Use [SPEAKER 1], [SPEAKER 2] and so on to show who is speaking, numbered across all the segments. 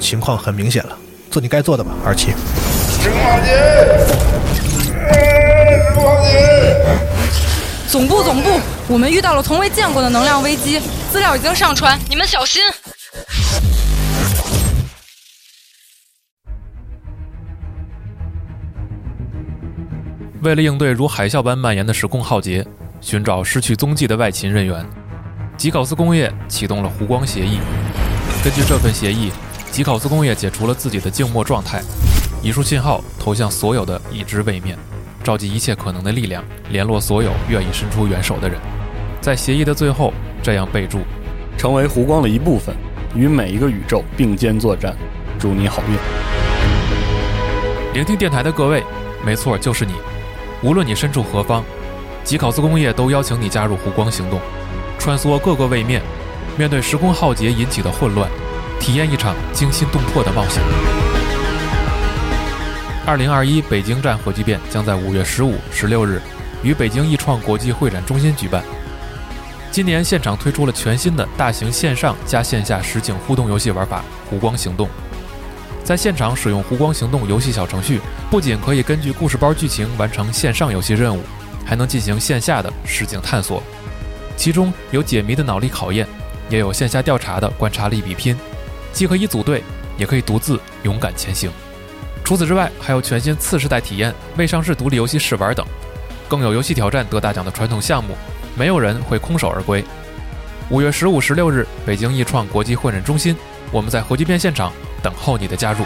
[SPEAKER 1] 情况很明显了，做你该做的吧，二七。
[SPEAKER 2] 郑浩杰，郑浩杰，
[SPEAKER 3] 总部，总部，我们遇到了从未见过的能量危机，资料已经上传，你们小心。
[SPEAKER 4] 为了应对如海啸般蔓延的时空浩劫，寻找失去踪迹的外勤人员，吉考斯工业启动了湖光协议。根据这份协议，吉考斯工业解除了自己的静默状态，一束信号投向所有的已知位面，召集一切可能的力量，联络所有愿意伸出援手的人。在协议的最后，这样备注：
[SPEAKER 5] 成为湖光的一部分，与每一个宇宙并肩作战。祝你好运！
[SPEAKER 4] 聆听电台的各位，没错，就是你。无论你身处何方，吉考斯工业都邀请你加入湖光行动，穿梭各个位面，面对时空浩劫引起的混乱，体验一场惊心动魄的冒险。二零二一北京站火炬变将在五月十五、十六日于北京易创国际会展中心举办。今年现场推出了全新的大型线上加线下实景互动游戏玩法“湖光行动”。在现场使用“湖光行动”游戏小程序，不仅可以根据故事包剧情完成线上游戏任务，还能进行线下的实景探索。其中有解谜的脑力考验，也有线下调查的观察力比拼，既可以组队，也可以独自勇敢前行。除此之外，还有全新次世代体验、未上市独立游戏试玩等，更有游戏挑战得大奖的传统项目，没有人会空手而归。五月十五、十六日，北京易创国际会展中心，我们在核聚变现场等候你的加入。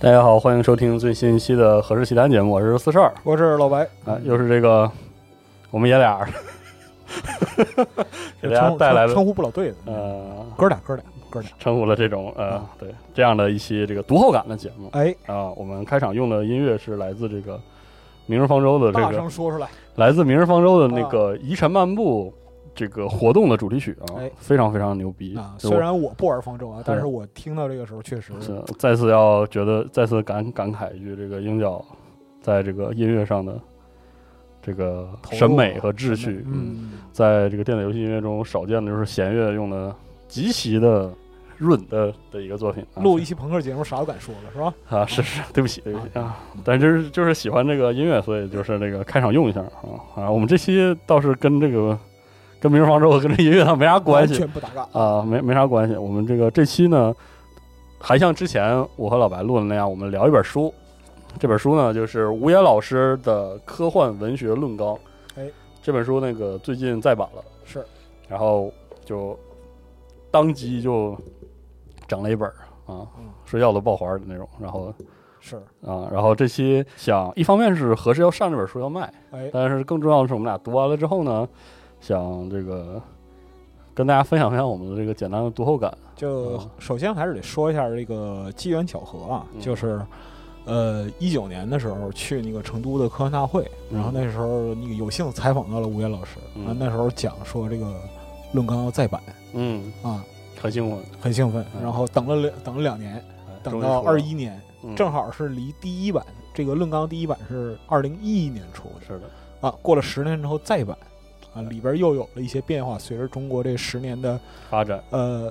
[SPEAKER 5] 大家好，欢迎收听最新一期的《何氏奇谈》节目，我是四十二
[SPEAKER 6] 我是老白，
[SPEAKER 5] 啊，又是这个我们爷俩儿给大家
[SPEAKER 6] 称
[SPEAKER 5] 带来
[SPEAKER 6] 称
[SPEAKER 5] 了
[SPEAKER 6] 称呼不老对的，
[SPEAKER 5] 呃
[SPEAKER 6] 哥俩哥俩哥俩。
[SPEAKER 5] 称呼了这种呃对这样的一期这个读后感的节目
[SPEAKER 6] 哎，
[SPEAKER 5] 啊，我们开场用的音乐是来自这个《明日方舟》的这
[SPEAKER 6] 大
[SPEAKER 5] 个
[SPEAKER 6] 声啊说出来，
[SPEAKER 5] 来自《明日方舟》的那个《遗产漫步》这个活动的主题曲啊
[SPEAKER 6] 哎，
[SPEAKER 5] 非常非常牛逼
[SPEAKER 6] 啊！
[SPEAKER 5] 就
[SPEAKER 6] 虽
[SPEAKER 5] 我
[SPEAKER 6] 然我不玩方舟啊，但
[SPEAKER 5] 对
[SPEAKER 6] 是我听到这个时候确实
[SPEAKER 5] 是再次要觉得再次感感慨一句，这个鹰角在这个音乐上的这个
[SPEAKER 6] 投入
[SPEAKER 5] 审美和秩序，嗯，
[SPEAKER 6] 嗯，
[SPEAKER 5] 在这个电子游戏音乐中少见的就是弦乐用的极其的润的的一个作品啊。
[SPEAKER 6] 录一期朋克节目啥都敢说了是吧？
[SPEAKER 5] 啊，是是， 对不起对不起啊，但就是就是喜欢这个音乐，所以就是这个开场用一下啊啊。我们这期倒是跟这个跟《明日方舟》跟这音乐上没啥关系
[SPEAKER 6] 完，全不搭嘎
[SPEAKER 5] 啊，没没啥关系。我们这个这期呢，还像之前我和老白录的那样，我们聊一本书。这本书呢，就是吴野老师的《科幻文学论纲》。
[SPEAKER 6] 哎，
[SPEAKER 5] 这本书那个最近再版了，
[SPEAKER 6] 是。
[SPEAKER 5] 然后就当即就整了一本儿啊
[SPEAKER 6] 嗯，
[SPEAKER 5] 睡觉都爆环儿的那种。然后
[SPEAKER 6] 是，
[SPEAKER 5] 啊，然后这期想，一方面是合适要上这本书要卖，
[SPEAKER 6] 哎，
[SPEAKER 5] 但是更重要的是，我们俩读完了之后呢，想这个跟大家分享分享我们的这个简单的读后感。
[SPEAKER 6] 就
[SPEAKER 5] 嗯
[SPEAKER 6] 首先还是得说一下这个机缘巧合啊
[SPEAKER 5] 嗯，
[SPEAKER 6] 就是。呃，一九年的时候去那个成都的科幻大会，嗯然后那时候那个有幸采访到了吴岩老师，
[SPEAKER 5] 嗯
[SPEAKER 6] 啊，那时候讲说这个论纲要再版
[SPEAKER 5] 嗯，
[SPEAKER 6] 啊，
[SPEAKER 5] 很兴奋，
[SPEAKER 6] 很兴奋，
[SPEAKER 5] 嗯
[SPEAKER 6] 然后等了两等了两年，
[SPEAKER 5] 哎
[SPEAKER 6] 等到二，一
[SPEAKER 5] 终于
[SPEAKER 6] 年，
[SPEAKER 5] 出了嗯
[SPEAKER 6] 正好是离第一版这个论纲第一版是二零一一年出
[SPEAKER 5] 是的，
[SPEAKER 6] 的啊，过了十年之后再版啊，里边又有了一些变化。随着中国这十年的
[SPEAKER 5] 发展
[SPEAKER 6] 呃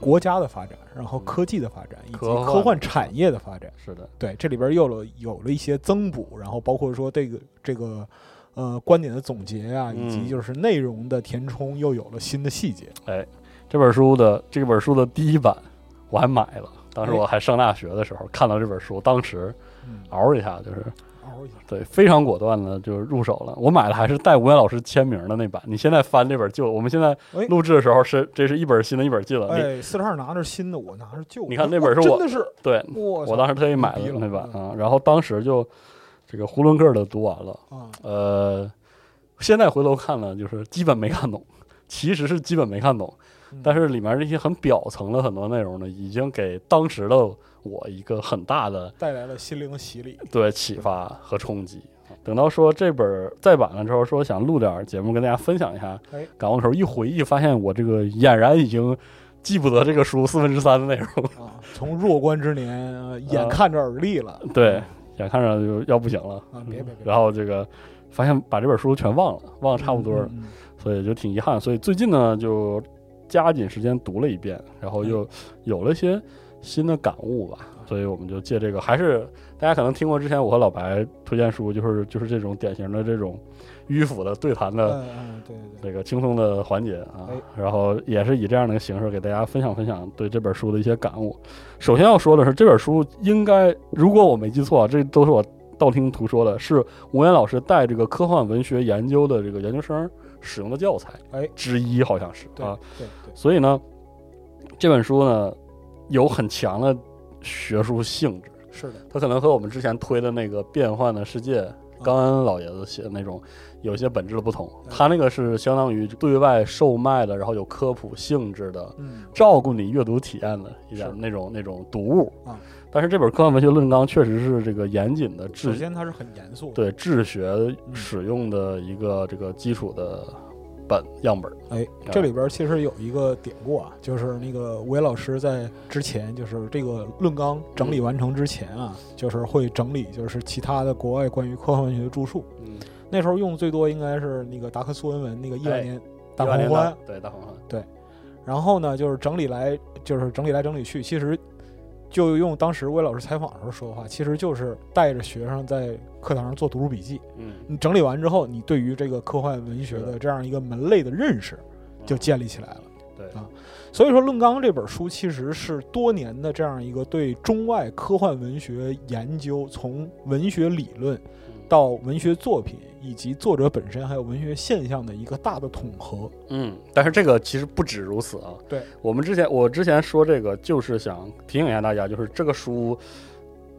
[SPEAKER 6] 国家的发展，然后科技的发展以及
[SPEAKER 5] 科幻
[SPEAKER 6] 科幻产业的发展，
[SPEAKER 5] 是的，
[SPEAKER 6] 对这里边又有了有了一些增补，然后包括说这个这个。呃，观点的总结啊，以
[SPEAKER 5] 嗯
[SPEAKER 6] 及就是内容的填充，又有了新的细节。
[SPEAKER 5] 这本书的这本书的第一版我还买了，当时我
[SPEAKER 6] 哎
[SPEAKER 5] 还上大学的时候看到这本书，当时
[SPEAKER 6] 嗯，
[SPEAKER 5] 嗷一下就是
[SPEAKER 6] 嗷一下，
[SPEAKER 5] 对，非常果断的就入手了。我买的还是带吴岩老师签名的那版。你现在翻这本旧，我们现在
[SPEAKER 6] 哎
[SPEAKER 5] 录制的时候是这是一本新的，一本旧的。你
[SPEAKER 6] 哎，四十二拿着新的，我拿着旧的。
[SPEAKER 5] 你看那本是
[SPEAKER 6] 哇
[SPEAKER 5] 我
[SPEAKER 6] 真的是
[SPEAKER 5] 对
[SPEAKER 6] 我
[SPEAKER 5] 我当时特意买
[SPEAKER 6] 牛
[SPEAKER 5] 的
[SPEAKER 6] 逼了
[SPEAKER 5] 那版啊，然后当时就这个囫囵个儿的读完了，
[SPEAKER 6] 啊，
[SPEAKER 5] 呃，现在回头看呢，就是基本没看懂，其实是基本没看懂，
[SPEAKER 6] 嗯
[SPEAKER 5] 但是里面这些很表层的很多内容呢，已经给当时的我一个很大的
[SPEAKER 6] 带来了心灵的洗礼。
[SPEAKER 5] 对启发和冲击。等到说这本儿再版了之后，说想录点儿节目跟大家分享一下
[SPEAKER 6] 哎
[SPEAKER 5] 感悟的时候，一回忆发现我这个俨然已经记不得这个书四分之三的内容了，
[SPEAKER 6] 啊，从弱冠之年，呃眼
[SPEAKER 5] 啊
[SPEAKER 6] 看着耳立了。 嗯
[SPEAKER 5] 对，眼看着就要不行了。
[SPEAKER 6] 啊，别别别，
[SPEAKER 5] 然后这个发现把这本书全忘了，忘了差不多了，
[SPEAKER 6] 嗯。嗯
[SPEAKER 5] 所以就挺遗憾。所以最近呢，就加紧时间读了一遍，然后
[SPEAKER 6] 嗯
[SPEAKER 5] 又有了一些新的感悟吧。
[SPEAKER 6] 啊
[SPEAKER 5] 所以我们就借这个，还是大家可能听过之前我和老白推荐书，就是就是这种典型的这种迂腐的对谈的
[SPEAKER 6] 嗯嗯，对对对，
[SPEAKER 5] 这个轻松的环节啊
[SPEAKER 6] 哎，
[SPEAKER 5] 然后也是以这样的形式给大家分享分享对这本书的一些感悟。首先要说的是，这本书应该，如果我没记错啊，这都是我道听途说的，是吴岩老师带这个科幻文学研究的这个研究生使用的教材
[SPEAKER 6] 哎
[SPEAKER 5] 之一，好像是
[SPEAKER 6] 对
[SPEAKER 5] 啊。
[SPEAKER 6] 对对，
[SPEAKER 5] 所以呢，这本书呢有很强的学术性质，
[SPEAKER 6] 是的，
[SPEAKER 5] 它可能和我们之前推的那个《变幻的世
[SPEAKER 6] 嗯
[SPEAKER 5] 界》刚安老爷子写的那种有一些本质的不同。
[SPEAKER 6] 嗯
[SPEAKER 5] 他那个是相当于对外售卖的，然后有科普性质的，
[SPEAKER 6] 嗯，
[SPEAKER 5] 照顾你阅读体验的一点
[SPEAKER 6] 是
[SPEAKER 5] 那种那种读物。
[SPEAKER 6] 啊
[SPEAKER 5] 但是这本科幻文学论纲确实是这个严谨的
[SPEAKER 6] 首
[SPEAKER 5] 治
[SPEAKER 6] 先嗯它是很严肃的，
[SPEAKER 5] 对治学使用的一个这个基础的本样本。
[SPEAKER 6] 哎，这里边其实有一个典故啊，就是那个吴伟老师在之前，就是这个论纲整理完成之前啊，
[SPEAKER 5] 嗯
[SPEAKER 6] 就是会整理就是其他的国外关于科幻文学的著述。
[SPEAKER 5] 嗯，
[SPEAKER 6] 那时候用最多应该是那个达克苏恩文那个一
[SPEAKER 5] 哎
[SPEAKER 6] 万年
[SPEAKER 5] 大
[SPEAKER 6] 大狂欢，
[SPEAKER 5] 对大狂欢。
[SPEAKER 6] 然后呢，就是整理来，就是整理来整理去，其实就用当时魏老师采访的时候说的话，其实就是带着学生在课堂上做读书笔记。
[SPEAKER 5] 嗯，
[SPEAKER 6] 你整理完之后，你对于这个科幻文学的这样一个门类的认识就建立起来了。
[SPEAKER 5] 对
[SPEAKER 6] 啊，所以说《论纲》这本书其实是多年的这样一个对中外科幻文学研究，从文学理论到文学作品，以及作者本身还有文学现象的一个大的统合。
[SPEAKER 5] 嗯，但是这个其实不止如此啊。
[SPEAKER 6] 对，
[SPEAKER 5] 我们之前我之前说这个，就是想提醒一下大家，就是这个书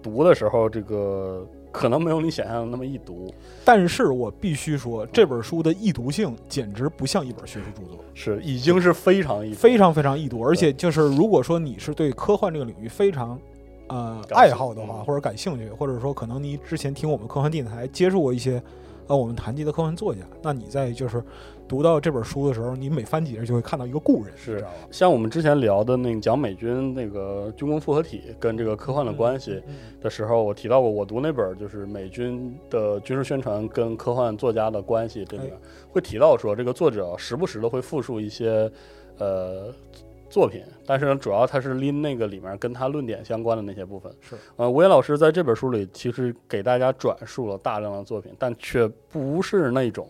[SPEAKER 5] 读的时候，这个可能没有你想象的那么易读。
[SPEAKER 6] 但是我必须说，
[SPEAKER 5] 嗯
[SPEAKER 6] 这本书的易读性简直不像一本学术著作，
[SPEAKER 5] 是已经是非常易读
[SPEAKER 6] 非常非常易读。而且就是，如果说你是对科幻这个领域非常呃
[SPEAKER 5] 感兴趣
[SPEAKER 6] 爱好的话，
[SPEAKER 5] 嗯
[SPEAKER 6] 或者感兴趣，或者说可能你之前听我们科幻电台接触过一些呃我们谈及的科幻作家，那你在就是读到这本书的时候，你每翻几页就会看到一个故人，
[SPEAKER 5] 是像我们之前聊的那个讲美军那个军工复合体跟这个科幻的关系
[SPEAKER 6] 嗯
[SPEAKER 5] 的时候，我提到过，我读那本就是美军的军事宣传跟科幻作家的关系这里面
[SPEAKER 6] 哎
[SPEAKER 5] 会提到说，这个作者时不时的会复述一些呃作品，但是呢，主要他是拎那个里面跟他论点相关的那些部分。
[SPEAKER 6] 是
[SPEAKER 5] 呃，吴岩老师在这本书里其实给大家转述了大量的作品，但却不是那种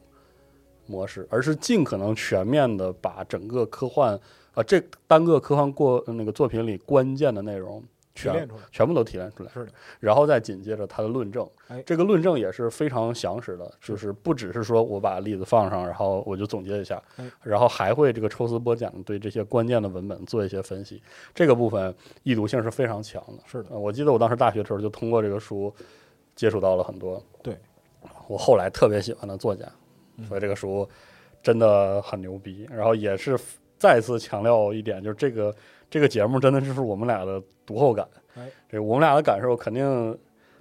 [SPEAKER 5] 模式，而是尽可能全面的把整个科幻啊、呃这单个科幻过呃那个作品里关键的内容
[SPEAKER 6] 提炼
[SPEAKER 5] 全
[SPEAKER 6] 出来。
[SPEAKER 5] 全部都提炼出来，
[SPEAKER 6] 是的，
[SPEAKER 5] 然后再紧接着他的论证
[SPEAKER 6] 哎，
[SPEAKER 5] 这个论证也是非常详实的，就是不只是说我把例子放上，然后我就总结一下
[SPEAKER 6] 哎，
[SPEAKER 5] 然后还会这个抽丝剥茧的对这些关键的文本做一些分析，这个部分易读性是非常强的。
[SPEAKER 6] 是的，
[SPEAKER 5] 呃我记得我当时大学的时候就通过这个书接触到了很多
[SPEAKER 6] 对嗯
[SPEAKER 5] 我后来特别喜欢的作家，所以这个书真的很牛逼。然后也是再次强调一点，就是这个这个节目真的就是我们俩的读后感
[SPEAKER 6] 哎。
[SPEAKER 5] 这个我们俩的感受肯定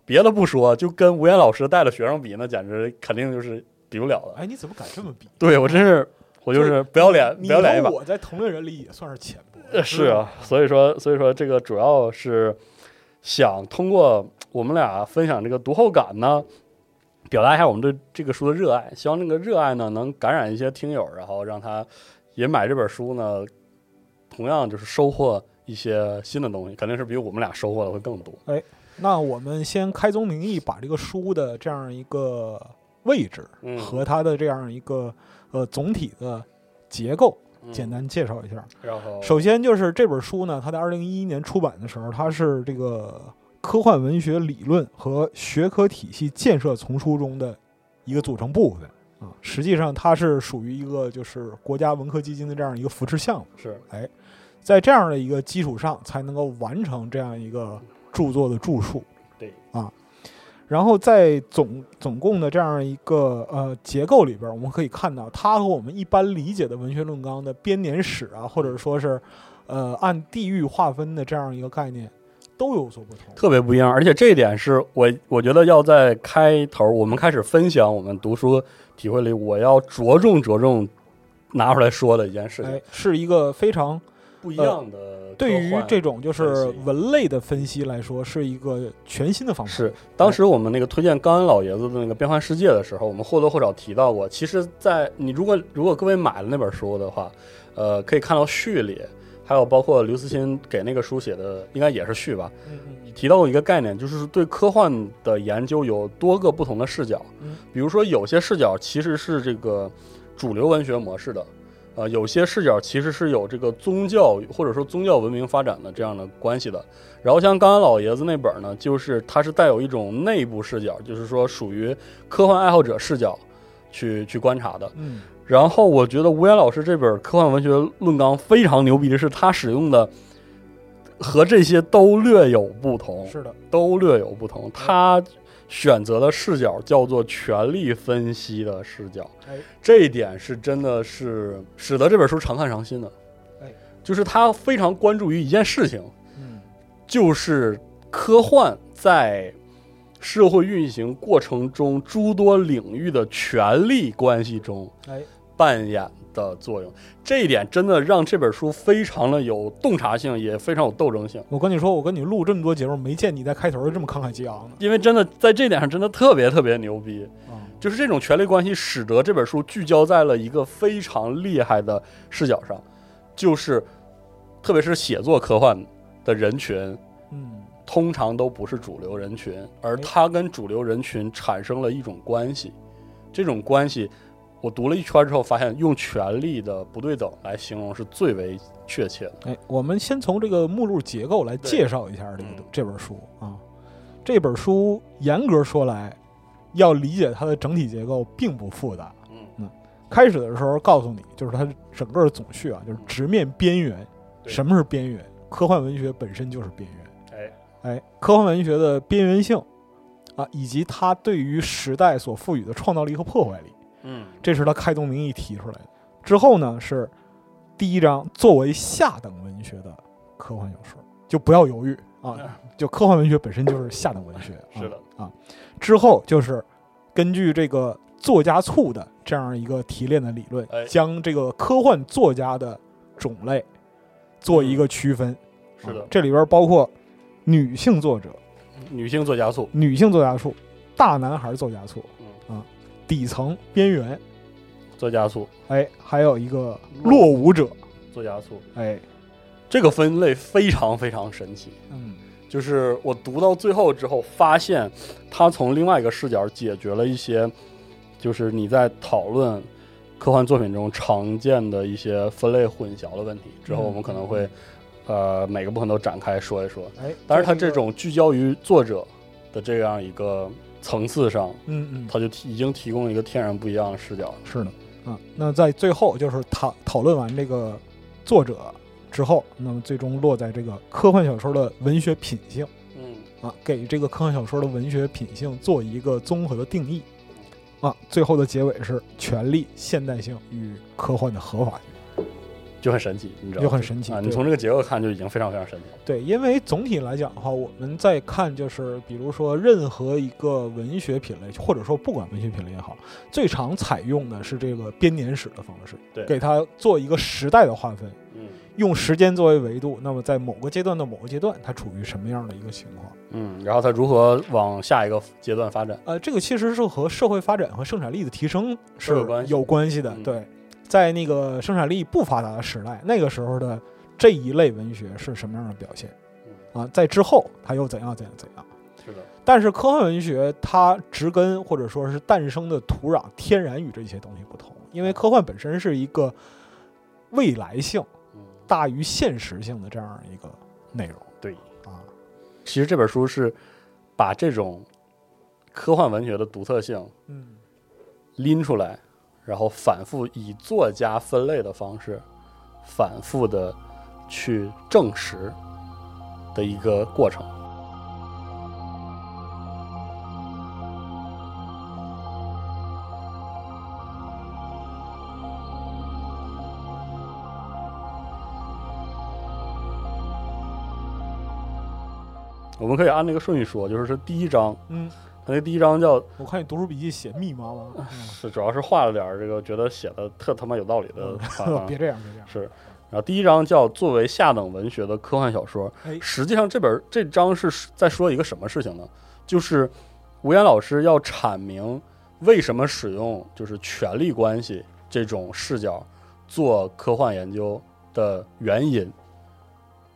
[SPEAKER 5] 别的不说，就跟吴岩老师带的学生比，那简直肯定就是比不了的。
[SPEAKER 6] 哎，你怎么敢这么比？
[SPEAKER 5] 对我真是我就是不要脸不
[SPEAKER 6] 你
[SPEAKER 5] 要脸一
[SPEAKER 6] 和
[SPEAKER 5] 把。
[SPEAKER 6] 我在同龄人里也算是浅薄。
[SPEAKER 5] 呃，是啊，所以说，所以说这个主要是想通过我们俩分享这个读后感呢，表达一下我们对这个书的热爱，希望这个热爱呢能感染一些听友，然后让他也买这本书呢，同样就是收获一些新的东西，肯定是比我们俩收获的会更多。
[SPEAKER 6] 那我们先开宗明义，把这个书的这样一个位置
[SPEAKER 5] 嗯
[SPEAKER 6] 和它的这样一个呃总体的结构
[SPEAKER 5] 嗯
[SPEAKER 6] 简单介绍一下。
[SPEAKER 5] 然后
[SPEAKER 6] 首先就是这本书呢，它在二零一一年出版的时候，它是这个科幻文学理论和学科体系建设丛书中的一个组成部分啊。实际上，它是属于一个就是国家文科基金的这样一个扶持项目，
[SPEAKER 5] 是
[SPEAKER 6] 在这样的一个基础上，才能够完成这样一个著作的著述。
[SPEAKER 5] 对
[SPEAKER 6] 啊。然后在总总共的这样一个呃结构里边儿，我们可以看到，它和我们一般理解的文学论纲的编年史啊，或者说是呃按地域划分的这样一个概念，都有所不同。
[SPEAKER 5] 特别不一样，而且这一点是我我觉得要在开头我们开始分享我们读书体会里，我要着重着重拿出来说的一件事情，
[SPEAKER 6] 哎，是一个非常
[SPEAKER 5] 不一
[SPEAKER 6] 呃
[SPEAKER 5] 样的科幻。
[SPEAKER 6] 对于这种就是
[SPEAKER 5] 分析
[SPEAKER 6] 文类的分析来说，是一个全新的方法。
[SPEAKER 5] 是当时我们那个推荐冈恩老爷子的那个《变幻世界》的时候，我们或多或少提到过。其实在，你如果如果各位买了那本书的话，呃，可以看到序里，还有包括刘慈欣给那个书写的，应该也是序吧，
[SPEAKER 6] 嗯嗯
[SPEAKER 5] 提到过一个概念，就是对科幻的研究有多个不同的视角
[SPEAKER 6] 嗯。
[SPEAKER 5] 比如说，有些视角其实是这个主流文学模式的，呃，有些视角其实是有这个宗教或者说宗教文明发展的这样的关系的。然后像刚刚老爷子那本儿呢，就是它是带有一种内部视角，就是说属于科幻爱好者视角去去观察的。
[SPEAKER 6] 嗯，
[SPEAKER 5] 然后我觉得吴岩老师这本科幻文学论纲非常牛逼的是，他使用的和这些都略有不同，
[SPEAKER 6] 是的，
[SPEAKER 5] 都略有不同。他选择的视角叫做权力分析的视角，
[SPEAKER 6] 哎
[SPEAKER 5] 这一点是真的是使得这本书常看常新的。
[SPEAKER 6] 哎
[SPEAKER 5] 就是他非常关注于一件事情，
[SPEAKER 6] 嗯
[SPEAKER 5] 就是科幻在社会运行过程中诸多领域的权力关系中
[SPEAKER 6] 哎
[SPEAKER 5] 扮演的作用。这一点真的让这本书非常的有洞察性，也非常有斗争性。
[SPEAKER 6] 我跟你说，我跟你录这么多节目，没见你在开头就这么慷慨激昂的
[SPEAKER 5] 因为真的在这点上真的特别特别牛逼，
[SPEAKER 6] 啊。
[SPEAKER 5] 就是这种权力关系使得这本书聚焦在了一个非常厉害的视角上，就是特别是写作科幻的人群，
[SPEAKER 6] 嗯
[SPEAKER 5] 通常都不是主流人群，而他跟主流人群产生了一种关系，这种关系我读了一圈之后发现，用权力的不对等来形容是最为确切的。
[SPEAKER 6] 哎，我们先从这个目录结构来介绍一下这个
[SPEAKER 5] 嗯
[SPEAKER 6] 这本书啊。这本书严格说来，要理解它的整体结构并不复杂。
[SPEAKER 5] 嗯
[SPEAKER 6] 开始的时候告诉你，就是它整个总序啊，就是直面边缘。
[SPEAKER 5] 嗯对
[SPEAKER 6] 什么是边缘？科幻文学本身就是边缘。
[SPEAKER 5] 哎
[SPEAKER 6] 哎，科幻文学的边缘性啊，以及它对于时代所赋予的创造力和破坏力。
[SPEAKER 5] 嗯
[SPEAKER 6] 这是他开宗明义提出来的。之后呢是第一章作为下等文学的科幻小说，就不要犹豫
[SPEAKER 5] 嗯
[SPEAKER 6] 啊，就科幻文学本身就是下等 文学，啊
[SPEAKER 5] 是的
[SPEAKER 6] 啊。之后就是根据这个作家促的这样一个提炼的理论
[SPEAKER 5] 哎，
[SPEAKER 6] 将这个科幻作家的种类做一个区分。
[SPEAKER 5] 嗯是的
[SPEAKER 6] 啊，这里边包括女性作者、
[SPEAKER 5] 女性作家素，
[SPEAKER 6] 女性作家促、大男孩作家促
[SPEAKER 5] 嗯
[SPEAKER 6] 啊、底层边缘。
[SPEAKER 5] 作家素，
[SPEAKER 6] 哎，还有一个落伍者，
[SPEAKER 5] 作家素，
[SPEAKER 6] 哎，
[SPEAKER 5] 这个分类非常非常神奇。
[SPEAKER 6] 嗯，
[SPEAKER 5] 就是我读到最后之后，发现他从另外一个视角解决了一些，就是你在讨论科幻作品中常见的一些分类混淆的问题。之后我们可能会，呃，每个部分都展开说一说。
[SPEAKER 6] 嗯哎，
[SPEAKER 5] 但是他这，种聚焦于作者的这样一个层次上，
[SPEAKER 6] 嗯嗯，
[SPEAKER 5] 他就提已经提供了一个天然不一样的视角。
[SPEAKER 6] 是的，啊，那在最后就是讨讨论完这个作者之后，那么最终落在这个科幻小说的文学品性
[SPEAKER 5] 嗯，
[SPEAKER 6] 啊，给这个科幻小说的文学品性做一个综合的定义，啊，最后的结尾是权力、现代性与科幻的合法性。
[SPEAKER 5] 就很神奇，你知道吗？
[SPEAKER 6] 就很神奇
[SPEAKER 5] 啊！你
[SPEAKER 6] 对
[SPEAKER 5] 从这个结构看就已经非常非常神奇了。
[SPEAKER 6] 对，因为总体来讲的话，我们在看就是，比如说任何一个文学品类，或者说不管文学品类也好，最常采用的是这个编年史的方式，
[SPEAKER 5] 对
[SPEAKER 6] 给它做一个时代的划分，
[SPEAKER 5] 嗯
[SPEAKER 6] 用时间作为维度，那么在某个阶段的某个阶段，它处于什么样的一个情况？
[SPEAKER 5] 嗯，然后他如何往下一个阶段发展？
[SPEAKER 6] 呃，这个其实是和社会发展和生产力的提升是
[SPEAKER 5] 有关系
[SPEAKER 6] 有关系的。
[SPEAKER 5] 嗯
[SPEAKER 6] 对，在那个生产力不发达的时代，那个时候的这一类文学是什么样的表现？啊，在之后它又怎样怎样怎样？
[SPEAKER 5] 嗯是的，
[SPEAKER 6] 但是科幻文学它植根或者说嗯是诞生的土壤天然与这些东西不同，因为科幻本身是一个未来性
[SPEAKER 5] 嗯，
[SPEAKER 6] 大于现实性的这样一个内容
[SPEAKER 5] 对。
[SPEAKER 6] 啊。
[SPEAKER 5] 其实这本书是把这种科幻文学的独特性
[SPEAKER 6] 嗯，
[SPEAKER 5] 拎出来，然后反复以作家分类的方式，反复的去证实的一个过程。我们可以按那个顺序说，就是是第一章，
[SPEAKER 6] 嗯，
[SPEAKER 5] 它那第一章叫
[SPEAKER 6] 我看你读书笔记写密嗯麻麻，
[SPEAKER 5] 是，主要是画了点儿这个觉得写的特他妈有道理的
[SPEAKER 6] 嗯
[SPEAKER 5] 话、啊
[SPEAKER 6] 。别这样，别这样。
[SPEAKER 5] 是，然后第一章叫作为下等文学的科幻小说。
[SPEAKER 6] 哎
[SPEAKER 5] 实际上这本这章是在说一个什么事情呢？就是吴岩老师要阐明为什么使用就是权力关系这种视角做科幻研究的原因。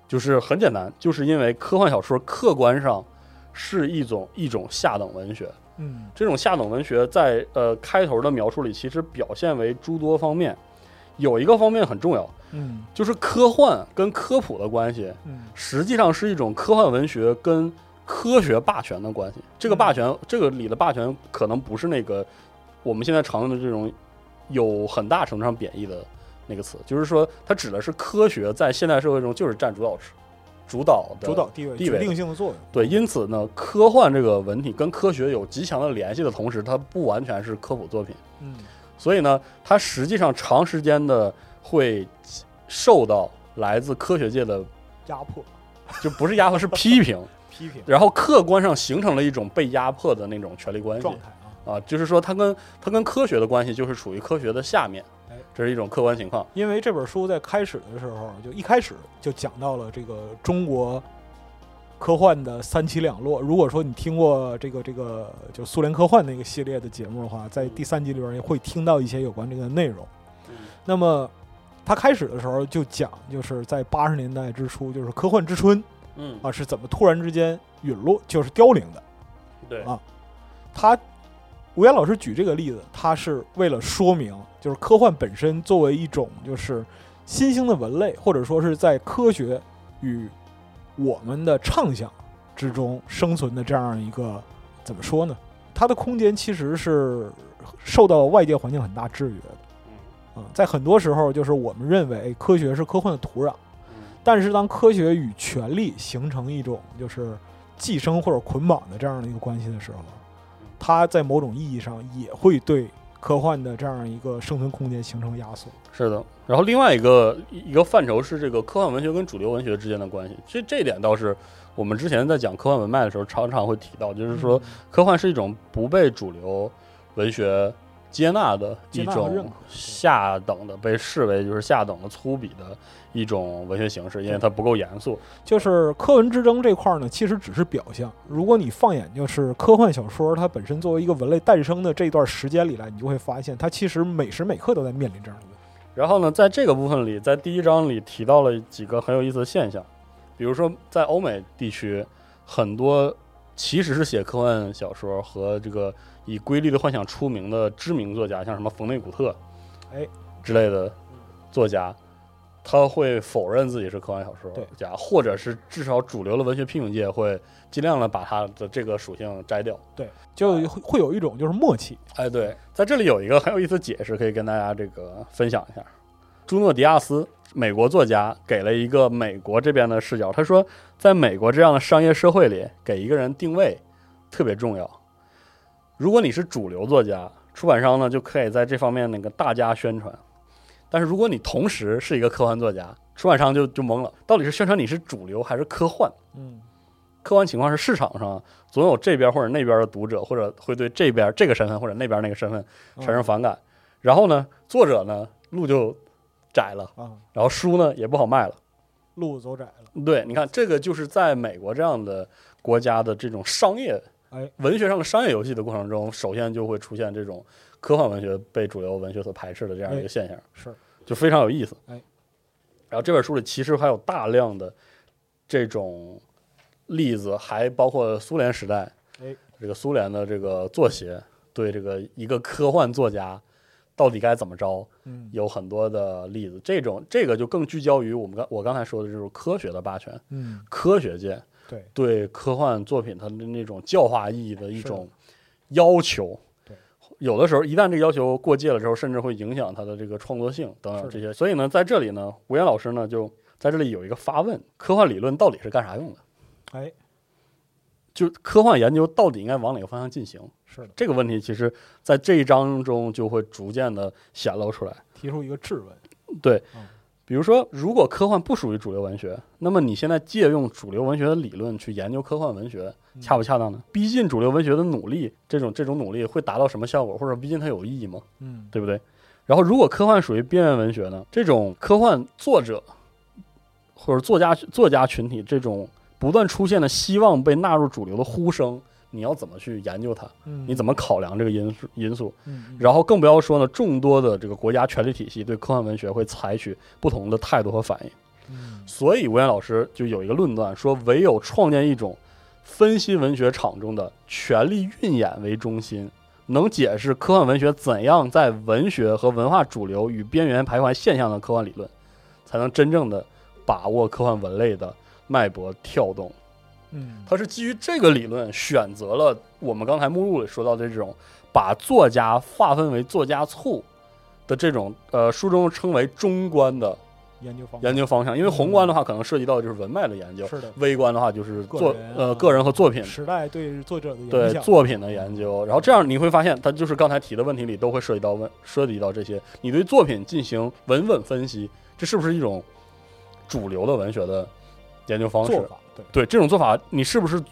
[SPEAKER 5] 就是很简单，就是因为科幻小说客观上是一种一种下等文学，
[SPEAKER 6] 嗯
[SPEAKER 5] 这种下等文学在呃开头的描述里，其实表现为诸多方面，有一个方面很重要，
[SPEAKER 6] 嗯
[SPEAKER 5] 就是科幻跟科普的关系，
[SPEAKER 6] 嗯
[SPEAKER 5] 实际上是一种科幻文学跟科学霸权的关系。这个霸
[SPEAKER 6] 嗯
[SPEAKER 5] 权，这个里的霸权可能不是那个我们现在常用的这种有很大程度上贬义的那个词，就是说它指的是科学在现代社会中就是占主导之主导的
[SPEAKER 6] 主导地位
[SPEAKER 5] 地
[SPEAKER 6] 决
[SPEAKER 5] 位
[SPEAKER 6] 定性的作用。
[SPEAKER 5] 对，因此呢，科幻这个文体跟科学有极强的联系的同时，它不完全是科普作品，
[SPEAKER 6] 嗯
[SPEAKER 5] 所以呢，它实际上长时间的会受到来自科学界的
[SPEAKER 6] 压迫、
[SPEAKER 5] 就不是压迫，是批 评，
[SPEAKER 6] 批评
[SPEAKER 5] 然后客观上形成了一种被压迫的那种权力关系
[SPEAKER 6] 状态啊，
[SPEAKER 5] 啊，就是说它跟它跟科学的关系就是处于科学的下面
[SPEAKER 6] 哎，
[SPEAKER 5] 这是一种客观情况。
[SPEAKER 6] 因为这本书在开始的时候，就一开始就讲到了这个中国科幻的三起两落。如果说你听过这个这个就苏联科幻那个系列的节目的话，在第三集里边也会听到一些有关这个内容。那么他开始的时候就讲，就是在八十年代之初，就是科幻之春
[SPEAKER 5] 嗯
[SPEAKER 6] 啊是怎么突然之间陨落，就是凋零的。
[SPEAKER 5] 对
[SPEAKER 6] 啊他吴岩老师举这个例子，他是为了说明，就是科幻本身作为一种就是新兴的文类，或者说是在科学与我们的畅想之中生存的这样一个怎么说呢？它的空间其实是受到外界环境很大制约的
[SPEAKER 5] 嗯
[SPEAKER 6] 啊、在很多时候就是我们认为哎科学是科幻的土壤。
[SPEAKER 5] 嗯
[SPEAKER 6] 但是当科学与权力形成一种就是寄生或者捆绑的这样的一个关系的时候，它在某种意义上也会对科幻的这样一个生存空间形成压缩。
[SPEAKER 5] 是的，然后另外一个一个范畴是这个科幻文学跟主流文学之间的关系，这这一点倒是我们之前在讲科幻文脉的时候常常会提到，就是说科幻是一种不被主流文学接纳的
[SPEAKER 6] 接
[SPEAKER 5] 一
[SPEAKER 6] 纳和认
[SPEAKER 5] 种
[SPEAKER 6] 可对
[SPEAKER 5] 下等的，被视为就是下等的粗鄙的一种文学形式，因为它不够严肃。
[SPEAKER 6] 就是科文之争这块儿呢，其实只是表象。如果你放眼就是科幻小说，它本身作为一个文类诞生的这段时间里来，你就会发现它其实每时每刻都在面临这样的问题。
[SPEAKER 5] 然后呢，在这个部分里，在第一章里提到了几个很有意思的现象，比如说在欧美地区，很多其实是写科幻小说和这个以规律的幻想出名的知名作家，像什么冯内古特，
[SPEAKER 6] 哎
[SPEAKER 5] 之类的作家，他会否认自己是科幻小说
[SPEAKER 6] 对
[SPEAKER 5] 家，或者是至少主流的文学批评界会尽量的把他的这个属性摘掉。
[SPEAKER 6] 对，就会会有一种就是默契。
[SPEAKER 5] 哎，对，在这里有一个很有意思的解释，可以跟大家这个分享一下。朱诺·迪亚斯，美国作家，给了一个美国这边的视角。他说，在美国这样的商业社会里，给一个人定位特别重要。如果你是主流作家，出版商呢就可以在这方面那个大加宣传；但是如果你同时是一个科幻作家，出版商就就懵了，到底是宣传你是主流还是科幻？
[SPEAKER 6] 嗯，
[SPEAKER 5] 客观情况是市场上总有这边或者那边的读者，或者会对这边这个身份或者那边那个身份产生反感。然后呢，作者呢路就窄了，
[SPEAKER 6] 啊，
[SPEAKER 5] 然后书呢也不好卖了。
[SPEAKER 6] 路走窄了。
[SPEAKER 5] 对，你看这个就是在美国这样的国家的这种商业
[SPEAKER 6] 哎，
[SPEAKER 5] 文学上的商业游戏的过程中，首先就会出现这种科幻文学被主流文学所排斥的这样一个现象，
[SPEAKER 6] 是
[SPEAKER 5] 就非常有意思。
[SPEAKER 6] 哎，
[SPEAKER 5] 然后这本书里其实还有大量的这种例子，还包括苏联时代，
[SPEAKER 6] 哎，
[SPEAKER 5] 这个苏联的这个作协对这个一个科幻作家到底该怎么着，
[SPEAKER 6] 嗯，
[SPEAKER 5] 有很多的例子。这种这个就更聚焦于我们刚我刚才说的这种科学的霸权，
[SPEAKER 6] 嗯，
[SPEAKER 5] 科学界
[SPEAKER 6] 对，
[SPEAKER 5] 对科幻作品它的那种教化意义的一
[SPEAKER 6] 是的
[SPEAKER 5] 种要求
[SPEAKER 6] 对。
[SPEAKER 5] 有的时候，一旦这个要求过界了之后，甚至会影响它的这个创作性等等
[SPEAKER 6] 是的
[SPEAKER 5] 这些。所以呢，在这里呢，吴岩老师呢就在这里有一个发问：科幻理论到底是干啥用的？
[SPEAKER 6] 哎，
[SPEAKER 5] 就科幻研究到底应该往哪个方向进行？
[SPEAKER 6] 是的，
[SPEAKER 5] 这个问题，其实在这一章中就会逐渐的显露出来。
[SPEAKER 6] 提出一个质问，
[SPEAKER 5] 比如说，如果科幻不属于主流文学，那么你现在借用主流文学的理论去研究科幻文学，恰不恰当呢？逼近主流文学的努力，这种这种努力会达到什么效果，或者逼近它有意义吗？
[SPEAKER 6] 嗯，
[SPEAKER 5] 对不对？然后，如果科幻属于边缘文学呢？这种科幻作者或者作家作家群体这种不断出现的希望被纳入主流的呼声，你要怎么去研究它？
[SPEAKER 6] 嗯，
[SPEAKER 5] 你怎
[SPEAKER 6] 么，
[SPEAKER 5] 么考量这个因素因素？
[SPEAKER 6] 嗯，
[SPEAKER 5] 然后更不要说呢，众多的这个国家权力体系对科幻文学会采取不同的态度和反应。
[SPEAKER 6] 嗯
[SPEAKER 5] 所以吴岩老师就有一个论断，说唯有创建一种分析文学场中的权力运演为中心，能解释科幻文学怎样在文学和文化主流与边缘徘徊现象的科幻理论，才能真正的把握科幻文类的脉搏跳动。
[SPEAKER 6] 嗯，
[SPEAKER 5] 它是基于这个理论选择了我们刚才目录里说到的这种把作家划分为作家簇的这种呃书中称为中观的
[SPEAKER 6] 研究方
[SPEAKER 5] 研
[SPEAKER 6] 究
[SPEAKER 5] 究方向，因为宏观的话可能涉及到就是文脉的研究，
[SPEAKER 6] 是的，
[SPEAKER 5] 微观的话就是
[SPEAKER 6] 个
[SPEAKER 5] 作
[SPEAKER 6] 人啊
[SPEAKER 5] 呃个人和作品
[SPEAKER 6] 时代对作者的影
[SPEAKER 5] 对
[SPEAKER 6] 响，
[SPEAKER 5] 作品的研究，然后这样你会发现，它就是刚才提的问题里都会涉及到问涉及到这些，你对作品进行文本分析，这是不是一种主流的文学的研究方式
[SPEAKER 6] 做？法，对，
[SPEAKER 5] 对这种做法，你是不是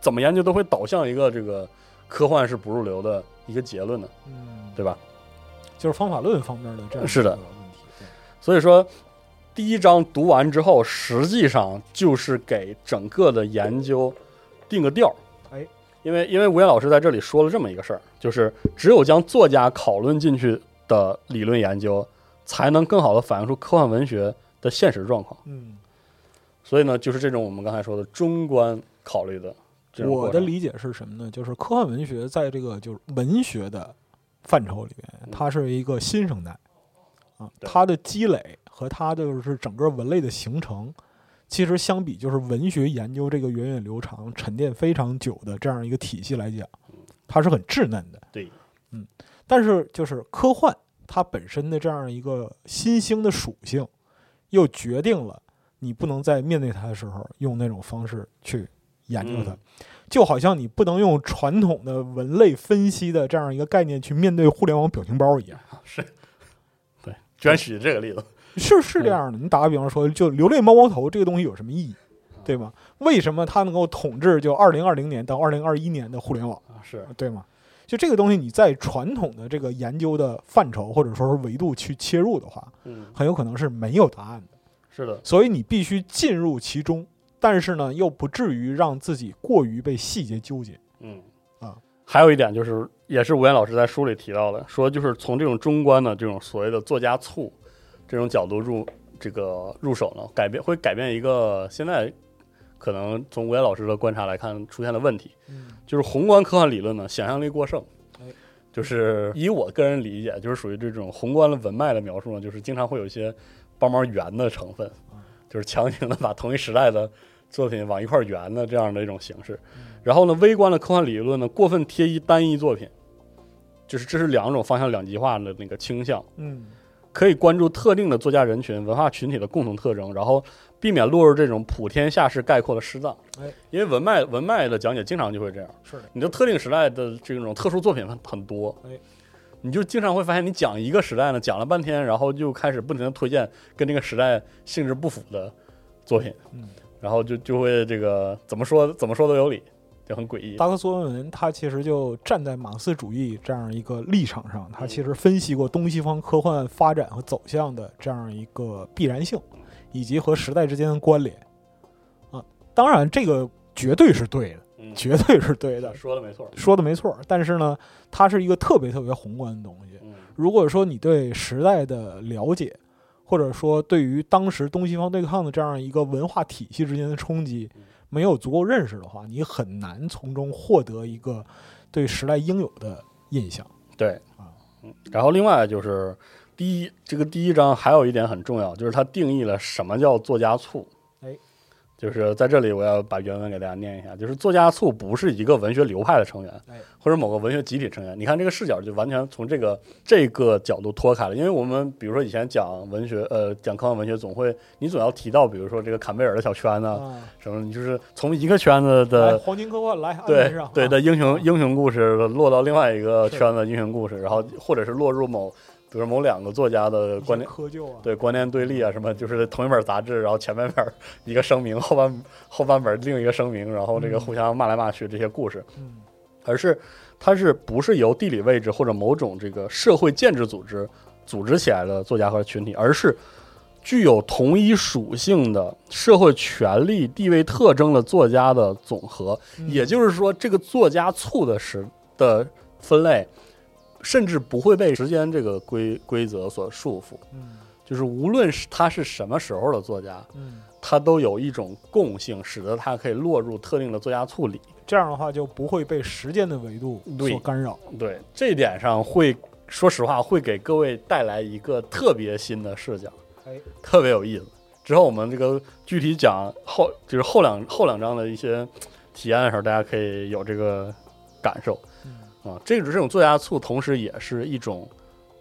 [SPEAKER 5] 怎么研究都会导向一个这个科幻是不入流的一个结论呢？
[SPEAKER 6] 嗯，
[SPEAKER 5] 对吧？
[SPEAKER 6] 就是方法论方面的这样
[SPEAKER 5] 是的
[SPEAKER 6] 一个问题，对
[SPEAKER 5] 所以说，第一章读完之后，实际上就是给整个的研究定个调儿。
[SPEAKER 6] 哎，
[SPEAKER 5] 因为因为吴岩老师在这里说了这么一个事儿，就是只有将作家讨论进去的理论研究，才能更好的反映出科幻文学的现实状况。
[SPEAKER 6] 嗯。
[SPEAKER 5] 所以呢，就是这种我们刚才说的中观考虑的这种
[SPEAKER 6] 我
[SPEAKER 5] 过
[SPEAKER 6] 的
[SPEAKER 5] 程。
[SPEAKER 6] 理解是什么呢？就是科幻文学在这个就是文学的范畴里面，它是一个新生代啊，
[SPEAKER 5] 嗯对
[SPEAKER 6] 它的积累和它就是整个文类的形成，其实相比就是文学研究这个源远流长、沉淀非常久的这样一个体系来讲，它是很稚嫩的。
[SPEAKER 5] 嗯对，
[SPEAKER 6] 嗯，但是就是科幻它本身的这样一个新兴的属性，又决定了你不能在面对它的时候用那种方式去研究它。
[SPEAKER 5] 嗯
[SPEAKER 6] 就好像你不能用传统的文类分析的这样一个概念去面对互联网表情包一样，
[SPEAKER 5] 居然举这个例子，
[SPEAKER 6] 是是这样的。嗯你打个比方说，就流泪猫猫头这个东西有什么意义，对吗？为什么它能够统治就二零二零年到二零二一年的互联网？
[SPEAKER 5] 啊是
[SPEAKER 6] 对吗？就这个东西，你在传统的这个研究的范畴或者说是维度去切入的话，
[SPEAKER 5] 嗯
[SPEAKER 6] 很有可能是没有答案的。
[SPEAKER 5] 是的，
[SPEAKER 6] 所以你必须进入其中，但是呢，又不至于让自己过于被细节纠结。
[SPEAKER 5] 嗯
[SPEAKER 6] 啊，
[SPEAKER 5] 还有一点就是，也是吴岩老师在书里提到的，说就是从这种中观的这种所谓的作家醋这种角度入这个入手呢，改变会改变一个现在可能从吴岩老师的观察来看出现的问题，
[SPEAKER 6] 嗯
[SPEAKER 5] 就是宏观科幻理论呢想象力过剩
[SPEAKER 6] 哎。
[SPEAKER 5] 就是以我个人理解，就是属于这种宏观的文脉的描述呢，就是经常会有一些帮忙圆的成分，就是强行的把同一时代的作品往一块儿圆的这样的一种形式。然后呢，微观的科幻理论呢，过分贴一单一作品，就是这是两种方向两极化的那个倾向。
[SPEAKER 6] 嗯，
[SPEAKER 5] 可以关注特定的作家人群、文化群体的共同特征，然后避免落入这种普天下式概括的失当
[SPEAKER 6] 哎。
[SPEAKER 5] 因为文脉文脉的讲解经常就会这样，
[SPEAKER 6] 是的，
[SPEAKER 5] 你的特定时代的这种特殊作品很很多
[SPEAKER 6] 哎，
[SPEAKER 5] 你就经常会发现，你讲一个时代呢，讲了半天，然后就开始不停的推荐跟这个时代性质不符的作品
[SPEAKER 6] 嗯，
[SPEAKER 5] 然后就就会这个怎么说怎么说都有理，就很诡异。
[SPEAKER 6] 达克索文文他其实就站在马克思主义这样一个立场上，他其实分析过东西方科幻发展和走向的这样一个必然性，以及和时代之间的关联。啊，当然这个绝对是对的，
[SPEAKER 5] 嗯，
[SPEAKER 6] 绝对是对的，
[SPEAKER 5] 说的没错。
[SPEAKER 6] 说的没错。但是呢，它是一个特别特别宏观的东西。
[SPEAKER 5] 嗯
[SPEAKER 6] 如果说你对时代的了解，或者说对于当时东西方对抗的这样一个文化体系之间的冲击
[SPEAKER 5] 嗯
[SPEAKER 6] 没有足够认识的话，你很难从中获得一个对时代应有的印象。
[SPEAKER 5] 对嗯
[SPEAKER 6] 啊，
[SPEAKER 5] 然后另外就是第一，这个第一章还有一点很重要，就是它定义了什么叫作家醋。
[SPEAKER 6] 哎，
[SPEAKER 5] 就是在这里我要把原文给大家念一下，就是作家醋不是一个文学流派的成员
[SPEAKER 6] 哎，
[SPEAKER 5] 或者某个文学集体成员。你看这个视角就完全从这个这个角度脱开了，因为我们比如说以前讲文学，呃，讲科幻文学总会，你总要提到比如说这个坎贝尔的小圈呢、
[SPEAKER 6] 啊，
[SPEAKER 5] 什么，你就是从一个圈子的
[SPEAKER 6] 来黄金科幻来，安
[SPEAKER 5] 呃对
[SPEAKER 6] 排上
[SPEAKER 5] 对
[SPEAKER 6] 啊
[SPEAKER 5] 的英雄英雄故事落到另外一个
[SPEAKER 6] 是
[SPEAKER 5] 圈子英雄故事，然
[SPEAKER 6] 嗯
[SPEAKER 5] 后或者是落入某，比如某两个作家的
[SPEAKER 6] 一些
[SPEAKER 5] 观念。
[SPEAKER 6] 窠臼啊，
[SPEAKER 5] 对观念对立啊，什么就是同一本杂志，然后前半本儿一个声明，后半后半本儿另一个声明，然后这个
[SPEAKER 6] 嗯
[SPEAKER 5] 互相骂来骂去这些故事，
[SPEAKER 6] 嗯，
[SPEAKER 5] 而是它是不是由地理位置或者某种这个社会建制组织组织起来的作家和群体，而是具有同一属性的社会权力地位特征的作家的总和。
[SPEAKER 6] 嗯
[SPEAKER 5] 也就是说，这个作家醋的时的分类，甚至不会被时间这个规规则所束缚。
[SPEAKER 6] 嗯
[SPEAKER 5] 就是无论是他是什么时候的作家，
[SPEAKER 6] 嗯，
[SPEAKER 5] 他都有一种共性，使得他可以落入特定的作家醋里。
[SPEAKER 6] 这样的话就不会被时间的维度
[SPEAKER 5] 对
[SPEAKER 6] 所干扰。
[SPEAKER 5] 对这一点上会，说实话会给各位带来一个特别新的视角，
[SPEAKER 6] 哎，
[SPEAKER 5] 特别有意思。之后我们这个具体讲后，就是后两后两章的一些体验的时候，大家可以有这个感受。
[SPEAKER 6] 嗯
[SPEAKER 5] 啊，这个这种作家醋，同时也是一种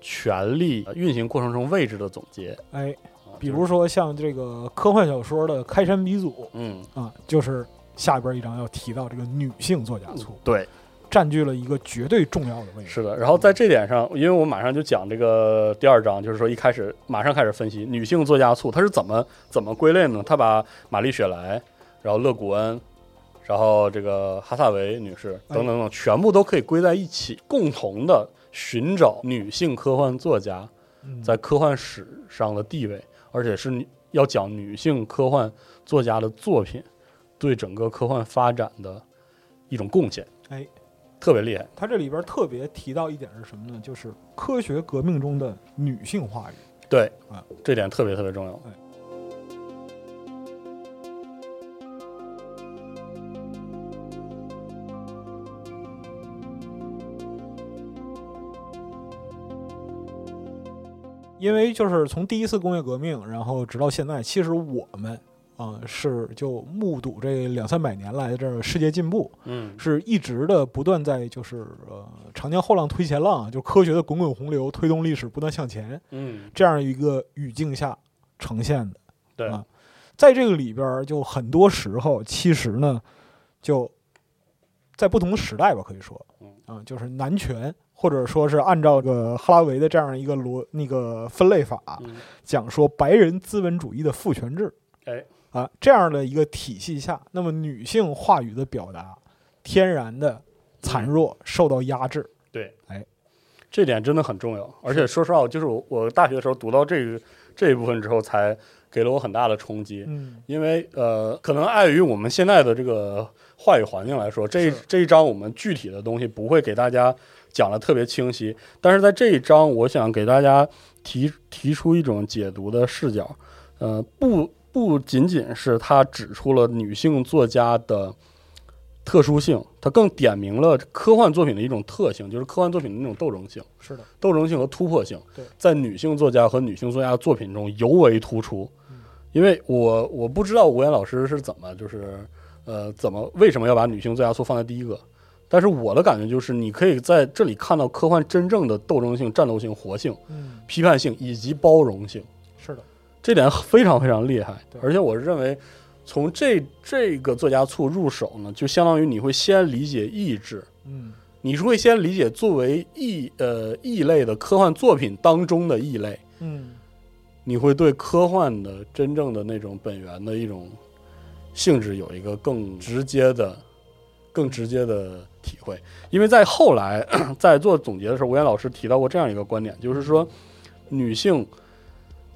[SPEAKER 5] 权力呃运行过程中位置的总结。
[SPEAKER 6] 哎，
[SPEAKER 5] 啊
[SPEAKER 6] 比
[SPEAKER 5] 就是
[SPEAKER 6] 如说像这个科幻小说的开山鼻祖
[SPEAKER 5] 嗯，
[SPEAKER 6] 啊，就是下边一章要提到这个女性作家醋，
[SPEAKER 5] 对，
[SPEAKER 6] 占据了一个绝对重要的位
[SPEAKER 5] 嗯
[SPEAKER 6] 置。
[SPEAKER 5] 是的。然后在这点上，因为我马上就讲这个第二章，就是说一开始马上开始分析女性作家醋，它是怎么怎么归类呢？他把玛丽雪莱，然后勒古恩。然后这个哈萨维女士
[SPEAKER 6] 哎
[SPEAKER 5] 等等等，全部都可以归在一起，共同的寻找女性科幻作家
[SPEAKER 6] 嗯
[SPEAKER 5] 在科幻史上的地位，而且是女要讲女性科幻作家的作品对整个科幻发展的一种贡献。
[SPEAKER 6] 哎，
[SPEAKER 5] 特别厉害。
[SPEAKER 6] 它这里边特别提到一点是什么呢？就是科学革命中的女性话语。
[SPEAKER 5] 对
[SPEAKER 6] 啊，
[SPEAKER 5] 这点特别特别重要。
[SPEAKER 6] 因为就是从第一次工业革命，然后直到现在，其实我们啊、呃是就目睹这两三百年来的这种世界进步，
[SPEAKER 5] 嗯，
[SPEAKER 6] 是一直的不断在就是呃长江后浪推前浪，就科学的滚滚洪流推动历史不断向前
[SPEAKER 5] 嗯，
[SPEAKER 6] 这样一个语境下呈现的。
[SPEAKER 5] 对，
[SPEAKER 6] 啊在这个里边儿，就很多时候其实呢，就在不同的时代吧，可以说
[SPEAKER 5] 嗯，
[SPEAKER 6] 啊，就是男权。或者说是按照这个哈拉维的这样一个罗那个分类法，
[SPEAKER 5] 嗯
[SPEAKER 6] 讲说白人资本主义的父权制，
[SPEAKER 5] 哎，
[SPEAKER 6] 啊这样的一个体系下，那么女性话语的表达天然的孱弱，受到压制。
[SPEAKER 5] 对，
[SPEAKER 6] 哎，
[SPEAKER 5] 这点真的很重要。而且说实话，就是我我大学的时候读到这个这一部分之后，才给了我很大的冲击。
[SPEAKER 6] 嗯，
[SPEAKER 5] 因为呃，可能碍于我们现在的这个话语环境来说，这一
[SPEAKER 6] 是
[SPEAKER 5] 这一章我们具体的东西不会给大家讲的特别清晰，但是在这一章，我想给大家提提出一种解读的视角，呃，不不仅仅是他指出了女性作家的特殊性，他更点明了科幻作品的一种特性，就是科幻作品的那种斗争性。
[SPEAKER 6] 是的，
[SPEAKER 5] 斗争性和突破性
[SPEAKER 6] 对，
[SPEAKER 5] 在女性作家和女性作家作品中尤为突出
[SPEAKER 6] 嗯。
[SPEAKER 5] 因为我我不知道吴岩老师是怎么就是呃怎么为什么要把女性作家作放在第一个，但是我的感觉就是你可以在这里看到科幻真正的斗争性、战斗性、活性、
[SPEAKER 6] 嗯，
[SPEAKER 5] 批判性以及包容性，
[SPEAKER 6] 是的，
[SPEAKER 5] 这点非常非常厉害
[SPEAKER 6] 对。
[SPEAKER 5] 而且我认为从这这个作家处入手呢，就相当于你会先理解意志，
[SPEAKER 6] 嗯，
[SPEAKER 5] 你是会先理解作为异呃异类的科幻作品当中的异类，
[SPEAKER 6] 嗯，
[SPEAKER 5] 你会对科幻的真正的那种本源的一种性质有一个更直接的、更直接的体会。因为在后来 在做总结的时候，吴岩老师提到过这样一个观点，就是说女性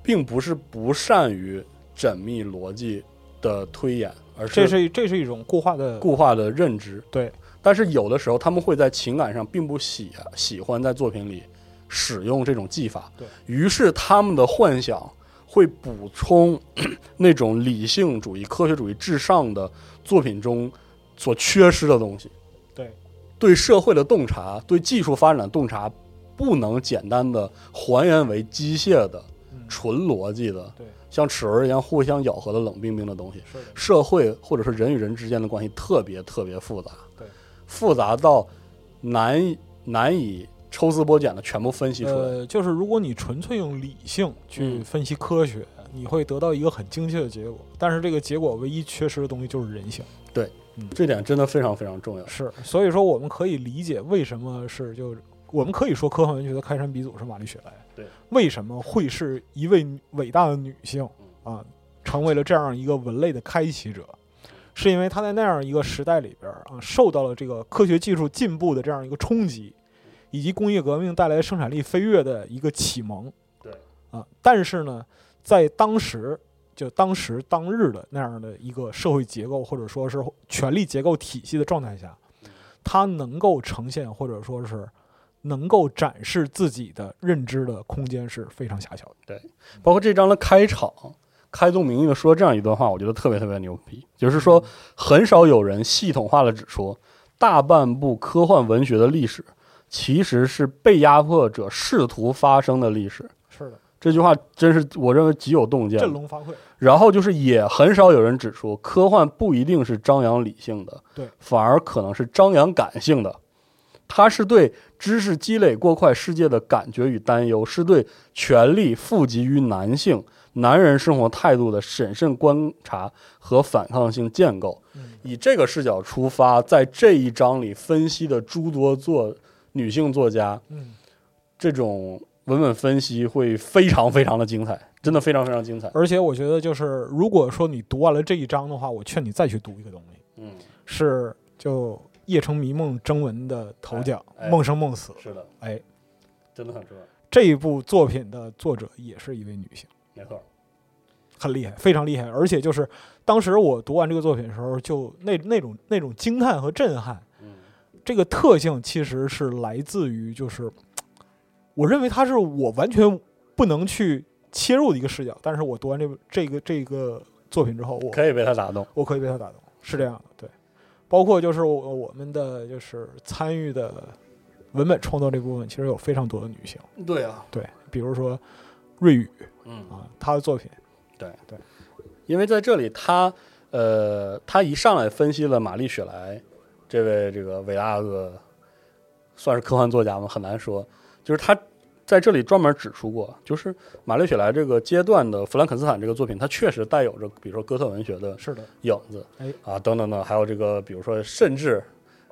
[SPEAKER 5] 并不是不善于缜密逻辑的推演，而
[SPEAKER 6] 这是这是一种固化的，
[SPEAKER 5] 固化的认知。
[SPEAKER 6] 对，
[SPEAKER 5] 但是有的时候他们会在情感上并不喜喜欢在作品里使用这种技法，
[SPEAKER 6] 对，
[SPEAKER 5] 于是他们的幻想会补充 那种理性主义、科学主义至上的作品中所缺失的东西。
[SPEAKER 6] 对，
[SPEAKER 5] 对社会的洞察、对技术发展的洞察不能简单的还原为机械的、
[SPEAKER 6] 嗯
[SPEAKER 5] 纯逻辑的
[SPEAKER 6] 对，
[SPEAKER 5] 像齿轮一样互相咬合的冷冰冰的东西。
[SPEAKER 6] 是的，
[SPEAKER 5] 社会或者是人与人之间的关系特别特别复杂，
[SPEAKER 6] 对，
[SPEAKER 5] 复杂到难以难以抽丝剥茧的全部分析出来。
[SPEAKER 6] 呃，就是如果你纯粹用理性去
[SPEAKER 5] 嗯
[SPEAKER 6] 分析科学，你会得到一个很精确的结果，但是这个结果唯一缺失的东西就是人性。
[SPEAKER 5] 这点真的非常非常重要。
[SPEAKER 6] 是，所以说我们可以理解为什么是就我们可以说科幻文学的开山鼻祖是玛丽雪莱，
[SPEAKER 5] 对，
[SPEAKER 6] 为什么会是一位女伟大的女性
[SPEAKER 5] 嗯
[SPEAKER 6] 啊，成为了这样一个文类的开启者，是因为她在那样一个时代里边儿啊，受到了这个科学技术进步的这样一个冲击，
[SPEAKER 5] 嗯
[SPEAKER 6] 以及工业革命带来的生产力飞跃的一个启蒙，
[SPEAKER 5] 对，
[SPEAKER 6] 啊，但是呢，在当时。就当时当日的那样的一个社会结构，或者说是权力结构体系的状态下，它能够呈现或者说是能够展示自己的认知的空间是非常狭小
[SPEAKER 5] 嗯
[SPEAKER 6] 的。
[SPEAKER 5] 包括这章的开场，开宗明义的说这样一段话，我觉得特别特别牛逼，就是说很少有人系统化的指出，大半部科幻文学的历史其实是被压迫者试图发生的历史。
[SPEAKER 6] 是的，
[SPEAKER 5] 这句话真是我认为极有洞见的。
[SPEAKER 6] 振聋发聩。
[SPEAKER 5] 然后就是也很少有人指出，科幻不一定是张扬理性的，
[SPEAKER 6] 对
[SPEAKER 5] 反而可能是张扬感性的。它是对知识积累过快世界的感觉与担忧，是对权力富集于男性、男人生活态度的审慎观察和反抗性建构。
[SPEAKER 6] 嗯
[SPEAKER 5] 以这个视角出发，在这一章里分析的诸多作女性作家，
[SPEAKER 6] 嗯，
[SPEAKER 5] 这种文本分析会非常非常的精彩，真的非常非常精彩。
[SPEAKER 6] 而且我觉得就是，如果说你读完了这一章的话，我劝你再去读一个东西，
[SPEAKER 5] 嗯，
[SPEAKER 6] 是就《夜城迷梦》征文的头奖
[SPEAKER 5] 哎
[SPEAKER 6] 《
[SPEAKER 5] 哎
[SPEAKER 6] 梦生梦死》。
[SPEAKER 5] 是的，
[SPEAKER 6] 哎，
[SPEAKER 5] 真的很重要，
[SPEAKER 6] 这一部作品的作者也是一位女性。
[SPEAKER 5] 没错。
[SPEAKER 6] 很厉害，非常厉害，而且就是当时我读完这个作品的时候，就那那种那种惊叹和震撼，
[SPEAKER 5] 嗯，
[SPEAKER 6] 这个特性其实是来自于，就是嘖我认为它是我完全不能去切入的一个视角，但是我读完这部这个这个作品之后，我
[SPEAKER 5] 可以被他打动。
[SPEAKER 6] 我可以被它打动，是这样的，对。包括就是我我们的就是参与的文本创作这部分，其实有非常多的女性，
[SPEAKER 5] 对啊，
[SPEAKER 6] 对，比如说瑞宇
[SPEAKER 5] 嗯，
[SPEAKER 6] 啊，她的作品，
[SPEAKER 5] 因为在这里他呃，他一上来分析了玛丽雪莱这位这个伟大的算是科幻作家吗？很难说，就是他。在这里专门指出过，就是玛丽雪莱这个阶段的弗兰肯斯坦这个作品，它确实带有着比如说哥特文学的
[SPEAKER 6] 是的，
[SPEAKER 5] 影子，
[SPEAKER 6] 哎
[SPEAKER 5] 啊等等等，还有这个比如说甚至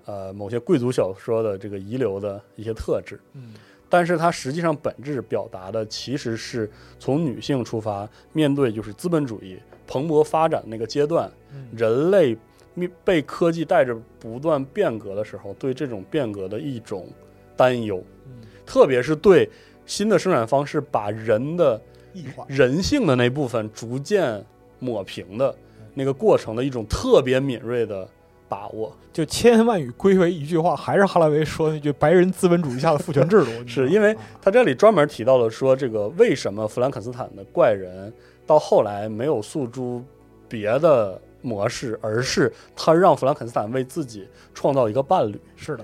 [SPEAKER 5] 呃某些贵族小说的这个遗留的一些特质，
[SPEAKER 6] 嗯，
[SPEAKER 5] 但是它实际上本质表达的其实是从女性出发，面对就是资本主义蓬勃发展那个阶段，
[SPEAKER 6] 嗯
[SPEAKER 5] 人类面被科技带着不断变革的时候，对这种变革的一种担忧，
[SPEAKER 6] 嗯
[SPEAKER 5] 特别是对新的生产方式把人的
[SPEAKER 6] 异化，
[SPEAKER 5] 人性的那部分逐渐抹平的那个过程的一种特别敏锐的把握，
[SPEAKER 6] 就千言万语归为一句话，还是哈拉维说那句“白人资本主义下的父权 制度”你知道
[SPEAKER 5] 是
[SPEAKER 6] 吗。
[SPEAKER 5] 因为
[SPEAKER 6] 啊
[SPEAKER 5] 他这里专门提到了说，这个为什么弗兰肯斯坦的怪人到后来没有诉诸别的模式，而是他让弗兰肯斯坦为自己创造一个伴侣。
[SPEAKER 6] 是的，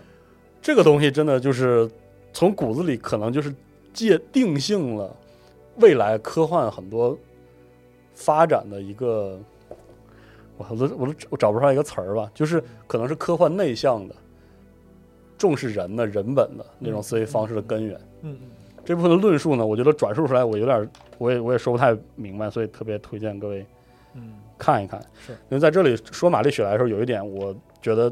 [SPEAKER 5] 这个东西真的就是从骨子里可能就是界定性了未来科幻很多发展的一个，我我都我都我找不上一个词儿吧，就是可能是科幻内向的，重视人的人本的那种思维方式的根源。
[SPEAKER 6] 嗯嗯，
[SPEAKER 5] 这部分的论述呢，我觉得转述出来我有点儿，我也我也说不太明白，所以特别推荐各位
[SPEAKER 6] 嗯，
[SPEAKER 5] 看一看。
[SPEAKER 6] 是
[SPEAKER 5] 因为在这里说玛丽雪莱的时候，有一点我觉得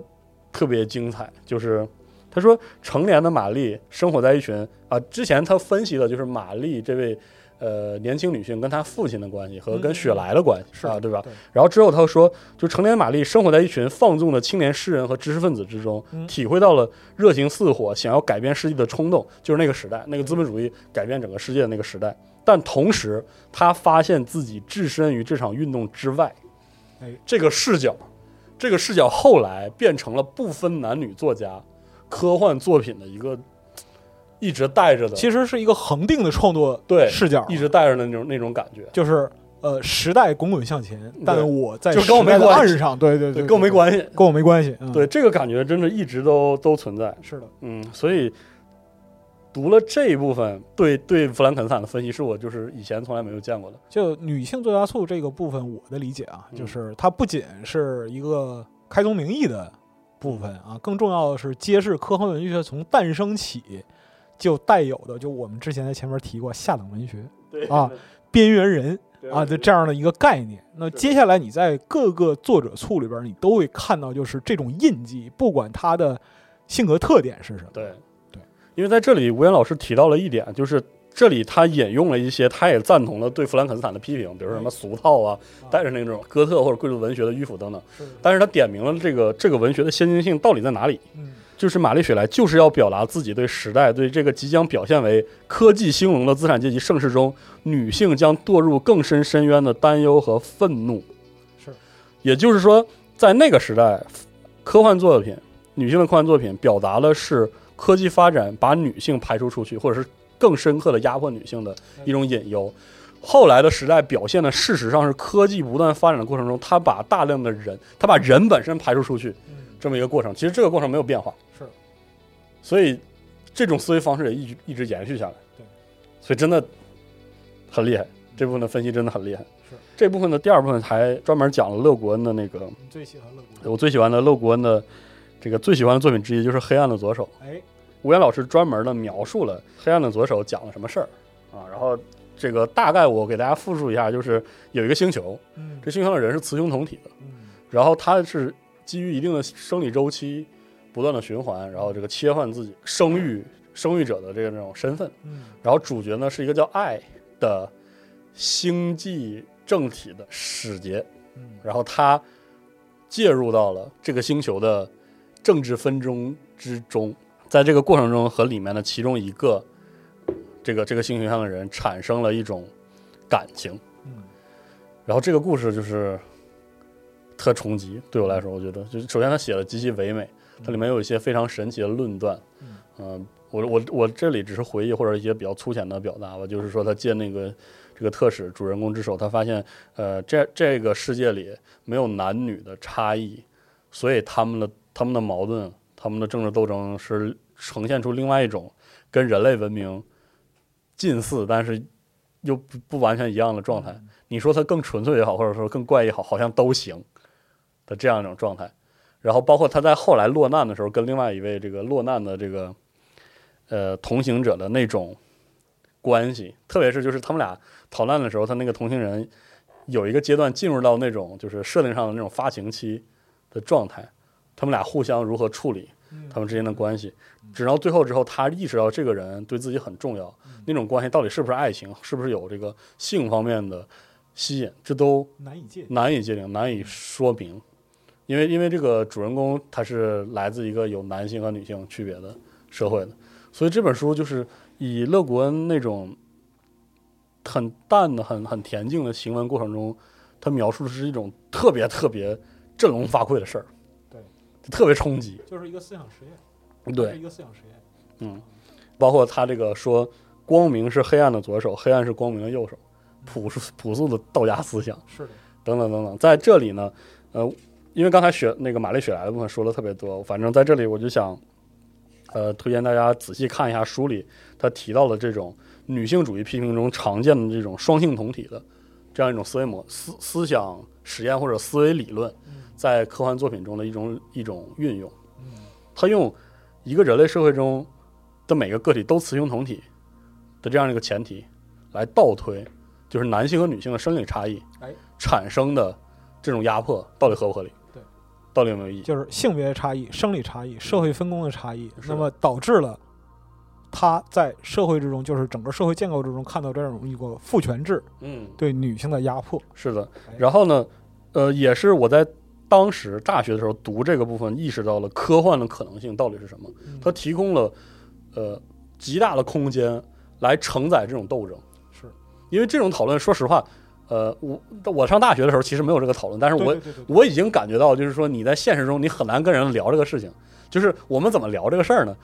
[SPEAKER 5] 特别精彩，就是他说成年的玛丽生活在一群啊，之前他分析的就是玛丽这位呃年轻女性跟她父亲的关系和跟雪莱的关系、
[SPEAKER 6] 嗯是
[SPEAKER 5] 啊，对吧？
[SPEAKER 6] 对
[SPEAKER 5] 然后之后他又说，就成年玛丽生活在一群放纵的青年诗人和知识分子之中，
[SPEAKER 6] 嗯
[SPEAKER 5] 体会到了热情似火、想要改变世界的冲动，就是那个时代，那个资本主义改变整个世界的那个时代。但同时，他发现自己置身于这场运动之外，
[SPEAKER 6] 哎
[SPEAKER 5] 这个视角，这个视角后来变成了不分男女作家科幻作品的一个一直带着的，
[SPEAKER 6] 其实是一个恒定的创作
[SPEAKER 5] 对
[SPEAKER 6] 视角，
[SPEAKER 5] 一直带着的那种那种感觉。
[SPEAKER 6] 就是呃，时代滚滚向前，但我在
[SPEAKER 5] 就跟我没
[SPEAKER 6] 时代的
[SPEAKER 5] 关
[SPEAKER 6] 岸
[SPEAKER 5] 系
[SPEAKER 6] 上，对对
[SPEAKER 5] 对，
[SPEAKER 6] 对，
[SPEAKER 5] 跟我没关系。
[SPEAKER 6] 系，跟我没关系。嗯
[SPEAKER 5] 对，，这个感觉真的一直都都存在。
[SPEAKER 6] 是的，
[SPEAKER 5] 嗯，所以读了这一部分，对对弗兰肯斯坦的分析，是我就是以前从来没有见过的。
[SPEAKER 6] 就女性作家素这个部分，我的理解啊，
[SPEAKER 5] 嗯
[SPEAKER 6] 就是它不仅是一个开宗明义的部分
[SPEAKER 5] 嗯
[SPEAKER 6] 啊，更重要的是揭示科幻文学从诞生起就带有的，就我们之前在前面提过下等文学、
[SPEAKER 5] 对
[SPEAKER 6] 啊，边缘人啊的
[SPEAKER 5] 对
[SPEAKER 6] 这样的一个概念。那
[SPEAKER 5] 是
[SPEAKER 6] 接下来你在各个作者处里边，你都会看到就是这种印记，不管他的性格特点是什么。
[SPEAKER 5] 对
[SPEAKER 6] 对，
[SPEAKER 5] 因为在这里，吴岩老师提到了一点，就是这里他引用了一些他也赞同的对弗兰肯斯坦的批评，比如说什么俗套啊，带着那种哥特或者贵族文学的迂腐等等。但是他点明了这个这个文学的先进性到底在哪里。
[SPEAKER 6] 嗯，
[SPEAKER 5] 就是玛丽雪莱就是要表达自己对时代、对这个即将表现为科技兴隆的资产阶级盛世中，女性将堕入更深深渊的担忧和愤怒。
[SPEAKER 6] 是，
[SPEAKER 5] 也就是说，在那个时代，科幻作品、女性的科幻作品表达的是科技发展把女性排除出去，或者是更深刻的压迫女性的一种隐忧。后来的时代表现的，事实上是科技不断发展的过程中，它把大量的人，它把人本身排除出
[SPEAKER 6] 嗯
[SPEAKER 5] 去，这么一个过程。其实这个过程没有变化，
[SPEAKER 6] 是，
[SPEAKER 5] 所以这种思维方式也一直一直延续下来。
[SPEAKER 6] 对，
[SPEAKER 5] 所以真的很厉害，这部分的分析真的很厉害。
[SPEAKER 6] 是
[SPEAKER 5] 这部分的第二部分还专门讲了勒古恩的那个
[SPEAKER 6] 你嗯最喜欢乐观？
[SPEAKER 5] 我最喜欢的勒古恩的这个最喜欢的作品之一就是《黑暗的左手》。
[SPEAKER 6] 哎，
[SPEAKER 5] 吴岩老师专门的描述了《黑暗的左手》讲了什么事儿啊，然后这个大概我给大家复述一下，就是有一个星球，
[SPEAKER 6] 嗯
[SPEAKER 5] 这星球上的人是雌雄同体的，
[SPEAKER 6] 嗯
[SPEAKER 5] 然后它是基于一定的生理周期不断的循环，然后这个切换自己生育生育者的这个这种身份，
[SPEAKER 6] 嗯
[SPEAKER 5] 然后主角呢是一个叫爱的星际政体的使节，
[SPEAKER 6] 嗯
[SPEAKER 5] 然后他介入到了这个星球的政治纷争之中，在这个过程中和里面的其中一个这个这个星球上的人产生了一种感情，
[SPEAKER 6] 嗯，
[SPEAKER 5] 然后这个故事就是特冲击，对我来说，我觉得就是首先他写的极其唯美，它里面有一些非常神奇的论断，
[SPEAKER 6] 嗯
[SPEAKER 5] 嗯，我我我这里只是回忆或者一些比较粗浅的表达吧，就是说他借那个这个特使主人公之手，他发现呃这这个世界里没有男女的差异，所以他们的他们的矛盾、他们的政治斗争是呈现出另外一种跟人类文明近似，但是又不不完全一样的状态。你说它更纯粹也好，或者说更怪也好，好像都行的这样一种状态。然后包括他在后来落难的时候，跟另外一位这个落难的这个呃同行者的那种关系，特别是就是他们俩逃难的时候，他那个同行人有一个阶段进入到那种就是设定上的那种发情期的状态，他们俩互相如何处理
[SPEAKER 6] 嗯
[SPEAKER 5] 他们之间的关系，直到最后之后，他意识到这个人对自己很重要，那种关系到底是不是爱情，是不是有这个性方面的吸引，这都
[SPEAKER 6] 难以界定。
[SPEAKER 5] 难以界定，难以说明，因为因为这个主人公他是来自一个有男性和女性区别的社会的，所以这本书就是以勒古恩那种很淡的、很很恬静的行文过程中，他描述的是一种特别特别振聋发聩的事儿，
[SPEAKER 6] 对，
[SPEAKER 5] 特别冲击，
[SPEAKER 6] 就是一个思想实验，是
[SPEAKER 5] 对
[SPEAKER 6] 一，个思想实验。
[SPEAKER 5] 嗯，包括他这个说光明是黑暗的左手，黑暗是光明的右手，朴素朴素的道家思想。
[SPEAKER 6] 是的，
[SPEAKER 5] 等等等等。在这里呢，呃，因为刚才雪那个玛丽雪莱的部分说了特别多，反正在这里我就想，呃，推荐大家仔细看一下书里他提到的这种女性主义批评中常见的这种双性同体的这样一种思维模思思想实验或者思维理论，
[SPEAKER 6] 嗯
[SPEAKER 5] 在科幻作品中的一种一种运用。他用一个人类社会中的每个个体都雌雄同体的这样一个前提来倒推，就是男性和女性的生理差异，
[SPEAKER 6] 哎
[SPEAKER 5] 产生的这种压迫到底合不合理？
[SPEAKER 6] 对，
[SPEAKER 5] 到底有没有意义？
[SPEAKER 6] 就是性别差异、生理差异、社会分工的差异，
[SPEAKER 5] 嗯是的
[SPEAKER 6] 那么导致了他在社会之中，就是整个社会建构之中看到这种一个父权制
[SPEAKER 5] 嗯，
[SPEAKER 6] 对女性的压迫。
[SPEAKER 5] 是的
[SPEAKER 6] 哎。
[SPEAKER 5] 然后呢，呃，也是我在当时大学的时候读这个部分，意识到了科幻的可能性到底是什么。
[SPEAKER 6] 嗯
[SPEAKER 5] 它提供了呃极大的空间来承载这种斗争。
[SPEAKER 6] 是
[SPEAKER 5] 因为这种讨论，说实话，呃，我我上大学的时候其实没有这个讨论，但是
[SPEAKER 6] 对
[SPEAKER 5] 我
[SPEAKER 6] 对对对对
[SPEAKER 5] 我已经感觉到，就是说你在现实中你很难跟人聊这个事情，就是我们怎么聊这个事儿呢？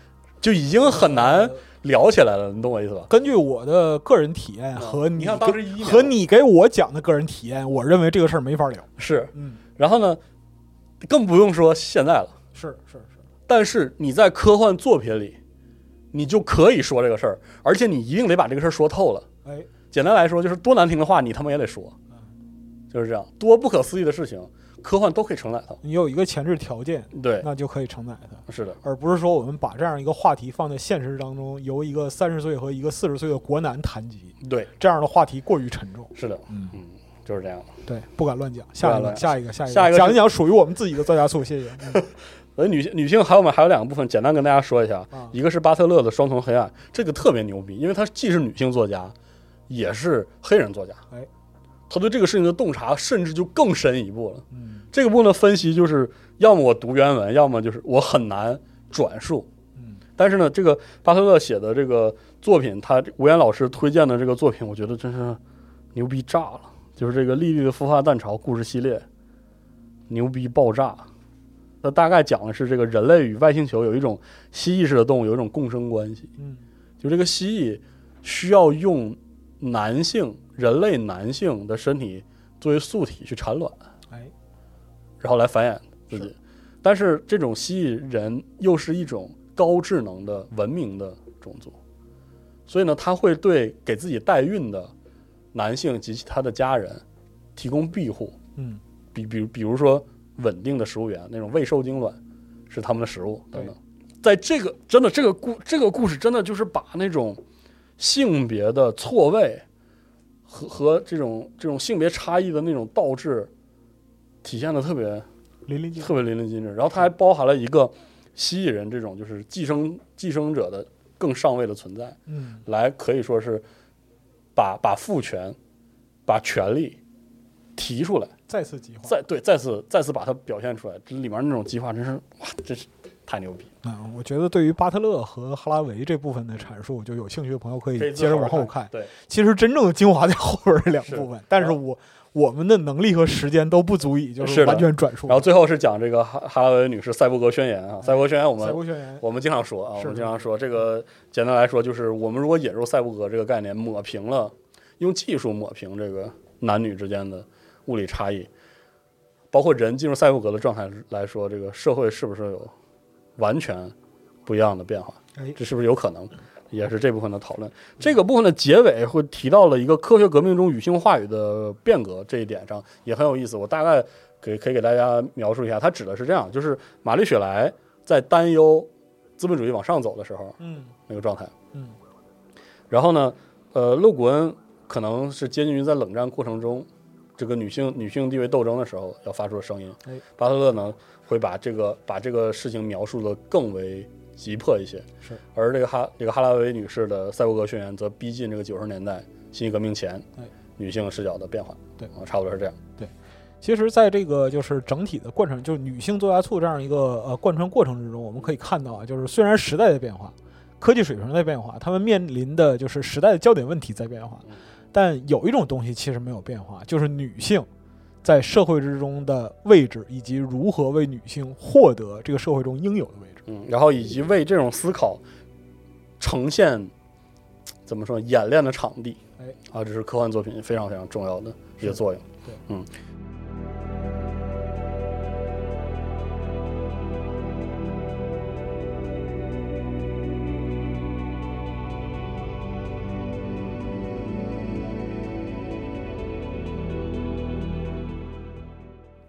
[SPEAKER 5] 就已经很难
[SPEAKER 6] 呃
[SPEAKER 5] 聊起来了，你懂我意思吧？
[SPEAKER 6] 根据我的个人体验和
[SPEAKER 5] 啊你
[SPEAKER 6] 你
[SPEAKER 5] 看当时一一
[SPEAKER 6] 给
[SPEAKER 5] 年
[SPEAKER 6] 和你给我讲的个人体验，我认为这个事儿没法聊。
[SPEAKER 5] 是，
[SPEAKER 6] 嗯，
[SPEAKER 5] 然后呢，更不用说现在了。
[SPEAKER 6] 是是是，
[SPEAKER 5] 但是你在科幻作品里，你就可以说这个事儿，而且你一定得把这个事儿说透了。
[SPEAKER 6] 哎，
[SPEAKER 5] 简单来说，就是多难听的话，你他妈也得说，
[SPEAKER 6] 嗯
[SPEAKER 5] 就是这样。多不可思议的事情，科幻都可以承载它。
[SPEAKER 6] 你有一个前置条件，
[SPEAKER 5] 对，
[SPEAKER 6] 那就可以承载它。
[SPEAKER 5] 是的，
[SPEAKER 6] 而不是说我们把这样一个话题放在现实当中，由一个三十岁和一个四十岁的国男谈及，
[SPEAKER 5] 对，
[SPEAKER 6] 这样的话题过于沉重。
[SPEAKER 5] 是的，
[SPEAKER 6] 嗯
[SPEAKER 5] 嗯，就是这样。
[SPEAKER 6] 对，不敢乱讲。下一
[SPEAKER 5] 不敢
[SPEAKER 6] 个，
[SPEAKER 5] 乱
[SPEAKER 6] 下一个，下一个，
[SPEAKER 5] 下一个是
[SPEAKER 6] 讲一讲属于我们自己的作家醋，谢谢。嗯
[SPEAKER 5] 呃，女性女性还有我们还有两个部分，简单跟大家说一下，
[SPEAKER 6] 啊
[SPEAKER 5] 一个是巴特勒的《双重黑暗》，这个特别牛逼，因为她既是女性作家，也是黑人作家。
[SPEAKER 6] 哎，
[SPEAKER 5] 她对这个事情的洞察甚至就更深一步了。
[SPEAKER 6] 嗯
[SPEAKER 5] 这个部分的分析就是，要么我读原文，要么就是我很难转述。
[SPEAKER 6] 嗯，
[SPEAKER 5] 但是呢，这个巴特勒写的这个作品，他吴岩老师推荐的这个作品，我觉得真是牛逼炸了。就是这个《莉莉的孵化蛋巢》故事系列，牛逼爆炸。那大概讲的是这个人类与外星球有一种蜥蜴式的动物有一种共生关系，
[SPEAKER 6] 嗯
[SPEAKER 5] 就这个蜥蜴需要用男性人类男性的身体作为素体去产卵，
[SPEAKER 6] 哎，
[SPEAKER 5] 然后来繁衍自己。但是这种蜥蜴人又是一种高智能的文明的种族，所以呢，他会对给自己代孕的男性及其他的家人提供庇护，
[SPEAKER 6] 嗯，
[SPEAKER 5] 比比如比如说稳定的食物源，那种未受精卵是他们的食物等等。在这个真的这个故这个故事真的就是把那种性别的错位和和这种这种性别差异的那种倒置体现的特别
[SPEAKER 6] 淋漓尽
[SPEAKER 5] 特别淋漓尽致。然后它还包含了一个蜥蜴人这种就是寄生寄生者的更上位的存在，
[SPEAKER 6] 嗯
[SPEAKER 5] 来可以说是把把父权把权力提出来。
[SPEAKER 6] 再次极化。
[SPEAKER 5] 再对再次再次把它表现出来，这里面那种激化真是哇，真是太牛逼！
[SPEAKER 6] 嗯，我觉得对于巴特勒和哈拉维这部分的阐述，就有兴趣的朋友可以接着往后看。
[SPEAKER 5] 对，
[SPEAKER 6] 其实真正的精华在后边儿这两部分
[SPEAKER 5] 是，
[SPEAKER 6] 但是我我们的能力和时间都不足以就是
[SPEAKER 5] 是的
[SPEAKER 6] 完全转述。
[SPEAKER 5] 然后最后是讲这个哈哈拉维女士赛博格宣言啊，赛博格宣言我
[SPEAKER 6] 赛博
[SPEAKER 5] 们
[SPEAKER 6] 宣言，
[SPEAKER 5] 我们经常说啊，
[SPEAKER 6] 是
[SPEAKER 5] 我们
[SPEAKER 6] 的
[SPEAKER 5] 经常说这个，简单来说就是我们如果引入赛博格这个概念，抹平了用技术抹平这个男女之间的物理差异，包括人进入赛博格的状态来说，这个社会是不是有完全不一样的变化？
[SPEAKER 6] 哎，
[SPEAKER 5] 这是不是有可能？也是这部分的讨论。这个部分的结尾会提到了一个科学革命中语性话语的变革这一点上，也很有意思。我大概给可以给大家描述一下，它指的是这样：就是玛丽雪莱在担忧资本主义往上走的时候
[SPEAKER 6] 嗯
[SPEAKER 5] 那个状态。
[SPEAKER 6] 嗯
[SPEAKER 5] 然后呢，呃，勒古恩可能是接近于在冷战过程中这个女性女性地位斗争的时候要发出的声音
[SPEAKER 6] 哎。
[SPEAKER 5] 巴特勒呢会把这个把这个事情描述的更为急迫一些，
[SPEAKER 6] 是。
[SPEAKER 5] 而这个哈这个哈拉维女士的《赛博格宣言》则逼近这个九十年代新革命前、
[SPEAKER 6] 哎
[SPEAKER 5] 女性视角的变化。
[SPEAKER 6] 对
[SPEAKER 5] 啊，差不多是这样。
[SPEAKER 6] 其实，在这个就是整体的贯穿，就是女性作家醋这样一个呃贯穿过程之中，我们可以看到啊，就是虽然时代在变化，科技水平在变化，他们面临的就是时代的焦点问题在变化
[SPEAKER 5] 嗯，
[SPEAKER 6] 但有一种东西其实没有变化，就是女性在社会之中的位置，以及如何为女性获得这个社会中应有的位置。
[SPEAKER 5] 嗯，然后以及为这种思考呈现怎么说演练的场地，
[SPEAKER 6] 哎，
[SPEAKER 5] 啊，这是科幻作品非常非常重要的一个作用。
[SPEAKER 6] 对，
[SPEAKER 5] 嗯。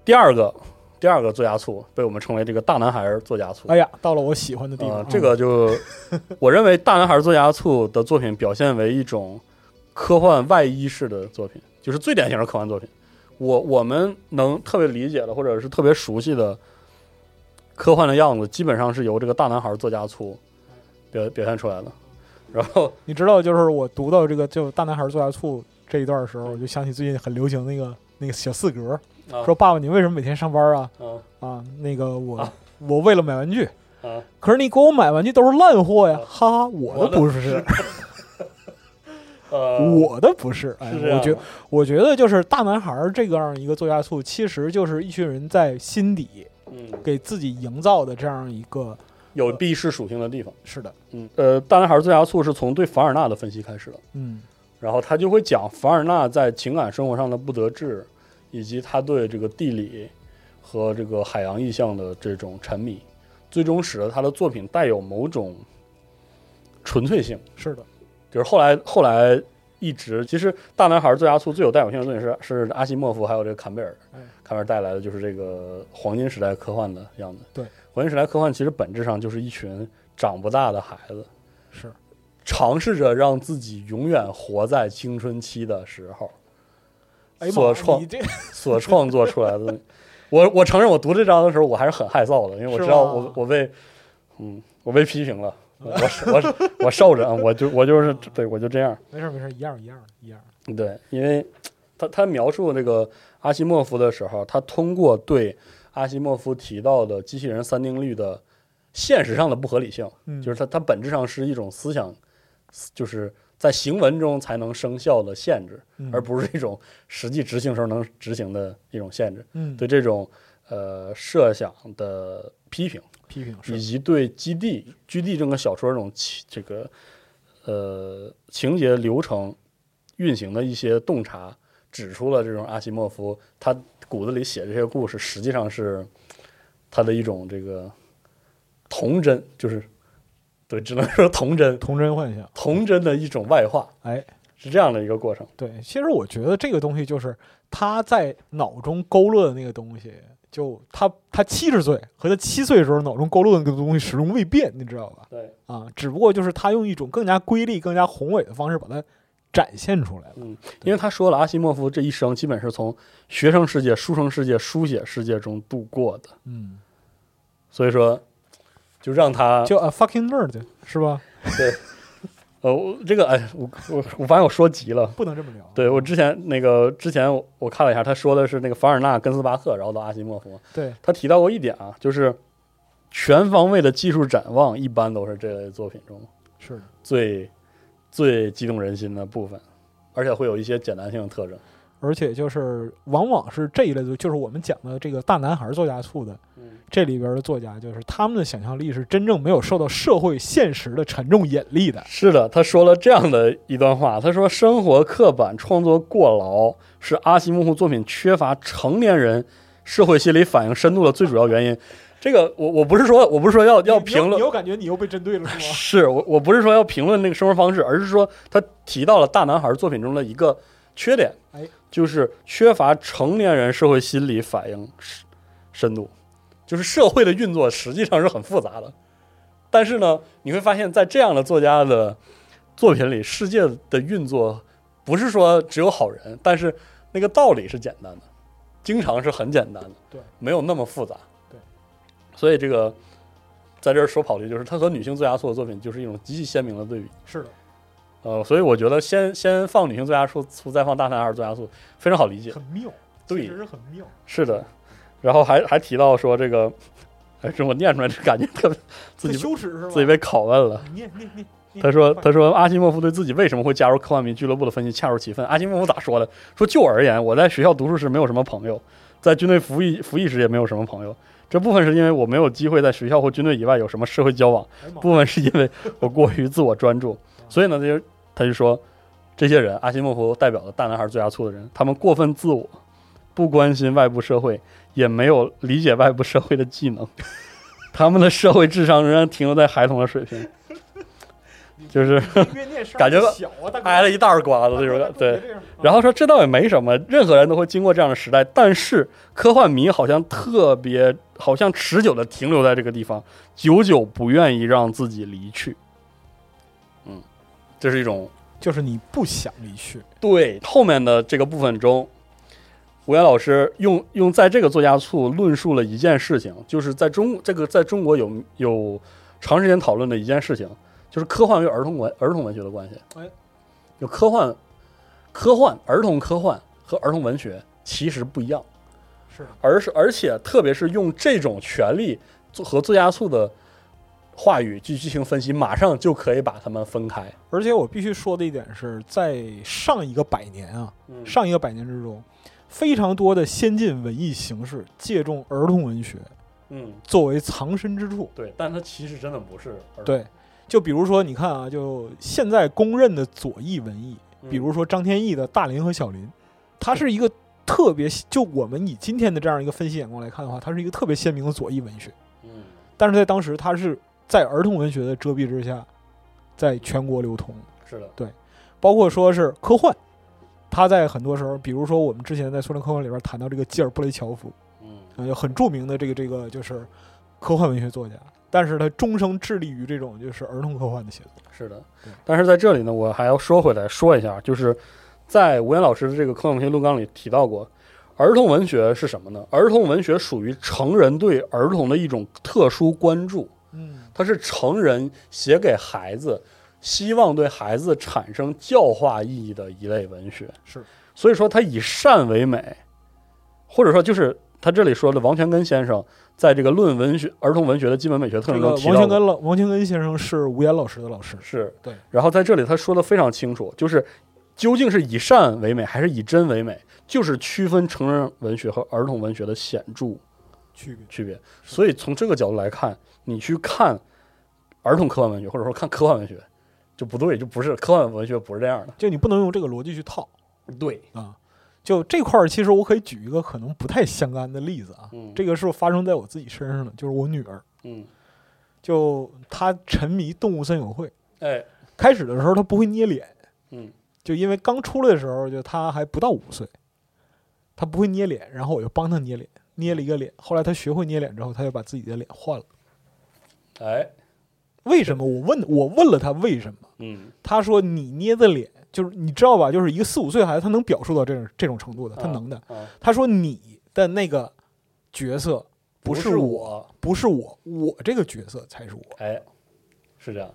[SPEAKER 5] 第二个，第二个作家醋被我们称为这个大男孩儿作家醋。
[SPEAKER 6] 哎呀，到了我喜欢的地方，
[SPEAKER 5] 呃，这个 就我认为大男孩作家醋的作品表现为一种科幻外衣式的作品，就是最典型的科幻作品。我我们能特别理解的，或者是特别熟悉的科幻的样子，基本上是由这个大男孩作家醋表表现出来的。然后
[SPEAKER 6] 你知道，就是我读到这个就大男孩作家醋这一段的时候，我就想起最近很流行那个那个小四格，
[SPEAKER 5] 啊
[SPEAKER 6] 说爸爸，你为什么每天上班啊？
[SPEAKER 5] 啊
[SPEAKER 6] 啊，那个我、
[SPEAKER 5] 啊
[SPEAKER 6] 我为了买玩具，
[SPEAKER 5] 啊，
[SPEAKER 6] 可是你给我买玩具都是烂货呀，
[SPEAKER 5] 啊
[SPEAKER 6] 哈哈，我的不是，
[SPEAKER 5] 呃，
[SPEAKER 6] 我的不是，哎，
[SPEAKER 5] 是这样
[SPEAKER 6] 我觉我觉得就是大男孩儿这个样一个作家醋，其实就是一群人在心底
[SPEAKER 5] 嗯，
[SPEAKER 6] 给自己营造的这样一个，
[SPEAKER 5] 有避世属性的地方。
[SPEAKER 6] 是的，
[SPEAKER 5] 嗯，呃，大男孩作家醋是从对凡尔纳的分析开始的。
[SPEAKER 6] 嗯
[SPEAKER 5] 然后他就会讲凡尔纳在情感生活上的不得志，以及他对这个地理和这个海洋意象的这种沉迷，最终使得他的作品带有某种纯粹性。
[SPEAKER 6] 是的，
[SPEAKER 5] 就是后来后来一直，其实《大男孩》最大促最有代表性的作品是是阿西莫夫还有这个坎贝尔
[SPEAKER 6] 哎，
[SPEAKER 5] 坎贝尔带来的就是这个黄金时代科幻的样子。
[SPEAKER 6] 对，
[SPEAKER 5] 黄金时代科幻其实本质上就是一群长不大的孩子，
[SPEAKER 6] 是
[SPEAKER 5] 尝试着让自己永远活在青春期的时候
[SPEAKER 6] 哎呀
[SPEAKER 5] 所
[SPEAKER 6] 妈，
[SPEAKER 5] 创
[SPEAKER 6] 你这
[SPEAKER 5] 所创作出来的 东西。我我承认，我读这章的时候我还是很害臊的，因为我
[SPEAKER 6] 是
[SPEAKER 5] 知道
[SPEAKER 6] 吗
[SPEAKER 5] 我我被嗯我被批评了，我我我我受着，我就我就是对我就这样。
[SPEAKER 6] 没事儿没事儿，一样儿一样儿一样儿。
[SPEAKER 5] 对，因为他他描述这个阿西莫夫的时候，他通过对阿西莫夫提到的机器人三定律的现实上的不合理性，
[SPEAKER 6] 嗯
[SPEAKER 5] 就是它它本质上是一种思想，就是在行文中才能生效的限制，
[SPEAKER 6] 嗯
[SPEAKER 5] 而不是一种实际执行时候能执行的一种限制。
[SPEAKER 6] 嗯
[SPEAKER 5] 对这种呃设想的批评，
[SPEAKER 6] 批评是
[SPEAKER 5] 以及对《基地》《基地》这个小说这种情这个呃情节流程运行的一些洞察，指出了这种阿西莫夫他骨子里写这些故事，实际上是他的一种这个童真，就是对，只能说童真，
[SPEAKER 6] 童真幻想。
[SPEAKER 5] 童真的一种外化，
[SPEAKER 6] 哎，
[SPEAKER 5] 是这样的一个过程。
[SPEAKER 6] 对，其实我觉得这个东西就是他在脑中勾勒的那个东西，就他他七十岁和他七岁的时候脑中勾勒的那个东西始终未变，你知道吧？
[SPEAKER 5] 对，
[SPEAKER 6] 啊，只不过就是他用一种更加瑰丽、更加宏伟的方式把它展现出来了。
[SPEAKER 5] 因为他说了，阿西莫夫这一生基本是从学生世界、书生世界、书写世界中度过的，
[SPEAKER 6] 嗯，
[SPEAKER 5] 所以说就让他
[SPEAKER 6] 叫 a fucking nerd 是吧？
[SPEAKER 5] 呃，我这个哎，我我我发现我说急了。
[SPEAKER 6] 不能这么聊。
[SPEAKER 5] 对我之前那个之前我我看了一下，他说的是那个凡尔纳、根斯巴克，然后到阿西莫夫，
[SPEAKER 6] 对，
[SPEAKER 5] 他提到过一点啊，就是全方位的技术展望一般都是这类作品中
[SPEAKER 6] 是的。
[SPEAKER 5] 最最激动人心的部分，而且会有一些简单性的特征。
[SPEAKER 6] 而且就是往往是这一类的，就是我们讲的这个大男孩作家醋的
[SPEAKER 5] 嗯
[SPEAKER 6] 这里边的作家，就是他们的想象力是真正没有受到社会现实的沉重引力的。
[SPEAKER 5] 是的，他说了这样的一段话，他说：“生活刻板、创作过劳是阿西莫夫作品缺乏成年人社会心理反应深度的最主要原因。”这个我我不是说我不是说要要
[SPEAKER 6] 你
[SPEAKER 5] 评
[SPEAKER 6] 你
[SPEAKER 5] 论，
[SPEAKER 6] 又感觉你又被针对了是吗？
[SPEAKER 5] 是我我不是说要评论那个生活方式，而是说他提到了大男孩作品中的一个缺点，
[SPEAKER 6] 哎
[SPEAKER 5] 就是缺乏成年人社会心理反应深深度，就是社会的运作实际上是很复杂的，但是呢，你会发现在这样的作家的作品里，世界的运作不是说只有好人，但是那个道理是简单的，经常是很简单的，
[SPEAKER 6] 对，
[SPEAKER 5] 没有那么复杂，
[SPEAKER 6] 对，
[SPEAKER 5] 所以这个。在这儿说跑题，就是他和女性作家做的作品就是一种极其鲜明的对比。
[SPEAKER 6] 是的，
[SPEAKER 5] 呃，所以我觉得先先放女性作家素，素再放大男孩作家素，非常好理解。
[SPEAKER 6] 很妙，
[SPEAKER 5] 对
[SPEAKER 6] 其实是很妙。
[SPEAKER 5] 是的，然后还还提到说这个，哎，这我念出来这感觉特别自
[SPEAKER 6] 很
[SPEAKER 5] 己
[SPEAKER 6] 羞耻是吧？
[SPEAKER 5] 自己被拷问了。
[SPEAKER 6] 你念念念，念
[SPEAKER 5] 他说：“
[SPEAKER 6] 快
[SPEAKER 5] 他说阿西莫夫对自己为什么会加入科幻迷俱乐部的分析恰如其分。阿西莫夫咋说的？说就我而言，我在学校读书时没有什么朋友，在军队服役服役时也没有什么朋友。这部分是因为我没有机会在学校或军队以外有什么社会交往，
[SPEAKER 6] 哎妈
[SPEAKER 5] 部分是因为我过于自我专注，所以呢，他就他就说，这些人，阿西莫夫代表的大男孩最佳醋的人，他们过分自我，不关心外部社会，也没有理解外部社会的技 能，他们的社会智商仍然停留在孩童的水平，就是
[SPEAKER 6] 你越念声儿
[SPEAKER 5] 感觉
[SPEAKER 6] 越小啊，大哥
[SPEAKER 5] 挨了一大瓜子，
[SPEAKER 6] 大
[SPEAKER 5] 这种
[SPEAKER 6] 哥大
[SPEAKER 5] 感
[SPEAKER 6] 哥
[SPEAKER 5] 对
[SPEAKER 6] 别。这样啊
[SPEAKER 5] 然后说这倒也没什么，任何人都会经过这样的时代，但是科幻迷好像特别，好像持久的停留在这个地方，久久不愿意让自己离去。嗯，这是一种
[SPEAKER 6] 就是你不想离去，
[SPEAKER 5] 对后面的这个部分中，吴岩老师用用在这个作家处论述了一件事情，就是在中这个在中国有有长时间讨论的一件事情，就是科幻与儿童文儿童文学的关系。
[SPEAKER 6] 哎，
[SPEAKER 5] 就科幻科幻儿童科幻和儿童文学其实不一样，
[SPEAKER 6] 是啊的
[SPEAKER 5] 而是而且特别是用这种权利做和作家处的话语去进行分析，马上就可以把它们分开。
[SPEAKER 6] 而且我必须说的一点是，在上一个百年啊，
[SPEAKER 5] 嗯
[SPEAKER 6] 上一个百年之中，非常多的先进文艺形式借重儿童文学
[SPEAKER 5] 嗯，
[SPEAKER 6] 作为藏身之处。
[SPEAKER 5] 对，但它其实真的不是儿童
[SPEAKER 6] 对，就比如说，你看啊，就现在公认的左翼文艺，
[SPEAKER 5] 嗯
[SPEAKER 6] 比如说张天翼的《大林和小林》，它是一个特别，就我们以今天的这样一个分析眼光来看的话，它是一个特别鲜明的左翼文学。
[SPEAKER 5] 嗯
[SPEAKER 6] 但是在当时，它是在儿童文学的遮蔽之下，在全国流通，
[SPEAKER 5] 是的，
[SPEAKER 6] 包括说是科幻，它在很多时候，比如说我们之前在苏联科幻里边谈到这个基尔布雷乔夫，
[SPEAKER 5] 嗯，
[SPEAKER 6] 呃，很著名的这个这个就是科幻文学作家，但是他终生致力于这种就是儿童科幻的写作。
[SPEAKER 5] 是的
[SPEAKER 6] 对。
[SPEAKER 5] 但是在这里呢，我还要说回来说一下，就是在吴岩老师的这个科幻文学论纲里提到过，儿童文学是什么呢？儿童文学属于成人对儿童的一种特殊关注，
[SPEAKER 6] 嗯，
[SPEAKER 5] 它是成人写给孩子，希望对孩子产生教化意义的一类文学。
[SPEAKER 6] 是，
[SPEAKER 5] 所以说它以善为美，或者说就是他这里说的王全根先生在这个《论文学儿童文学的基本美学特
[SPEAKER 6] 这
[SPEAKER 5] 征》中
[SPEAKER 6] 个王
[SPEAKER 5] 提到过
[SPEAKER 6] 全根老王全根先生是吴岩老师的老师。
[SPEAKER 5] 是
[SPEAKER 6] 对。
[SPEAKER 5] 然后在这里他说的非常清楚，就是究竟是以善为美还是以真为美，就是区分成人文学和儿童文学的显著
[SPEAKER 6] 区别
[SPEAKER 5] 区别。所以从这个角度来看，你去看儿童科幻文学，或者说看科幻文学，就不对，就不是科幻文学不是这样的。
[SPEAKER 6] 就你不能用这个逻辑去套
[SPEAKER 5] 对，
[SPEAKER 6] 啊。就这块儿，其实我可以举一个可能不太相干的例子啊。
[SPEAKER 5] 嗯
[SPEAKER 6] 这个是发生在我自己身上的，就是我女儿，
[SPEAKER 5] 嗯，
[SPEAKER 6] 就她沉迷《动物森友会》，
[SPEAKER 5] 哎，
[SPEAKER 6] 开始的时候她不会捏脸，
[SPEAKER 5] 嗯，
[SPEAKER 6] 就因为刚出来的时候，就她还不到五岁，她不会捏脸，然后我就帮她捏脸，捏了一个脸。后来她学会捏脸之后，她就把自己的脸换了。
[SPEAKER 5] 哎，
[SPEAKER 6] 为什么？我问，我问了她为什么，
[SPEAKER 5] 嗯，
[SPEAKER 6] 她说你捏的脸，就是你知道吧，就是一个四五岁孩子，他能表述到这种这种程度的，他
[SPEAKER 5] 啊
[SPEAKER 6] 能的。
[SPEAKER 5] 啊，
[SPEAKER 6] 她说你的那个角色不是我，
[SPEAKER 5] 我，
[SPEAKER 6] 不是我，我这个角色才是我。
[SPEAKER 5] 哎，是这样。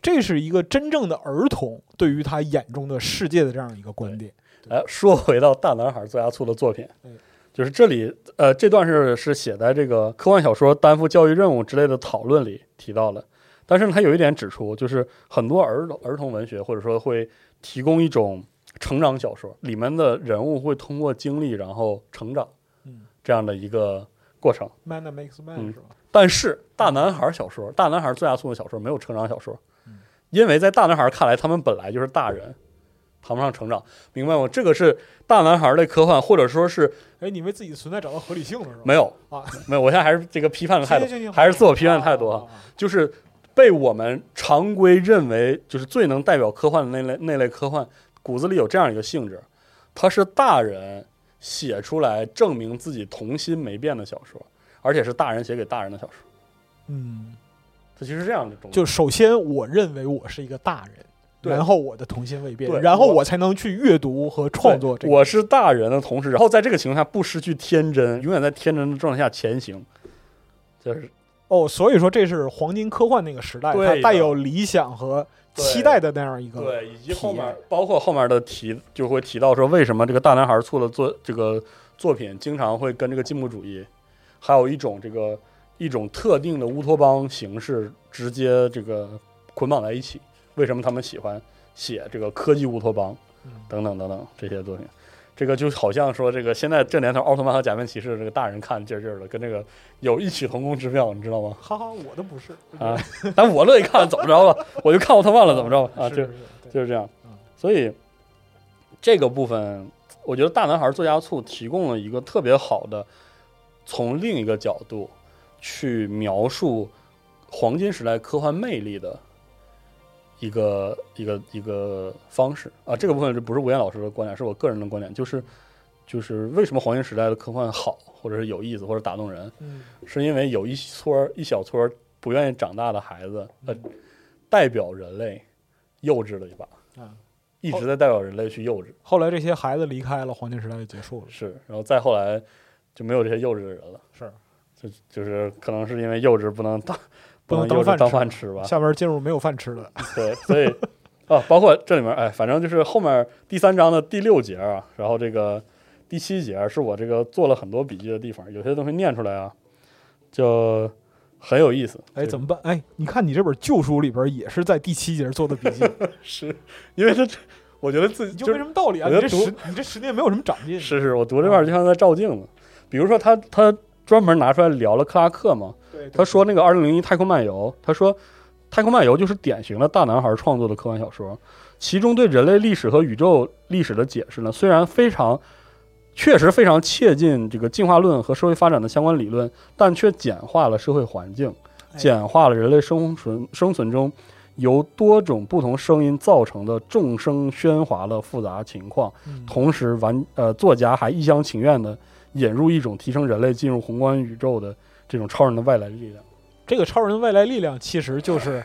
[SPEAKER 6] 这是一个真正的儿童对于他眼中的世界的这样一个观点。
[SPEAKER 5] 哎，说回到大男孩作家醋的作品
[SPEAKER 6] 嗯，
[SPEAKER 5] 就是这里呃这段是是写在这个科幻小说担负教育任务之类的讨论里提到了，但是呢他有一点指出，就是很多儿童儿童文学或者说会提供一种成长小说，里面的人物会通过经历然后成长
[SPEAKER 6] 嗯
[SPEAKER 5] 这样的一个过程，
[SPEAKER 6] ，man that makes man、
[SPEAKER 5] 嗯
[SPEAKER 6] 是吧？
[SPEAKER 5] 但是大男孩小说、大男孩最大速的小说没有成长小说
[SPEAKER 6] 嗯，
[SPEAKER 5] 因为在大男孩看来，他们本来就是大人，谈不上成长，明白吗？这个是大男孩的科幻，或者说是
[SPEAKER 6] 哎，你为自己的存在找到合理性了是吧？
[SPEAKER 5] 没有
[SPEAKER 6] 啊，
[SPEAKER 5] 没有。我现在还是这个批判的态
[SPEAKER 6] 行行
[SPEAKER 5] 度，
[SPEAKER 6] 行
[SPEAKER 5] 还是自我批判的态度，
[SPEAKER 6] 啊
[SPEAKER 5] 啊，就是被我们常规认为就是最能代表科幻的那类那类科幻，骨子里有这样一个性质，它是大人写出来证明自己童心没变的小说，而且是大人写给大人的小说，
[SPEAKER 6] 嗯，
[SPEAKER 5] 它其实是这样的东西。
[SPEAKER 6] 就首先我认为我是一个大人。
[SPEAKER 5] 对
[SPEAKER 6] 然后我的童心未变
[SPEAKER 5] 对，
[SPEAKER 6] 然后
[SPEAKER 5] 我
[SPEAKER 6] 我才能去阅读和创作这
[SPEAKER 5] 对
[SPEAKER 6] 个。
[SPEAKER 5] 我是大人的同时，然后在这个情况下不失去天真，永远在天真的状态下前行，就是
[SPEAKER 6] 哦，所以说这是黄金科幻那个时代，
[SPEAKER 5] 对
[SPEAKER 6] 它
[SPEAKER 5] 的
[SPEAKER 6] 带有理想和期待的那样一个。
[SPEAKER 5] 对，以及后
[SPEAKER 6] 体验
[SPEAKER 5] 面包括后面的提就会提到说，为什么这个大男孩醋的作这个作品经常会跟这个进步主义，还有一种这个一种特定的乌托邦形式直接这个捆绑在一起？为什么他们喜欢写这个科技乌托邦
[SPEAKER 6] 嗯
[SPEAKER 5] 等等等等这些作品？这个就好像说，这个现在这年头，奥特曼和假面骑士这个大人看劲儿劲儿的，跟这个有异曲同工之妙，你知道吗？
[SPEAKER 6] 哈哈，我的不是
[SPEAKER 5] 啊，但我乐意看，怎么着吧？我就看奥特曼了，怎么着吧？啊，
[SPEAKER 6] 是
[SPEAKER 5] 就是
[SPEAKER 6] 是对
[SPEAKER 5] 就是这样
[SPEAKER 6] 嗯。
[SPEAKER 5] 所以这个部分，我觉得大男孩作家醋提供了一个特别好的，从另一个角度去描述黄金时代科幻魅力的一个一个一个方式啊。这个部分就不是吴岩老师的观点，是我个人的观点，就是就是为什么黄金时代的科幻好，或者是有意思，或者打动人，
[SPEAKER 6] 嗯
[SPEAKER 5] 是因为有一撮儿一小撮儿不愿意长大的孩子，呃，代表人类幼稚了一把，
[SPEAKER 6] 啊。
[SPEAKER 5] 一直在代表人类去幼稚，
[SPEAKER 6] 后来这些孩子离开了，黄金时代就结束了。
[SPEAKER 5] 是，然后再后来就没有这些幼稚的人了，
[SPEAKER 6] 是，
[SPEAKER 5] 就就是可能是因为幼稚不能当
[SPEAKER 6] 不能
[SPEAKER 5] 幼
[SPEAKER 6] 当
[SPEAKER 5] 稚
[SPEAKER 6] 饭
[SPEAKER 5] 当
[SPEAKER 6] 吃
[SPEAKER 5] 饭吃吧，
[SPEAKER 6] 下边进入没有饭吃的，
[SPEAKER 5] 对，所以啊，包括这里面，哎，反正就是后面第三章的第六节啊，然后这个第七节是我这个做了很多笔记的地方，有些东西念出来啊，就很有意思，
[SPEAKER 6] 哎，
[SPEAKER 5] 就
[SPEAKER 6] 怎么办？哎，你看你这本旧书里边也是在第七节做的 笔记，
[SPEAKER 5] 是因为他，我觉得自己
[SPEAKER 6] 你就
[SPEAKER 5] 就
[SPEAKER 6] 没什么道理啊！
[SPEAKER 5] 我
[SPEAKER 6] 你
[SPEAKER 5] 觉
[SPEAKER 6] 这
[SPEAKER 5] 得
[SPEAKER 6] 十你这十年没有什么长进。
[SPEAKER 5] 是是，我读这段就像在照镜子。比如说他他专门拿出来聊了克拉克嘛，
[SPEAKER 6] 对，对
[SPEAKER 5] 他说那个《二零零一太空漫游》，他说《太空漫游》就是典型的大男孩创作的科幻小说，其中对人类历史和宇宙历史的解释呢，虽然非常。确实非常切近这个进化论和社会发展的相关理论，但却简化了社会环境，
[SPEAKER 6] 哎
[SPEAKER 5] 简化了人类生存生存中由多种不同声音造成的众声喧哗的复杂情况。
[SPEAKER 6] 嗯
[SPEAKER 5] 同时玩呃，作家还一厢情愿的引入一种提升人类进入宏观宇宙的这种超人的外来力量。
[SPEAKER 6] 这个超人的外来力量其实就是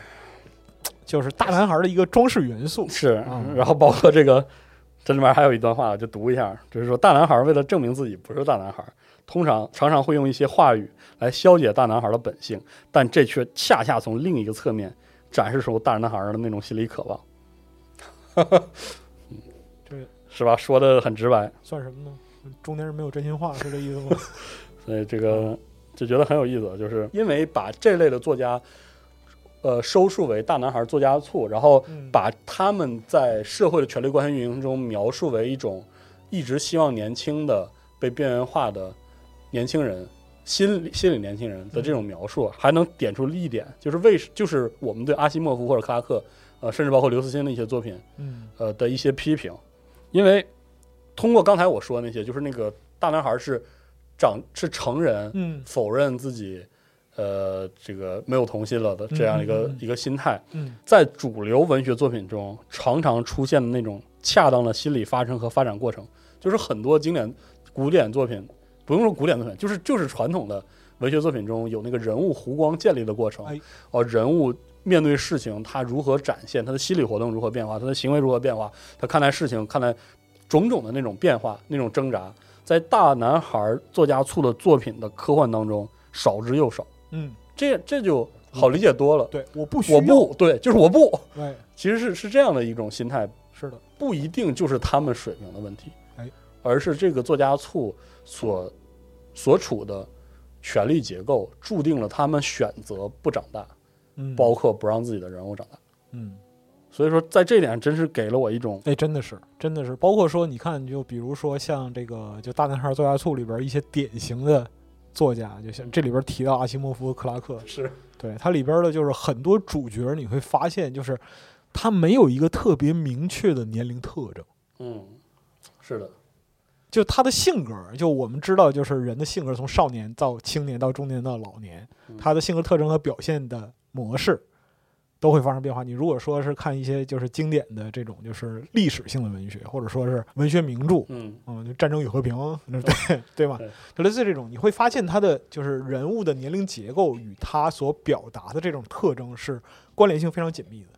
[SPEAKER 6] 就是大男孩的一个装饰元素。
[SPEAKER 5] 是
[SPEAKER 6] 嗯
[SPEAKER 5] 然后包括这个这里面还有一段话，我就读一下，就是说大男孩为了证明自己不是大男孩，通常常常会用一些话语来消解大男孩的本性，但这却恰恰从另一个侧面展示出大男孩的那种心理渴望。
[SPEAKER 6] 这
[SPEAKER 5] 是吧？说的很直白，
[SPEAKER 6] 算什么呢？中年人没有真心话，是这意思吗？
[SPEAKER 5] 所以这个就觉得很有意思，就是因为把这类的作家，呃，收束为大男孩作家醋，然后
[SPEAKER 6] 嗯
[SPEAKER 5] 把他们在社会的权力关系运营中描述为一种一直希望年轻的、被边缘化的年轻人。心理心理年轻人的这种描述，还能点出一点，就是为就是我们对阿西莫夫或者克拉克，呃，甚至包括刘慈欣的一些作品，
[SPEAKER 6] 嗯
[SPEAKER 5] 呃的一些批评，因为通过刚才我说的那些，就是那个大男孩是长是成人
[SPEAKER 6] 嗯
[SPEAKER 5] 否认自己呃这个没有童心了的这样一个、
[SPEAKER 6] 嗯嗯嗯嗯
[SPEAKER 5] 一个心态，
[SPEAKER 6] 嗯
[SPEAKER 5] 在主流文学作品中常常出现的那种恰当的心理发生和发展过程，就是很多经典古典作品，不用说古典作品，就是就是传统的文学作品中有那个人物弧光建立的过程，
[SPEAKER 6] 哎
[SPEAKER 5] 哦，人物面对事情他如何展现，他的心理活动如何变化，他的行为如何变化，他看待事情看待种种的那种变化，那种挣扎，在大男孩作家醋的作品的科幻当中少之又少，
[SPEAKER 6] 嗯，
[SPEAKER 5] 这这就好理解多了。
[SPEAKER 6] 对，我嗯不需要，
[SPEAKER 5] 我不对，就是我不。
[SPEAKER 6] 哎，
[SPEAKER 5] 其实是是这样的一种心态，
[SPEAKER 6] 是的，
[SPEAKER 5] 不一定就是他们水平的问题，
[SPEAKER 6] 哎
[SPEAKER 5] 而是这个作家醋所所处的权力结构注定了他们选择不长大，
[SPEAKER 6] 嗯，
[SPEAKER 5] 包括不让自己的人物长大。
[SPEAKER 6] 嗯，
[SPEAKER 5] 所以说，在这点上真是给了我一种
[SPEAKER 6] 哎，真的是，真的是，包括说，你看，就比如说像这个，就《大男孩作家醋》里边一些典型的作家，就像这里边提到阿西莫夫和克拉克，
[SPEAKER 5] 是
[SPEAKER 6] 对它里边的就是很多主角，你会发现就是他没有一个特别明确的年龄特征。
[SPEAKER 5] 嗯，是的，
[SPEAKER 6] 就他的性格儿，就我们知道，就是人的性格儿从少年到青年到中年到老年，他的性格特征和表现的模式都会发生变化。你如果说是看一些就是经典的这种就是历史性的文学，或者说是文学名著，
[SPEAKER 5] 嗯
[SPEAKER 6] 嗯，就《战争与和平》那对对吧
[SPEAKER 5] 对？
[SPEAKER 6] 就类似这种，你会发现他的就是人物的年龄结构与他所表达的这种特征是关联性非常紧密的。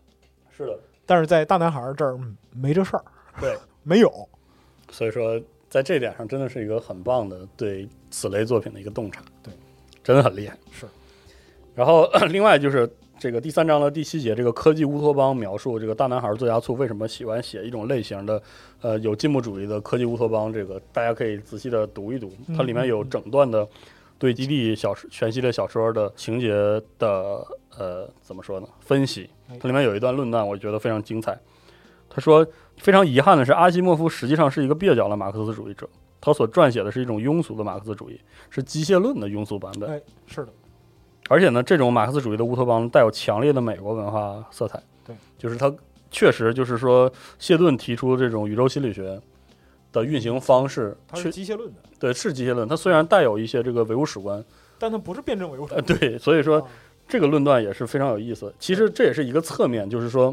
[SPEAKER 5] 是的，
[SPEAKER 6] 但是在大男孩儿这儿嗯没这事儿，
[SPEAKER 5] 对，
[SPEAKER 6] 没有，
[SPEAKER 5] 所以说在这点上真的是一个很棒的对此类作品的一个洞察，
[SPEAKER 6] 对，
[SPEAKER 5] 真的很厉害。
[SPEAKER 6] 是，
[SPEAKER 5] 然后 另外就是这个第三章的第七节，这个科技乌托邦描述这个大男孩作家醋为什么喜欢写一种类型的，呃，有进步主义的科技乌托邦，这个大家可以仔细的读一读，
[SPEAKER 6] 嗯
[SPEAKER 5] 它里面有整段的对基地小说全系列小说的情节的呃怎么说呢分析
[SPEAKER 6] 哎，
[SPEAKER 5] 它里面有一段论断，我觉得非常精彩。他说，非常遗憾的是，阿西莫夫实际上是一个蹩脚的马克思主义者，他所撰写的是一种庸俗的马克思主义，是机械论的庸俗版本。
[SPEAKER 6] 哎，是的，
[SPEAKER 5] 而且呢，这种马克思主义的乌托邦带有强烈的美国文化色彩。
[SPEAKER 6] 对，
[SPEAKER 5] 就是它确实就是说，谢顿提出这种宇宙心理学的运行方式，
[SPEAKER 6] 他是
[SPEAKER 5] 确
[SPEAKER 6] 机械论的，
[SPEAKER 5] 对是机械论。它虽然带有一些这个唯物史观，
[SPEAKER 6] 但他不是辩证唯物主义
[SPEAKER 5] 呃，对，所以说
[SPEAKER 6] 啊
[SPEAKER 5] 这个论断也是非常有意思。其实这也是一个侧面，就是说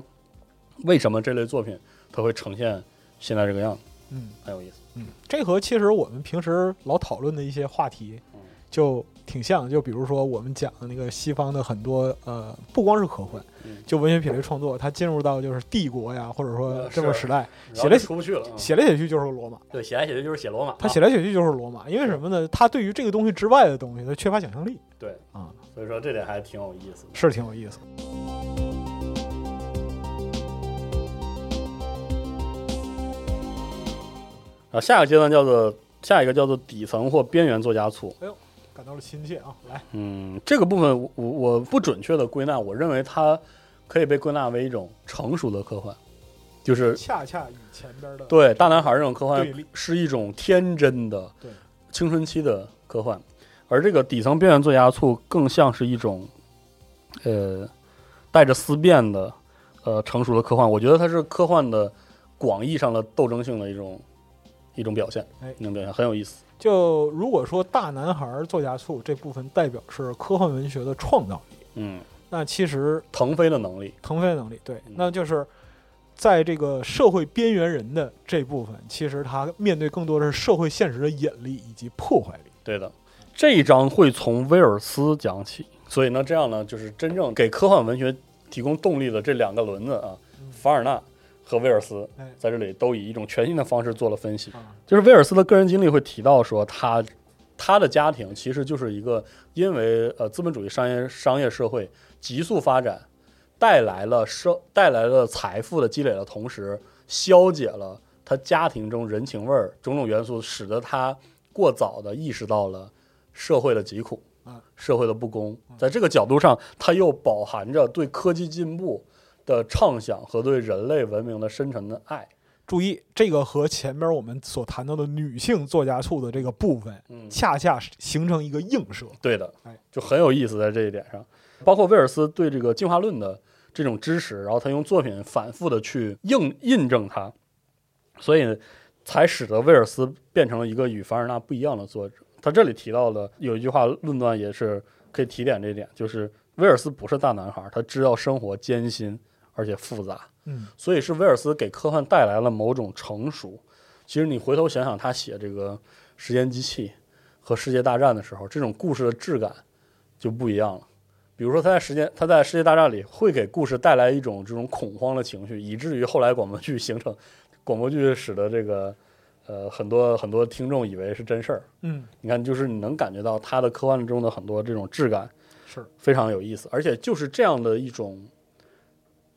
[SPEAKER 5] 为什么这类作品它会呈现现在这个样子，
[SPEAKER 6] 嗯
[SPEAKER 5] 很有意思。
[SPEAKER 6] 嗯，这和其实我们平时老讨论的一些话题
[SPEAKER 5] 嗯
[SPEAKER 6] 就挺像，就比如说我们讲的那个西方的很多呃，不光是科幻
[SPEAKER 5] 嗯，
[SPEAKER 6] 就文学品类创作，它进入到就是帝国呀，或者说
[SPEAKER 5] 呃
[SPEAKER 6] 这个
[SPEAKER 5] 是
[SPEAKER 6] 时代，
[SPEAKER 5] 然
[SPEAKER 6] 写
[SPEAKER 5] 后
[SPEAKER 6] 来
[SPEAKER 5] 就出不去了啊，
[SPEAKER 6] 写来写去就是罗马，
[SPEAKER 5] 对，写来写去就是写罗马。
[SPEAKER 6] 他
[SPEAKER 5] 啊
[SPEAKER 6] 写来写去就是罗马，因为什么呢？他对于这个东西之外的东西，他缺乏想象力
[SPEAKER 5] 对，
[SPEAKER 6] 啊，
[SPEAKER 5] 所以说这点还挺有意思的。
[SPEAKER 6] 是挺有意思。
[SPEAKER 5] 啊，下个阶段叫做下一个叫做底层或边缘作家醋。
[SPEAKER 6] 感到了亲切啊，来，
[SPEAKER 5] 嗯，这个部分我我我不准确的归纳，我认为它可以被归纳为一种成熟的科幻，就是
[SPEAKER 6] 恰恰与前边的
[SPEAKER 5] 对大男孩这种科幻
[SPEAKER 6] 对立
[SPEAKER 5] 是一种天真的
[SPEAKER 6] 对
[SPEAKER 5] 青春期的科幻，而这个底层边缘作家醋更像是一种呃带着思辨的呃成熟的科幻，我觉得它是科幻的广义上的斗争性的一种一种表现
[SPEAKER 6] 哎，
[SPEAKER 5] 一种表现很有意思。
[SPEAKER 6] 就如果说大男孩作家醋这部分代表是科幻文学的创造力，
[SPEAKER 5] 嗯
[SPEAKER 6] 那其实
[SPEAKER 5] 腾飞的能力。
[SPEAKER 6] 腾飞能力，对，
[SPEAKER 5] 嗯
[SPEAKER 6] 那就是在这个社会边缘人的这部分，其实他面对更多的是社会现实的引力以及破坏力。
[SPEAKER 5] 对的，这一章会从威尔斯讲起，所以呢，这样呢，就是真正给科幻文学提供动力的这两个轮子啊，
[SPEAKER 6] 嗯
[SPEAKER 5] 凡尔纳和威尔斯
[SPEAKER 6] 哎，
[SPEAKER 5] 在这里都以一种全新的方式做了分析。
[SPEAKER 6] 啊，
[SPEAKER 5] 就是威尔斯的个人经历会提到说他。他的家庭其实就是一个因为呃资本主义商业商业社会急速发展，带来了社带来了财富的积累的同时，消解了他家庭中人情味儿种种元素，使得他过早的意识到了社会的疾苦
[SPEAKER 6] 啊，
[SPEAKER 5] 社会的不公。在这个角度上，他又饱含着对科技进步的畅想和对人类文明的深沉的爱。
[SPEAKER 6] 注意，这个和前面我们所谈到的女性作家处的这个部分，
[SPEAKER 5] 嗯
[SPEAKER 6] 恰恰是形成一个映射。
[SPEAKER 5] 对的
[SPEAKER 6] 哎，
[SPEAKER 5] 就很有意思在这一点上，包括威尔斯对这个进化论的这种支持，然后他用作品反复的去印印证它，所以才使得威尔斯变成了一个与凡尔纳不一样的作者。他这里提到的有一句话论断也是可以提点这一点，就是威尔斯不是大男孩，他知道生活艰辛而且复杂，
[SPEAKER 6] 嗯，
[SPEAKER 5] 所以是威尔斯给科幻带来了某种成熟。其实你回头想想，他写这个《时间机器》和《世界大战》的时候，这种故事的质感就不一样了。比如说，他在《时间》他在《世界大战》里会给故事带来一种这种恐慌的情绪，以至于后来广播剧形成，广播剧使得这个呃很多很多听众以为是真事儿。
[SPEAKER 6] 嗯，
[SPEAKER 5] 你看，就是你能感觉到他的科幻中的很多这种质感
[SPEAKER 6] 是
[SPEAKER 5] 非常有意思，而且就是这样的一种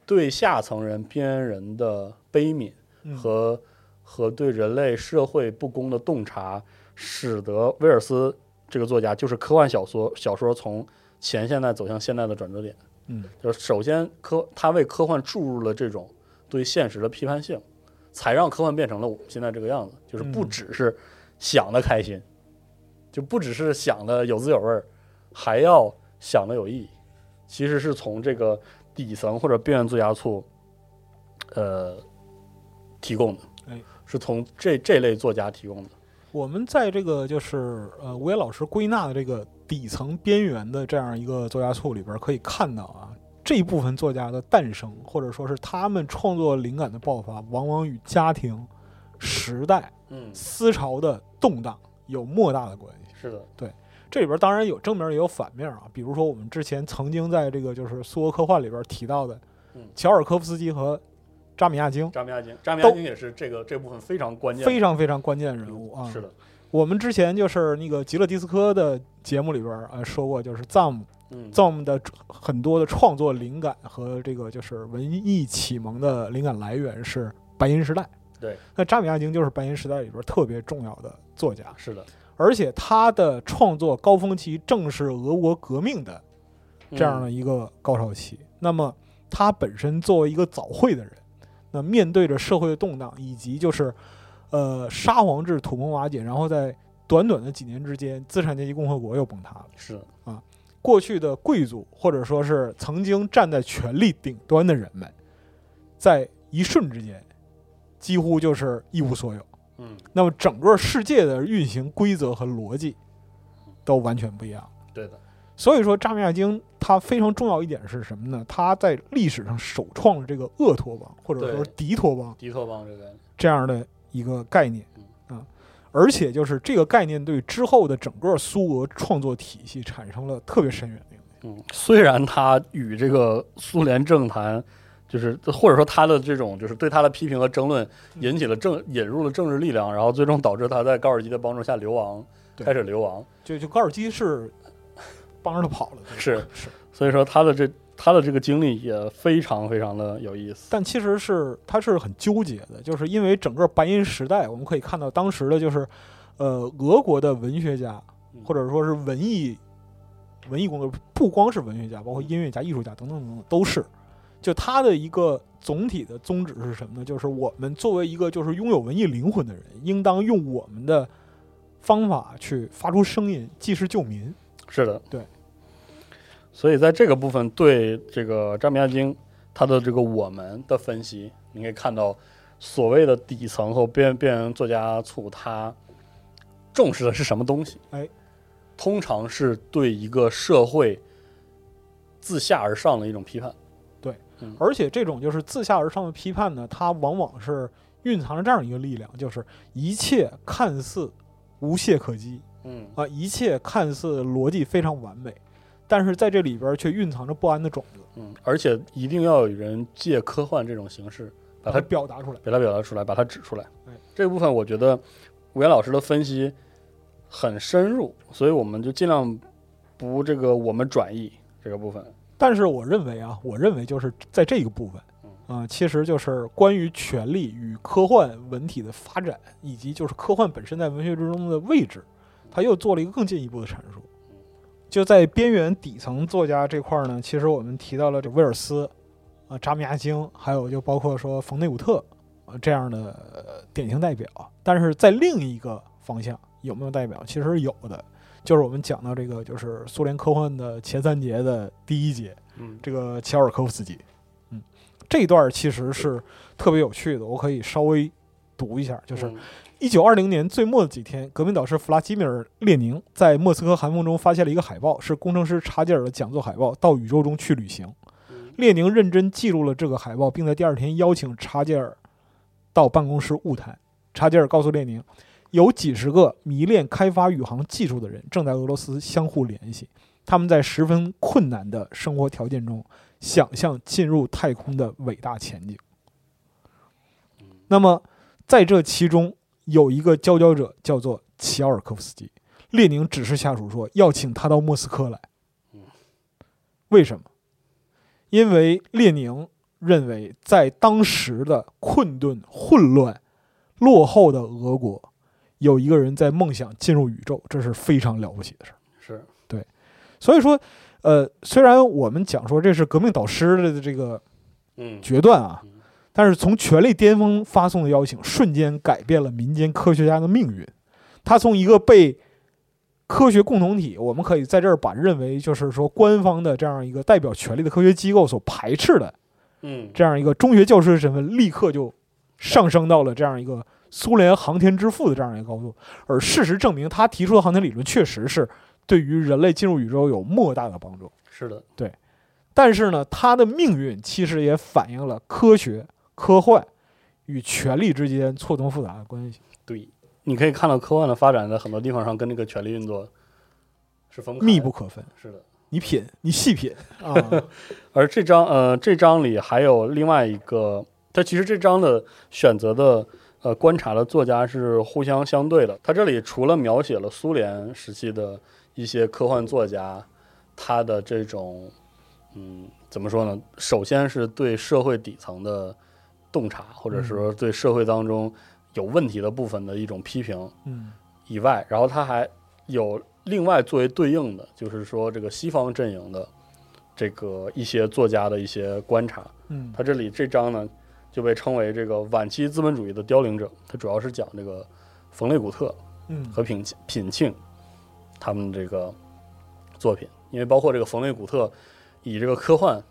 [SPEAKER 5] 对下层人、边缘人的悲悯
[SPEAKER 6] 嗯
[SPEAKER 5] 和、和对人类社会不公的洞察，使得威尔斯这个作家就是科幻小说小说从前现代走向现代的转折点。
[SPEAKER 6] 嗯，
[SPEAKER 5] 就是首先科他为科幻注入了这种对现实的批判性，才让科幻变成了我们现在这个样子，就是不
[SPEAKER 6] 嗯
[SPEAKER 5] 只是想的开心，就不只是想的有滋有味儿，还要想的有意义。其实是从这个底层或者边缘作家处，呃，提供的，
[SPEAKER 6] 哎
[SPEAKER 5] 是从这这类作家提供的。
[SPEAKER 6] 我们在这个就是呃，吴野老师归纳的这个底层边缘的这样一个作家处里边，可以看到啊，这一部分作家的诞生，或者说是他们创作灵感的爆发，往往与家庭、时代、
[SPEAKER 5] 嗯，
[SPEAKER 6] 思潮的动荡有莫大的关系。
[SPEAKER 5] 是的，
[SPEAKER 6] 这里边当然有正面也有反面啊，比如说我们之前曾经在这个就是苏俄科幻里边提到的
[SPEAKER 5] 嗯
[SPEAKER 6] 乔尔科夫斯基和扎米亚京，
[SPEAKER 5] 扎米亚金，扎米亚
[SPEAKER 6] 都
[SPEAKER 5] 金也是这个这部分非常关键的
[SPEAKER 6] 非常非常关键人物啊。
[SPEAKER 5] 是的，
[SPEAKER 6] 我们之前就是那个《极乐迪斯科》的节目里边儿呃说过，就是藏姆
[SPEAKER 5] 嗯，
[SPEAKER 6] 藏姆的很多的创作灵感和这个就是文艺启蒙的灵感来源是白银时代。
[SPEAKER 5] 对，
[SPEAKER 6] 那扎米亚京就是白银时代里边儿特别重要的作家，
[SPEAKER 5] 是的，
[SPEAKER 6] 而且他的创作高峰期正是俄国革命的这样
[SPEAKER 5] 嗯
[SPEAKER 6] 的一个高潮期。那么他本身作为一个早慧的人，那面对着社会的动荡以及就是呃沙皇制土崩瓦解，然后在短短的几年之间，资产阶级共和国又崩塌了。
[SPEAKER 5] 是的，
[SPEAKER 6] 过去的贵族或者说是曾经站在权力顶端的人们，在一瞬之间，几乎就是一无所有。
[SPEAKER 5] 嗯，
[SPEAKER 6] 那么整个世界的运行规则和逻辑都完全不一样。
[SPEAKER 5] 对的，
[SPEAKER 6] 所以说，扎米亚京他非常重要一点是什么呢？他在历史上首创了这个鄂托邦或者说
[SPEAKER 5] 对
[SPEAKER 6] 敌托邦
[SPEAKER 5] 迪托邦这个
[SPEAKER 6] 这样的一个概念啊，而且就是这个概念对之后的整个苏俄创作体系产生了特别深远的影响。
[SPEAKER 5] 嗯，虽然他与这个苏联政坛，就是或者说他的这种就是对他的批评和争论，引起了政引入了政治力量，然后最终导致他在高尔基的帮助下流亡，
[SPEAKER 6] 对
[SPEAKER 5] 开始流亡。
[SPEAKER 6] 就就高尔基是帮着他跑了，对吧
[SPEAKER 5] 是
[SPEAKER 6] 是，
[SPEAKER 5] 所以说他的这他的这个经历也非常非常的有意思。
[SPEAKER 6] 但其实是他是很纠结的，就是因为整个白银时代，我们可以看到当时的就是，呃，俄国的文学家
[SPEAKER 5] 嗯
[SPEAKER 6] 或者说是文艺文艺工作者，不光是文学家，包括音乐家、艺术家等等等等都是。就他的一个总体的宗旨是什么呢？就是我们作为一个就是拥有文艺灵魂的人，应当用我们的方法去发出声音，济世救民。
[SPEAKER 5] 是的，
[SPEAKER 6] 对。
[SPEAKER 5] 所以在这个部分对这个扎米亚京他的这个我们的分析，你可以看到所谓的底层和边边缘作家促他重视的是什么东西？
[SPEAKER 6] 哎，
[SPEAKER 5] 通常是对一个社会自下而上的一种批判。
[SPEAKER 6] 而且这种就是自下而上的批判呢，它往往是蕴藏着这样一个力量，就是一切看似无懈可击
[SPEAKER 5] 嗯
[SPEAKER 6] 啊，一切看似逻辑非常完美，但是在这里边却蕴藏着不安的种子，
[SPEAKER 5] 嗯，而且一定要有人借科幻这种形式把
[SPEAKER 6] 把
[SPEAKER 5] 它
[SPEAKER 6] 它表达出来。
[SPEAKER 5] 表达表达出来，把它指出来
[SPEAKER 6] 哎。
[SPEAKER 5] 这部分我觉得吴岩老师的分析很深入，所以我们就尽量不这个我们转译这个部分。
[SPEAKER 6] 但是我认为啊，我认为就是在这个部分。啊、其实就是关于权力与科幻文体的发展，以及就是科幻本身在文学之中的位置，他又做了一个更进一步的阐述。就在边缘底层作家这块儿呢，其实我们提到了这威尔斯、啊扎米亚京，还有就包括说冯内古特啊这样的、呃典型代表。但是在另一个方向有没有代表？其实是有的，就是我们讲到这个就是苏联科幻的前三节的第一节，
[SPEAKER 5] 嗯
[SPEAKER 6] 这个乔尔科夫斯基，嗯，这一段其实是特别有趣的，我可以稍微读一下，就是
[SPEAKER 5] 嗯
[SPEAKER 6] 一九二零年最末的几天，革命导师弗拉基米尔·列宁在莫斯科寒风中发现了一个海报，是工程师查吉尔的讲座海报《到宇宙中去旅行》。
[SPEAKER 5] 嗯
[SPEAKER 6] 列宁认真记录了这个海报，并在第二天邀请查吉尔到办公室晤谈。查吉尔告诉列宁，有几十个迷恋开发宇航技术的人正在俄罗斯相互联系，他们在十分困难的生活条件中，想象进入太空的伟大前景。那么，在这其中，有一个佼佼者叫做齐奥尔科夫斯基。列宁指示下属说要请他到莫斯科来
[SPEAKER 5] 嗯。
[SPEAKER 6] 为什么？因为列宁认为，在当时的困顿、混乱、落后的俄国，有一个人在梦想进入宇宙，这是非常了不起的事儿。
[SPEAKER 5] 是
[SPEAKER 6] 所以说，呃，虽然我们讲说这是革命导师的这个
[SPEAKER 5] 嗯
[SPEAKER 6] 决断啊
[SPEAKER 5] 嗯，
[SPEAKER 6] 但是从权力巅峰发送的邀请，瞬间改变了民间科学家的命运。他从一个被科学共同体，我们可以在这儿把认为就是说官方的这样一个代表权力的科学机构所排斥的
[SPEAKER 5] 嗯
[SPEAKER 6] 这样一个中学教师的身份，立刻就上升到了这样一个苏联航天之父的这样一个高度。而事实证明，他提出的航天理论确实是对于人类进入宇宙有莫大的帮助。
[SPEAKER 5] 是的
[SPEAKER 6] 但是呢，他的命运其实也反映了科学、科幻与权力之间错综复杂的关系，
[SPEAKER 5] 对，你可以看到科幻的发展在很多地方上跟这个权力运作是分开的
[SPEAKER 6] 密不可分。
[SPEAKER 5] 是的。
[SPEAKER 6] 你品，你细品啊，
[SPEAKER 5] 而这章呃，这章里还有另外一个，它其实这章的选择的呃观察的作家是互相相对的。它这里除了描写了苏联时期的一些科幻作家，他的这种嗯怎么说呢？首先是对社会底层的洞察，或者说对社会当中有问题的部分的一种批评。
[SPEAKER 6] 嗯
[SPEAKER 5] 以外，然后他还有另外作为对应的，就是说这个西方阵营的这个一些作家的一些观察。
[SPEAKER 6] 嗯
[SPEAKER 5] 他这里这章呢就被称为这个晚期资本主义的凋零者，它主要是讲这个冯内古特
[SPEAKER 6] 嗯
[SPEAKER 5] 和品品庆他们这个作品，因为包括这个冯内古特以这个科幻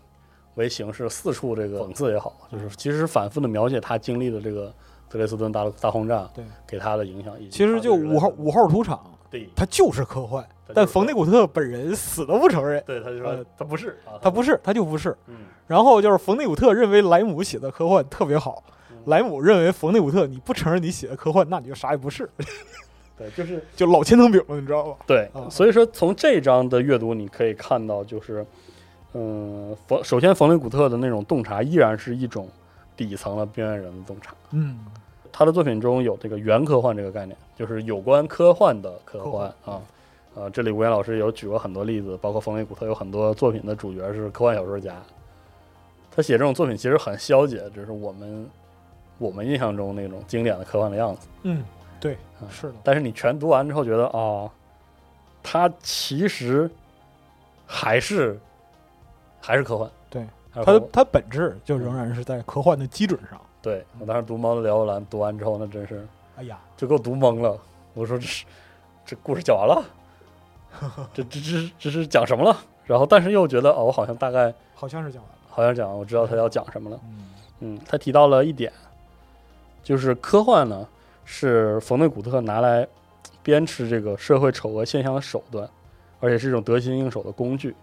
[SPEAKER 5] 为形式四处这个讽刺也好，就是其实反复的描写他经历的这个德累斯顿大大轰炸
[SPEAKER 6] 对
[SPEAKER 5] 给他的影响，以及
[SPEAKER 6] 其实
[SPEAKER 5] 他
[SPEAKER 6] 就
[SPEAKER 5] 对人类
[SPEAKER 6] 五号
[SPEAKER 5] 的
[SPEAKER 6] 五号土场，
[SPEAKER 5] 对
[SPEAKER 6] 它就是科幻，
[SPEAKER 5] 它就是
[SPEAKER 6] 但冯内古特本人死都不承认，
[SPEAKER 5] 对，他就
[SPEAKER 6] 呃
[SPEAKER 5] 说他不是啊，
[SPEAKER 6] 他不是，他就不是。
[SPEAKER 5] 嗯，
[SPEAKER 6] 然后就是冯内古特认为莱姆写的科幻特别好
[SPEAKER 5] 嗯，
[SPEAKER 6] 莱姆认为冯内古特你不承认你写的科幻，那你就啥也不是，
[SPEAKER 5] 对，就是
[SPEAKER 6] 就老千层饼了，你知道吧？
[SPEAKER 5] 对
[SPEAKER 6] 啊，
[SPEAKER 5] 所以说从这一章的阅读，你可以看到，就是嗯，冯首先冯雷古特的那种洞察，依然是一种底层的边缘人的洞察。
[SPEAKER 6] 嗯，
[SPEAKER 5] 他的作品中有这个原科幻这个概念，就是有关科幻的科
[SPEAKER 6] 科
[SPEAKER 5] 幻
[SPEAKER 6] 幻
[SPEAKER 5] 啊。呃，这里吴岩老师有举过很多例子，包括冯雷古特有很多作品的主角是科幻小说家，他写这种作品其实很消解，就是我们我们印象中那种经典的科幻的样子。
[SPEAKER 6] 嗯，对，
[SPEAKER 5] 嗯
[SPEAKER 6] 是的，
[SPEAKER 5] 但是你全读完之后觉得啊、它其实还是还是科幻，
[SPEAKER 6] 对
[SPEAKER 5] 还是
[SPEAKER 6] 它
[SPEAKER 5] 科幻，
[SPEAKER 6] 的它本质就仍然是在科幻的基准上。
[SPEAKER 5] 对我当时读《猫的聊兰》，读完之后那真是
[SPEAKER 6] 哎呀，
[SPEAKER 5] 就给我读懵了，我说这是 这故事讲完了，这这这这是讲什么了？然后但是又觉得哦，我好像大概
[SPEAKER 6] 好像是讲完了。
[SPEAKER 5] 好像讲我知道他要讲什么了。
[SPEAKER 6] 嗯
[SPEAKER 5] 嗯，他提到了一点，就是科幻呢是冯内古特拿来鞭笞这个社会丑恶现象的手段，而且是一种得心应手的工具。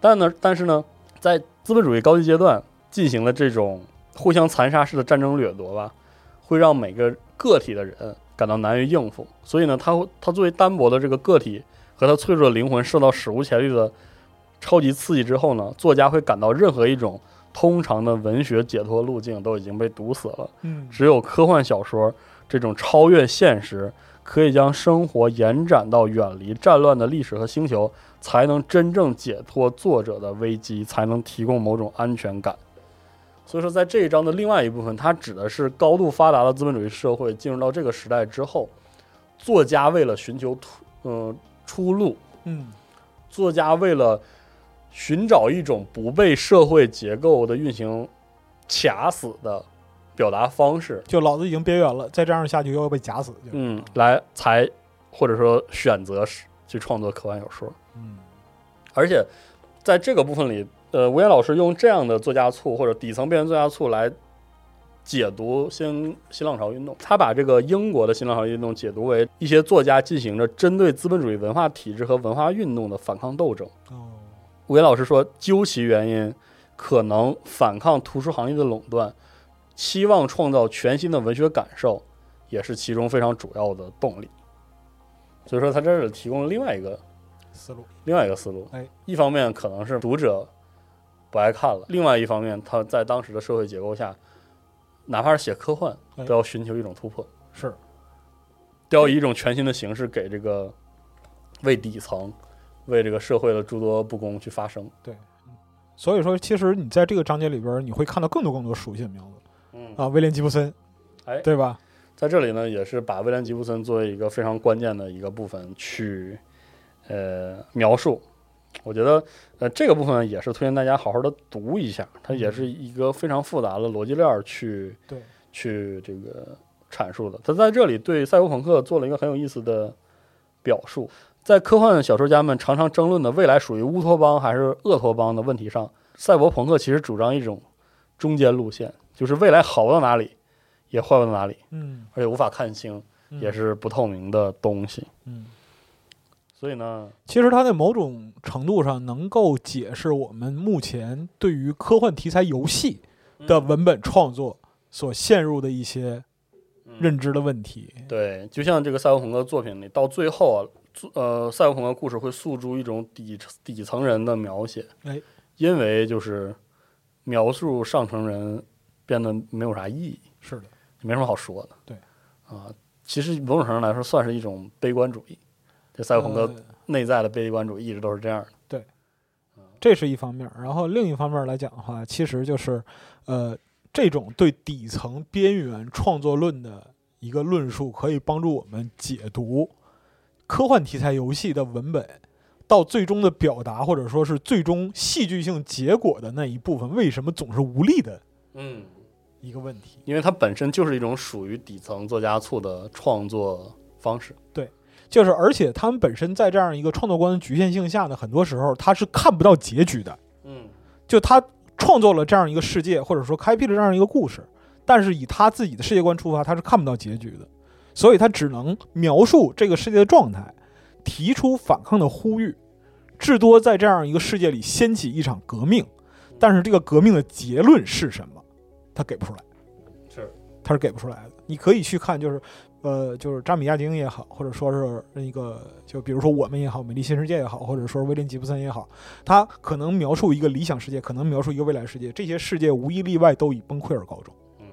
[SPEAKER 5] 但呢，但是呢，在资本主义高级阶段进行了这种互相残杀式的战争掠夺吧，会让每个个体的人感到难于应付。所以呢，他会他作为单薄的这个个体和他脆弱的灵魂受到史无前例的超级刺激之后呢，作家会感到任何一种通常的文学解脱路径都已经被堵死了，
[SPEAKER 6] 嗯
[SPEAKER 5] 只有科幻小说这种超越现实。可以将生活延展到远离战乱的历史和星球，才能真正解脱作者的危机，才能提供某种安全感。所以说，在这一章的另外一部分，它指的是高度发达的资本主义社会进入到这个时代之后，作家为了寻求突嗯、出路，
[SPEAKER 6] 嗯
[SPEAKER 5] 作家为了寻找一种不被社会结构的运行卡死的表达方式，
[SPEAKER 6] 就老子已经边缘了，再这样下去又要被夹死去。
[SPEAKER 5] 嗯，来才或者说选择是去创作科幻小说。
[SPEAKER 6] 嗯
[SPEAKER 5] 而且在这个部分里，呃，吴岩老师用这样的作家醋或者底层边缘作家醋来解读新新浪潮运动。他把这个英国的新浪潮运动解读为一些作家进行着针对资本主义文化体制和文化运动的反抗斗争。
[SPEAKER 6] 哦，
[SPEAKER 5] 吴岩老师说，究其原因，可能反抗图书行业的垄断，期望创造全新的文学感受，也是其中非常主要的动力。所以说，他这是提供了另外一个
[SPEAKER 6] 思路
[SPEAKER 5] 另外一个思路。
[SPEAKER 6] 哎，
[SPEAKER 5] 一方面可能是读者不爱看了，另外一方面，他在当时的社会结构下，哪怕是写科幻，
[SPEAKER 6] 哎
[SPEAKER 5] 都要寻求一种突破，
[SPEAKER 6] 是
[SPEAKER 5] 都要以一种全新的形式给这个为底层、为这个社会的诸多不公去发声。
[SPEAKER 6] 所以说，其实你在这个章节里边儿，你会看到更多更多熟悉的名字
[SPEAKER 5] 嗯，
[SPEAKER 6] 啊，威廉吉布森，
[SPEAKER 5] 哎
[SPEAKER 6] 对吧？
[SPEAKER 5] 在这里呢，也是把威廉·吉布森作为一个非常关键的一个部分去呃描述。我觉得呃这个部分也是推荐大家好好的读一下，它也是一个非常复杂的逻辑链儿去
[SPEAKER 6] 对，
[SPEAKER 5] 去这个阐述的。他在这里对赛博朋克做了一个很有意思的表述，在科幻小说家们常常争论的未来属于乌托邦还是厄托邦的问题上，赛博朋克其实主张一种中间路线，就是未来好不到哪里，也坏不到哪里，
[SPEAKER 6] 嗯，
[SPEAKER 5] 而且无法看清，
[SPEAKER 6] 嗯
[SPEAKER 5] 也，是不透明的东西。
[SPEAKER 6] 嗯。
[SPEAKER 5] 所以呢，
[SPEAKER 6] 其实它在某种程度上能够解释我们目前对于科幻题材游戏的文本创作所陷入的一些认知的问题。
[SPEAKER 5] 对，就像这个赛博朋克作品里，到最后啊，作呃，赛博朋克故事会诉诸一种底底层人的描写，
[SPEAKER 6] 哎，
[SPEAKER 5] 因为就是描述上层人变得没有啥意义，
[SPEAKER 6] 是的，
[SPEAKER 5] 没什么好说的。
[SPEAKER 6] 对，
[SPEAKER 5] 啊、其实某种程度来说，算是一种悲观主义。这赛博朋克
[SPEAKER 6] 呃
[SPEAKER 5] 内在的悲观主义一直都是这样的。
[SPEAKER 6] 这是一方面儿，然后另一方面儿来讲的话，其实就是，呃，这种对底层边缘创作论的一个论述，可以帮助我们解读科幻题材游戏的文本到最终的表达，或者说是最终戏剧性结果的那一部分，为什么总是无力的
[SPEAKER 5] 嗯，
[SPEAKER 6] 一个问题。
[SPEAKER 5] 因为它本身就是一种属于底层作家醋的创作方式。
[SPEAKER 6] 就是，而且他们本身在这样一个创作观的局限性下呢，很多时候他是看不到结局的。
[SPEAKER 5] 嗯，
[SPEAKER 6] 就他创作了这样一个世界，或者说开辟了这样一个故事，但是以他自己的世界观出发，他是看不到结局的，所以他只能描述这个世界的状态，提出反抗的呼吁，至多在这样一个世界里掀起一场革命，但是这个革命的结论是什么，他给不出来，
[SPEAKER 5] 是，
[SPEAKER 6] 他是给不出来的。你可以去看，就是。呃，就是扎米亚丁也好，或者说是那个，就比如说我们也好，美丽新世界也好，或者说威廉吉布森也好，他可能描述一个理想世界，可能描述一个未来世界，这些世界无一例外都以崩溃而告终。
[SPEAKER 5] 嗯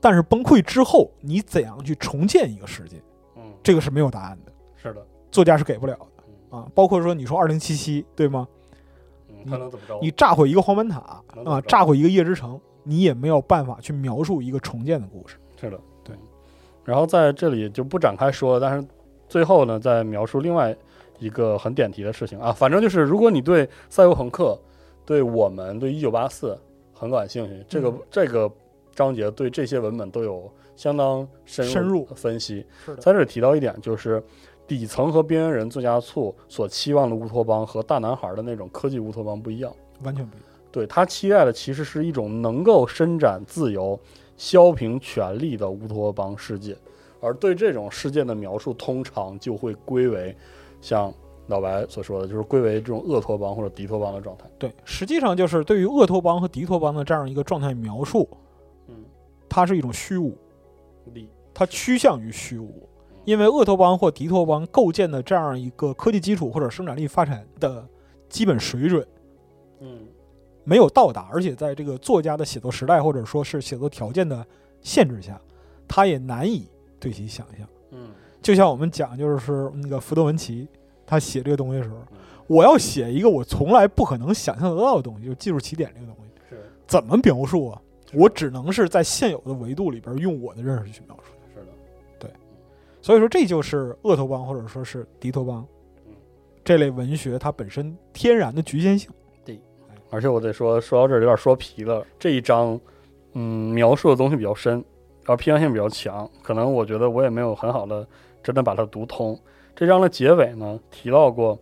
[SPEAKER 6] 但是崩溃之后，你怎样去重建一个世界，
[SPEAKER 5] 嗯，
[SPEAKER 6] 这个是没有答案的，
[SPEAKER 5] 是的。
[SPEAKER 6] 作家是给不了的
[SPEAKER 5] 嗯
[SPEAKER 6] 啊。包括说你说二零七七对吗？
[SPEAKER 5] 嗯，看能怎么着。
[SPEAKER 6] 你炸毁一个黄门塔
[SPEAKER 5] 能怎
[SPEAKER 6] 啊
[SPEAKER 5] 么，着
[SPEAKER 6] 哦炸毁一个夜之城，你也没有办法去描述一个重建的故事。
[SPEAKER 5] 是的，
[SPEAKER 6] 对
[SPEAKER 5] 嗯。然后在这里就不展开说了，但是最后呢，再描述另外一个很点题的事情啊，反正就是如果你对赛博朋克、对我们、对一九八四很感兴趣，这个、
[SPEAKER 6] 嗯
[SPEAKER 5] 这个章节对这些文本都有相当深
[SPEAKER 6] 深入
[SPEAKER 5] 的分析。
[SPEAKER 6] 是的，
[SPEAKER 5] 在这里提到一点，就是底层和边缘人作家醋所期望的乌托邦和大男孩的那种科技乌托邦不一样。
[SPEAKER 6] 完全不一样。
[SPEAKER 5] 对他期待的其实是一种能够伸展自由、削平权力的乌托邦世界，而对这种事件的描述，通常就会归为像老白所说的，就是归为这种恶托邦或者敌托邦的状态。
[SPEAKER 6] 对，实际上就是对于鄂托邦和敌托邦的这样一个状态描述，
[SPEAKER 5] 嗯，
[SPEAKER 6] 它是一种虚无，
[SPEAKER 5] 理
[SPEAKER 6] 它趋向于虚无，因为鄂托邦或敌托邦构建的这样一个科技基础或者生产力发展的基本水准
[SPEAKER 5] 嗯
[SPEAKER 6] 没有到达，而且在这个作家的写作时代或者说是写作条件的限制下，他也难以对其想象。
[SPEAKER 5] 嗯
[SPEAKER 6] 就像我们讲，就是嗯那个福德文奇他写这个东西的时候，我要写一个我从来不可能想象得到的东西，就是技术起点这个东西。
[SPEAKER 5] 是
[SPEAKER 6] 怎么描述啊？我只能是在现有的维度里边用我的认识去描述。
[SPEAKER 5] 是的，
[SPEAKER 6] 所以说，这就是鄂托邦或者说是敌托邦
[SPEAKER 5] 嗯
[SPEAKER 6] 这类文学它本身天然的局限性。
[SPEAKER 5] 而且我得说，说到这儿有点说皮了。这一章，嗯，描述的东西比较深，然后批判性比较强，可能我觉得我也没有很好的真的把它读通。这章的结尾呢，提到过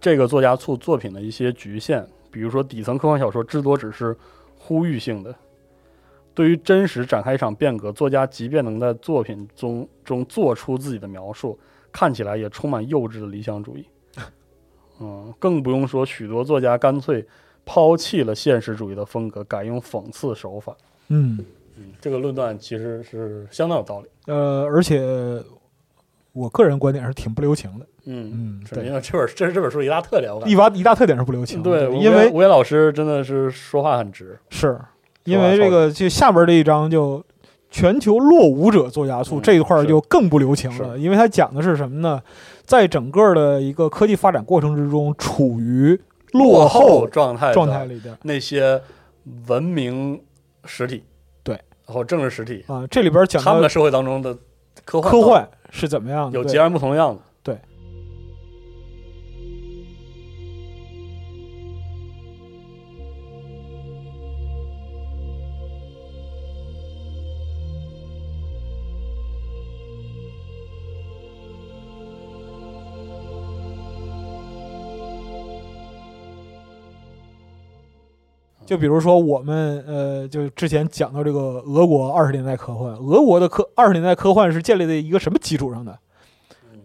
[SPEAKER 5] 这个作家处作品的一些局限，比如说底层科幻小说至多只是呼吁性的，对于真实展开一场变革，作家即便能在作品中中做出自己的描述，看起来也充满幼稚的理想主义。 嗯，更不用说许多作家干脆抛弃了现实主义的风格，改用讽刺手法。
[SPEAKER 6] 嗯，
[SPEAKER 5] 嗯，这个论断其实是相当有道理。
[SPEAKER 6] 呃，而且我个人观点是挺不留情的。
[SPEAKER 5] 嗯
[SPEAKER 6] 嗯
[SPEAKER 5] 是
[SPEAKER 6] 对
[SPEAKER 5] 因为这本这是这本书一大特点，我感
[SPEAKER 6] 一
[SPEAKER 5] 觉。
[SPEAKER 6] 发一大特点是不留情的，
[SPEAKER 5] 对，
[SPEAKER 6] 因为
[SPEAKER 5] 吴越老师真的是说话很直。
[SPEAKER 6] 是因为这个就下边这一章就全球落伍者作家处、
[SPEAKER 5] 嗯
[SPEAKER 6] 这一块儿
[SPEAKER 5] 是
[SPEAKER 6] 就更不留情了，因为它讲的是什么呢？在整个的一个科技发展过程之中，处于落后
[SPEAKER 5] 状态的
[SPEAKER 6] 状态里边
[SPEAKER 5] 那些文明实体，
[SPEAKER 6] 对，
[SPEAKER 5] 然后政治实体，
[SPEAKER 6] 啊，这里边讲
[SPEAKER 5] 他
[SPEAKER 6] 到
[SPEAKER 5] 们的社会当中的科幻
[SPEAKER 6] 科幻是怎么样的，
[SPEAKER 5] 有
[SPEAKER 6] 对
[SPEAKER 5] 截然不同的样子。
[SPEAKER 6] 就比如说我们呃，就之前讲到这个俄国二十年代科幻，俄国的科二十年代科幻是建立在一个什么基础上的？
[SPEAKER 5] 嗯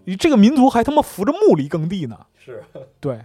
[SPEAKER 6] 你这个民族还他妈扶着木犁耕地呢。
[SPEAKER 5] 是，
[SPEAKER 6] 对，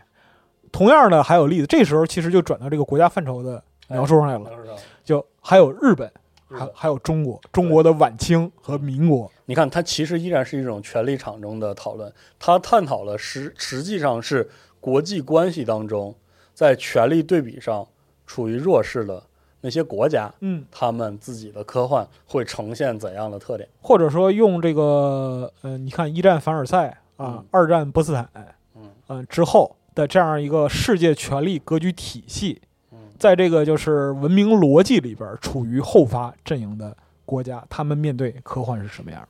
[SPEAKER 6] 同样的还有例子，这时候其实就转到这个国家范畴的描述上来了，
[SPEAKER 5] 能知道
[SPEAKER 6] 就还有日本，
[SPEAKER 5] 哎日
[SPEAKER 6] 还
[SPEAKER 5] 本
[SPEAKER 6] 还有中国，中国的晚清和民国，
[SPEAKER 5] 你看，它其实依然是一种权力场中的讨论，它探讨了实实际上是国际关系当中，在权力对比上处于弱势的那些国家，
[SPEAKER 6] 嗯，
[SPEAKER 5] 他们自己的科幻会呈现怎样的特点？
[SPEAKER 6] 或者说用这个呃，你看一战凡尔赛啊，
[SPEAKER 5] 嗯
[SPEAKER 6] 二战波茨坦，
[SPEAKER 5] 嗯
[SPEAKER 6] 呃之后的这样一个世界权力格局体系，
[SPEAKER 5] 嗯
[SPEAKER 6] 在这个就是文明逻辑里边儿处于后发阵营的国家，他们面对科幻是什么样儿？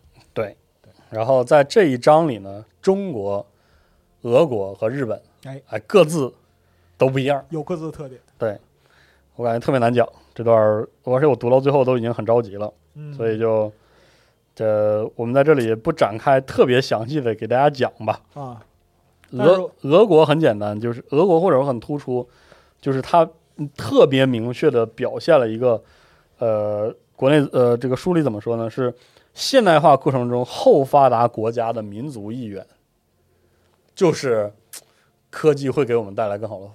[SPEAKER 5] 然后在这一章里呢，中国、俄国和日本，
[SPEAKER 6] 哎
[SPEAKER 5] 哎，各自都不一样，
[SPEAKER 6] 有各自的特点，
[SPEAKER 5] 我感觉特别难讲这段儿，而且我读到最后都已经很着急了。
[SPEAKER 6] 嗯，
[SPEAKER 5] 所以就这我们在这里不展开特别详细的给大家讲吧。
[SPEAKER 6] 啊，但是
[SPEAKER 5] 俄俄国很简单，就是俄国或者说很突出，就是它嗯特别明确的表现了一个呃国内呃这个书里怎么说呢？是现代化过程中后发达国家的民族意愿，就是嘖科技会给我们带来更好的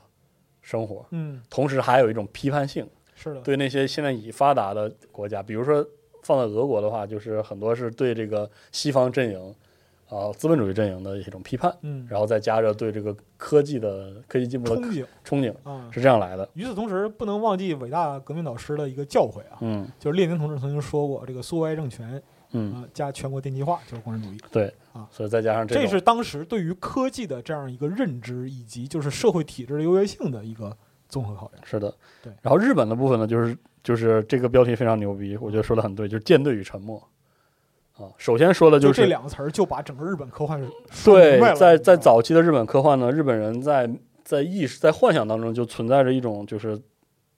[SPEAKER 5] 生活，
[SPEAKER 6] 嗯，
[SPEAKER 5] 同时还有一种批判性。
[SPEAKER 6] 是的，
[SPEAKER 5] 对那些现在已发达的国家，比如说放在俄国的话，就是很多是对这个西方阵营啊、资本主义阵营的一种批判，
[SPEAKER 6] 嗯，
[SPEAKER 5] 然后再加着对这个科技的科技进步的
[SPEAKER 6] 憧憬
[SPEAKER 5] 憧憬，
[SPEAKER 6] 啊。
[SPEAKER 5] 是这样来的。
[SPEAKER 6] 与此同时，不能忘记伟大革命导师的一个教诲啊，
[SPEAKER 5] 嗯
[SPEAKER 6] 就是列宁同志曾经说过，这个苏维埃政权
[SPEAKER 5] 嗯，
[SPEAKER 6] 啊、加全国电气化就是共产主义，
[SPEAKER 5] 对
[SPEAKER 6] 啊
[SPEAKER 5] 所以再加上
[SPEAKER 6] 这
[SPEAKER 5] 种
[SPEAKER 6] 是当时对于科技的这样一个认知，以及就是社会体制的优越性的一个综合考量。
[SPEAKER 5] 是的，
[SPEAKER 6] 对
[SPEAKER 5] 然后日本的部分呢，就是就是这个标题非常牛逼，我觉得说的很对，就是舰队与沉默。啊，首先说的
[SPEAKER 6] 就是这两个词儿就把整个日本科幻说
[SPEAKER 5] 对
[SPEAKER 6] 明白，了
[SPEAKER 5] 在
[SPEAKER 6] 你知道
[SPEAKER 5] 在
[SPEAKER 6] 吗
[SPEAKER 5] 早期的日本科幻呢，日本人在在意识在幻想当中就存在着一种就是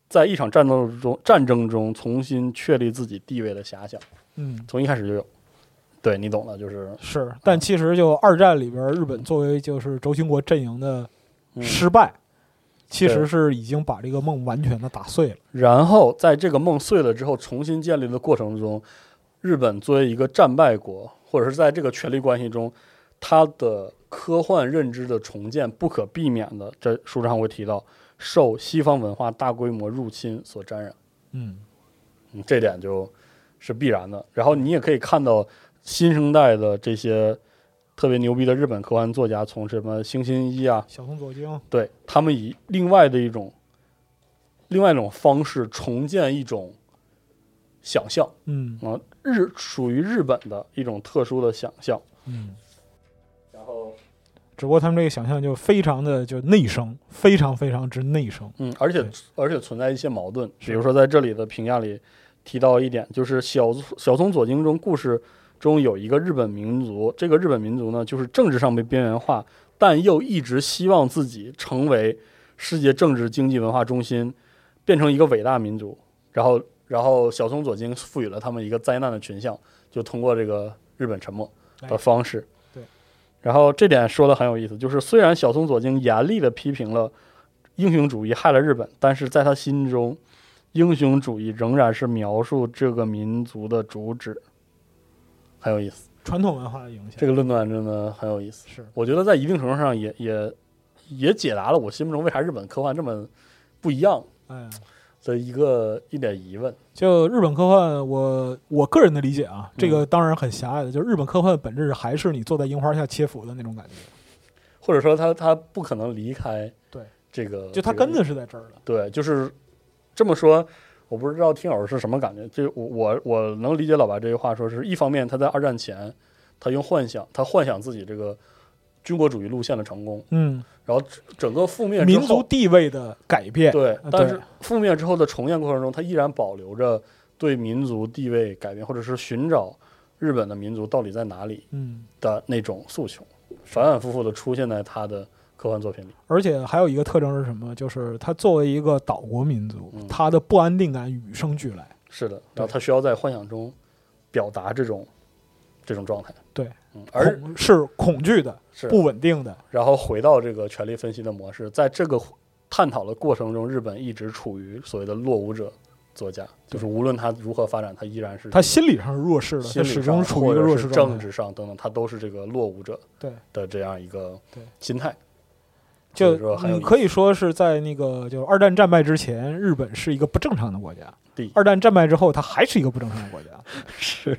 [SPEAKER 5] 在一场战斗中战争中重新确立自己地位的遐想，
[SPEAKER 6] 嗯。
[SPEAKER 5] 从一开始就有。对你懂的，就是
[SPEAKER 6] 是，但其实就二战里边儿，日本作为就是轴心国阵营的
[SPEAKER 5] 嗯
[SPEAKER 6] 失败，其
[SPEAKER 5] 对
[SPEAKER 6] 实是已经把这个梦完全的打碎了。
[SPEAKER 5] 然后在这个梦碎了之后，重新建立的过程中，日本作为一个战败国，或者是在这个权力关系中，它的科幻认知的重建不可避免的，在书上会提到受西方文化大规模入侵所沾染，
[SPEAKER 6] 嗯，
[SPEAKER 5] 嗯，这点就是必然的。然后你也可以看到新生代的这些特别牛逼的日本科幻作家，从什么星新一啊，
[SPEAKER 6] 小松左京，
[SPEAKER 5] 对他们以另外的一种另外一种方式重建一种想象
[SPEAKER 6] 嗯
[SPEAKER 5] 啊，日属于日本的一种特殊的想象，
[SPEAKER 6] 嗯，
[SPEAKER 5] 然后。
[SPEAKER 6] 只不过他们这个想象就非常的就内生，非常非常之内生，
[SPEAKER 5] 嗯，而且
[SPEAKER 6] 对
[SPEAKER 5] 而且存在一些矛盾，比如说在这里的评价里提到一点，就是小小松左京中故事中有一个日本民族，这个日本民族呢，就是政治上被边缘化，但又一直希望自己成为世界政治经济文化中心，变成一个伟大民族。然后，然后小松左京赋予了他们一个灾难的群像，就通过这个日本沉没。的方式。
[SPEAKER 6] 哎对，
[SPEAKER 5] 然后这点说的很有意思，就是虽然小松左京严厉的批评了英雄主义害了日本，但是在他心中，英雄主义仍然是描述这个民族的主旨，很有意思。
[SPEAKER 6] 传统文化的影响。
[SPEAKER 5] 这个论断真的很有意思，
[SPEAKER 6] 是
[SPEAKER 5] 我觉得在一定程度上也也也解答了我心目中为啥日本科幻这么不一样
[SPEAKER 6] 哎，
[SPEAKER 5] 的一个一点疑问。
[SPEAKER 6] 就日本科幻，我我个人的理解啊，这
[SPEAKER 5] 嗯
[SPEAKER 6] 个当然很狭隘的，就是日本科幻的本质还是你坐在樱花下切腹的那种感觉，
[SPEAKER 5] 或者说他他不可能离开
[SPEAKER 6] 对
[SPEAKER 5] 这个，
[SPEAKER 6] 就它
[SPEAKER 5] 这个
[SPEAKER 6] 根子是在这儿的。
[SPEAKER 5] 对，就是这么说，我不知道听友是什么感觉。这我我我能理解老白这句话，说是一方面他在二战前，他用幻想，他幻想自己这个军国主义路线的成功，
[SPEAKER 6] 嗯，
[SPEAKER 5] 然后整整个覆灭之
[SPEAKER 6] 民
[SPEAKER 5] 后
[SPEAKER 6] 族地位的改变，
[SPEAKER 5] 对
[SPEAKER 6] 啊，
[SPEAKER 5] 但
[SPEAKER 6] 对
[SPEAKER 5] 是覆灭之后的重建过程中，他依然保留着对民族地位改变，或者是寻找日本的民族到底在哪里
[SPEAKER 6] 嗯，
[SPEAKER 5] 的那种诉求，反反复复的出现在他的科幻作品里。
[SPEAKER 6] 而且还有一个特征是什么？就是它作为一个岛国民族
[SPEAKER 5] 嗯，
[SPEAKER 6] 它的不安定感与生俱来。
[SPEAKER 5] 是的，然后他需要在幻想中表达这种这种状态。
[SPEAKER 6] 对，
[SPEAKER 5] 嗯，而
[SPEAKER 6] 恐是恐惧的、
[SPEAKER 5] 是
[SPEAKER 6] 不稳定的，
[SPEAKER 5] 然后回到这个权力分析的模式，在这个探讨的过程中，日本一直处于所谓的落伍者作家，就是无论他如何发展，他依然是
[SPEAKER 6] 它心理上是弱势的，
[SPEAKER 5] 心
[SPEAKER 6] 它
[SPEAKER 5] 理
[SPEAKER 6] 始
[SPEAKER 5] 上
[SPEAKER 6] 终处于一
[SPEAKER 5] 或
[SPEAKER 6] 个
[SPEAKER 5] 者
[SPEAKER 6] 弱
[SPEAKER 5] 是
[SPEAKER 6] 势状
[SPEAKER 5] 政
[SPEAKER 6] 态。
[SPEAKER 5] 治上等等，他都是这个落伍者
[SPEAKER 6] 对，
[SPEAKER 5] 的这样一个
[SPEAKER 6] 对
[SPEAKER 5] 心态。
[SPEAKER 6] 就
[SPEAKER 5] 或者说很有
[SPEAKER 6] 你
[SPEAKER 5] 意
[SPEAKER 6] 可以说是在那个就是二战战败之前，日本是一个不正常的国家
[SPEAKER 5] 对。
[SPEAKER 6] 二战战败之后，它还是一个不正常的国家，
[SPEAKER 5] 是，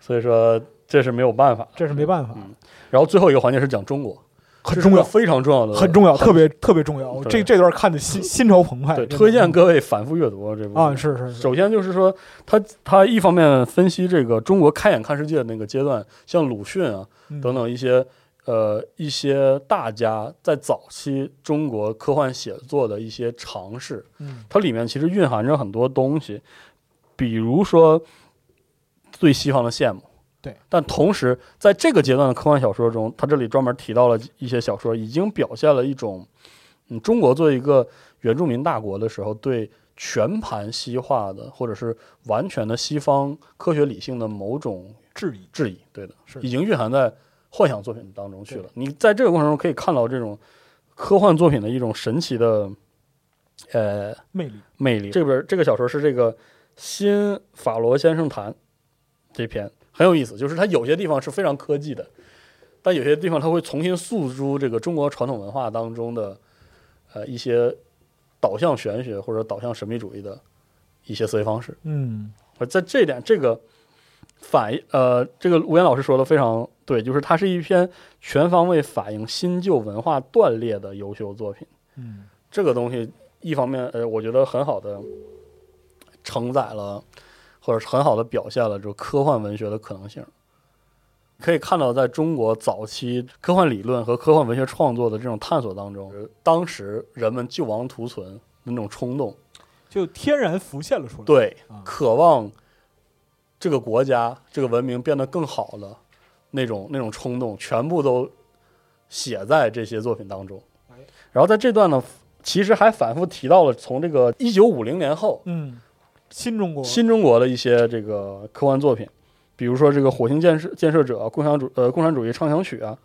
[SPEAKER 5] 所以说这是没有办法。
[SPEAKER 6] 这是没办法，
[SPEAKER 5] 嗯然后最后一个环节是讲中国，
[SPEAKER 6] 很
[SPEAKER 5] 这是
[SPEAKER 6] 重
[SPEAKER 5] 个
[SPEAKER 6] 要，
[SPEAKER 5] 非常重要的，
[SPEAKER 6] 很重要，特别特别重要。
[SPEAKER 5] 对
[SPEAKER 6] 这这段看的 心心潮澎湃，
[SPEAKER 5] 对，
[SPEAKER 6] 真的
[SPEAKER 5] 推荐各位反复阅读这部
[SPEAKER 6] 啊，是是是，
[SPEAKER 5] 首先就是说，他他一方面分析这个中国开眼看世界的那个阶段，像鲁迅啊
[SPEAKER 6] 嗯
[SPEAKER 5] 等等一些呃一些大家在早期中国科幻写作的一些尝试，
[SPEAKER 6] 嗯
[SPEAKER 5] 它里面其实蕴含着很多东西，比如说对西方的羡慕。
[SPEAKER 6] 对，
[SPEAKER 5] 但同时在这个阶段的科幻小说中，他这里专门提到了一些小说已经表现了一种，嗯，中国作为一个原住民大国的时候，对全盘西化的或者是完全的西方科学理性的某种
[SPEAKER 6] 质疑
[SPEAKER 5] 质疑，对的，
[SPEAKER 6] 是
[SPEAKER 5] 已经蕴含在幻想作品当中去了。你在这个过程中可以看到这种科幻作品的一种神奇的，呃，
[SPEAKER 6] 魅力，
[SPEAKER 5] 魅力。这本这个小说是这个新法罗先生谈这篇很有意思，就是它有些地方是非常科技的，但有些地方它会重新诉诸这个中国传统文化当中的呃一些导向玄学或者导向神秘主义的一些思维方式。
[SPEAKER 6] 嗯
[SPEAKER 5] 而在这一点，这个反映呃，这个吴岩老师说的非常对，就是它是一篇全方位反映新旧文化断裂的优秀作品。
[SPEAKER 6] 嗯
[SPEAKER 5] 这个东西一方面，呃，我觉得很好的承载了，或者是很好的表现了这个科幻文学的可能性。可以看到，在中国早期科幻理论和科幻文学创作的这种探索当中，当时人们救亡图存的那种冲动，
[SPEAKER 6] 就天然浮现了出来。
[SPEAKER 5] 对
[SPEAKER 6] 啊，
[SPEAKER 5] 渴望这个国家、这个文明变得更好了那种那种冲动，全部都写在这些作品当中
[SPEAKER 6] 哎。
[SPEAKER 5] 然后在这段呢，其实还反复提到了从这个一九五零年后
[SPEAKER 6] 嗯，新中国
[SPEAKER 5] 新中国的一些这个科幻作品，比如说这个《火星建设建设者》《共享主呃共产主义畅想曲》啊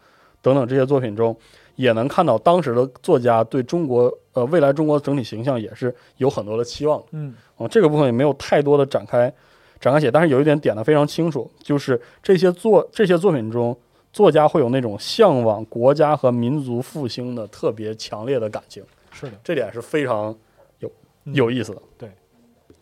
[SPEAKER 5] 等等这些作品中，也能看到当时的作家对中国呃未来中国整体形象也是有很多的期望的。
[SPEAKER 6] 嗯
[SPEAKER 5] 哦，这个部分也没有太多的展开展开写，但是有一点点的非常清楚，就是这些作这些作品中作家会有那种向往国家和民族复兴的特别强烈的感情，
[SPEAKER 6] 是的，
[SPEAKER 5] 这点是非常有
[SPEAKER 6] 嗯
[SPEAKER 5] 有意思的。
[SPEAKER 6] 对，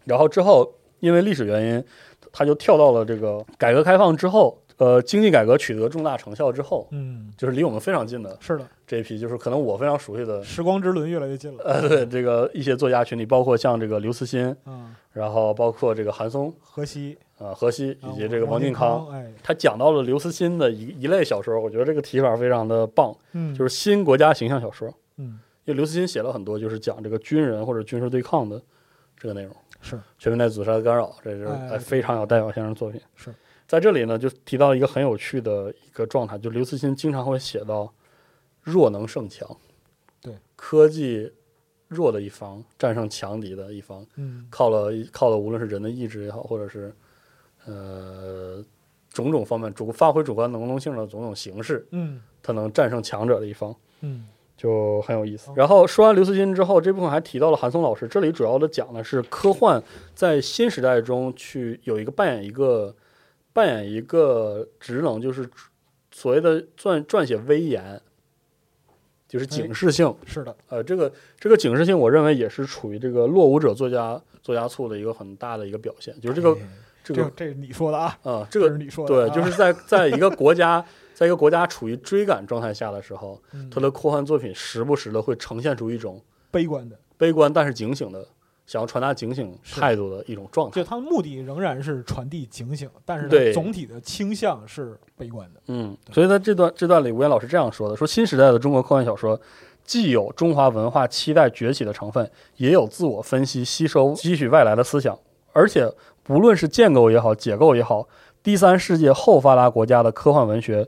[SPEAKER 5] 然后之后因为历史原因，他就跳到了这个改革开放之后，呃，经济改革取得重大成效之后，
[SPEAKER 6] 嗯，
[SPEAKER 5] 就是离我们非常近的
[SPEAKER 6] 是的，
[SPEAKER 5] 这一批，就是可能我非常熟悉的。
[SPEAKER 6] 时光之轮越来越近了，
[SPEAKER 5] 呃，对这个一些作家群体，包括像这个刘慈欣，
[SPEAKER 6] 嗯，
[SPEAKER 5] 然后包括这个韩松，
[SPEAKER 6] 荷西
[SPEAKER 5] 啊，荷西以及这个
[SPEAKER 6] 王
[SPEAKER 5] 王
[SPEAKER 6] 靖
[SPEAKER 5] 靖康，
[SPEAKER 6] 哎，
[SPEAKER 5] 他讲到了刘慈欣的一一类小说，我觉得这个提法非常的棒，
[SPEAKER 6] 嗯，
[SPEAKER 5] 就是新国家形象小说。
[SPEAKER 6] 嗯
[SPEAKER 5] 因为刘慈欣写了很多就是讲这个军人或者军事对抗的这个内容，
[SPEAKER 6] 是
[SPEAKER 5] 全面带自杀的干扰，这就是
[SPEAKER 6] 哎
[SPEAKER 5] 哎非常有代表性的作品。
[SPEAKER 6] 是
[SPEAKER 5] 在这里呢，就提到一个很有趣的一个状态，就刘慈欣经常会写到弱能胜强，
[SPEAKER 6] 对
[SPEAKER 5] 科技弱的一方战胜强敌的一方，
[SPEAKER 6] 嗯
[SPEAKER 5] 靠了靠了，无论是人的意志也好，或者是呃种种方面主发挥主观能动性的种种形式，
[SPEAKER 6] 嗯
[SPEAKER 5] 它能战胜强者的一方，
[SPEAKER 6] 嗯
[SPEAKER 5] 就很有意思。然后说完刘慈欣之后，这部分还提到了韩松老师，这里主要的讲的是科幻在新时代中去有一个扮演一个扮演一个职能，就是所谓的撰撰写威严。就是警示性，
[SPEAKER 6] 是的，
[SPEAKER 5] 呃，这个这个警示性，我认为也是处于这个落伍者作家作家处的一个很大的一个表现，就是这个这个
[SPEAKER 6] 哎这这是你说的啊，
[SPEAKER 5] 啊、这
[SPEAKER 6] 这是
[SPEAKER 5] 个
[SPEAKER 6] 你说的
[SPEAKER 5] 对，
[SPEAKER 6] 啊，
[SPEAKER 5] 就是在 在一个国家，在一个国家处于追赶状态下的时候，
[SPEAKER 6] 嗯
[SPEAKER 5] 他的科幻作品时不时的会呈现出一种
[SPEAKER 6] 悲观的，
[SPEAKER 5] 悲观但是警醒的，想要传达警醒
[SPEAKER 6] 是
[SPEAKER 5] 态度的一种状态
[SPEAKER 6] 就。它的目的仍然是传递警醒，但是
[SPEAKER 5] 对
[SPEAKER 6] 它总体的倾向是悲观的，
[SPEAKER 5] 嗯，所以在这段这段里，吴岩老师这样说的：说新时代的中国科幻小说，既有中华文化期待崛起的成分，也有自我分析、吸收、吸取外来的思想，而且不论是建构也好、解构也好，第三世界后发达国家的科幻文学，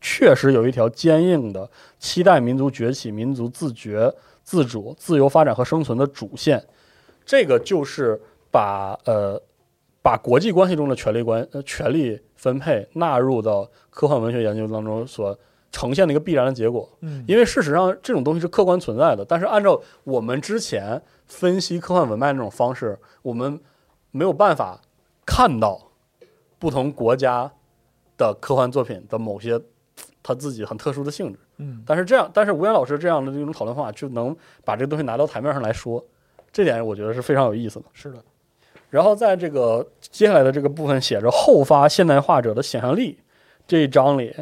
[SPEAKER 5] 确实有一条坚硬的期待民族崛起、民族自觉、自主、自由发展和生存的主线。这个就是把呃把国际关系中的权力关呃权力分配纳入到科幻文学研究当中所呈现的一个必然的结果。
[SPEAKER 6] 嗯，
[SPEAKER 5] 因为事实上这种东西是客观存在的，但是按照我们之前分析科幻文脉那种方式，我们没有办法看到不同国家的科幻作品的某些它自己很特殊的性质。
[SPEAKER 6] 嗯
[SPEAKER 5] 但是这样，但是吴岩老师这样的这种讨论方法，就能把这个东西拿到台面上来说，这点我觉得是非常有意思的。
[SPEAKER 6] 是的，
[SPEAKER 5] 然后在这个接下来的这个部分写着后发现代化者的想象力这一章里，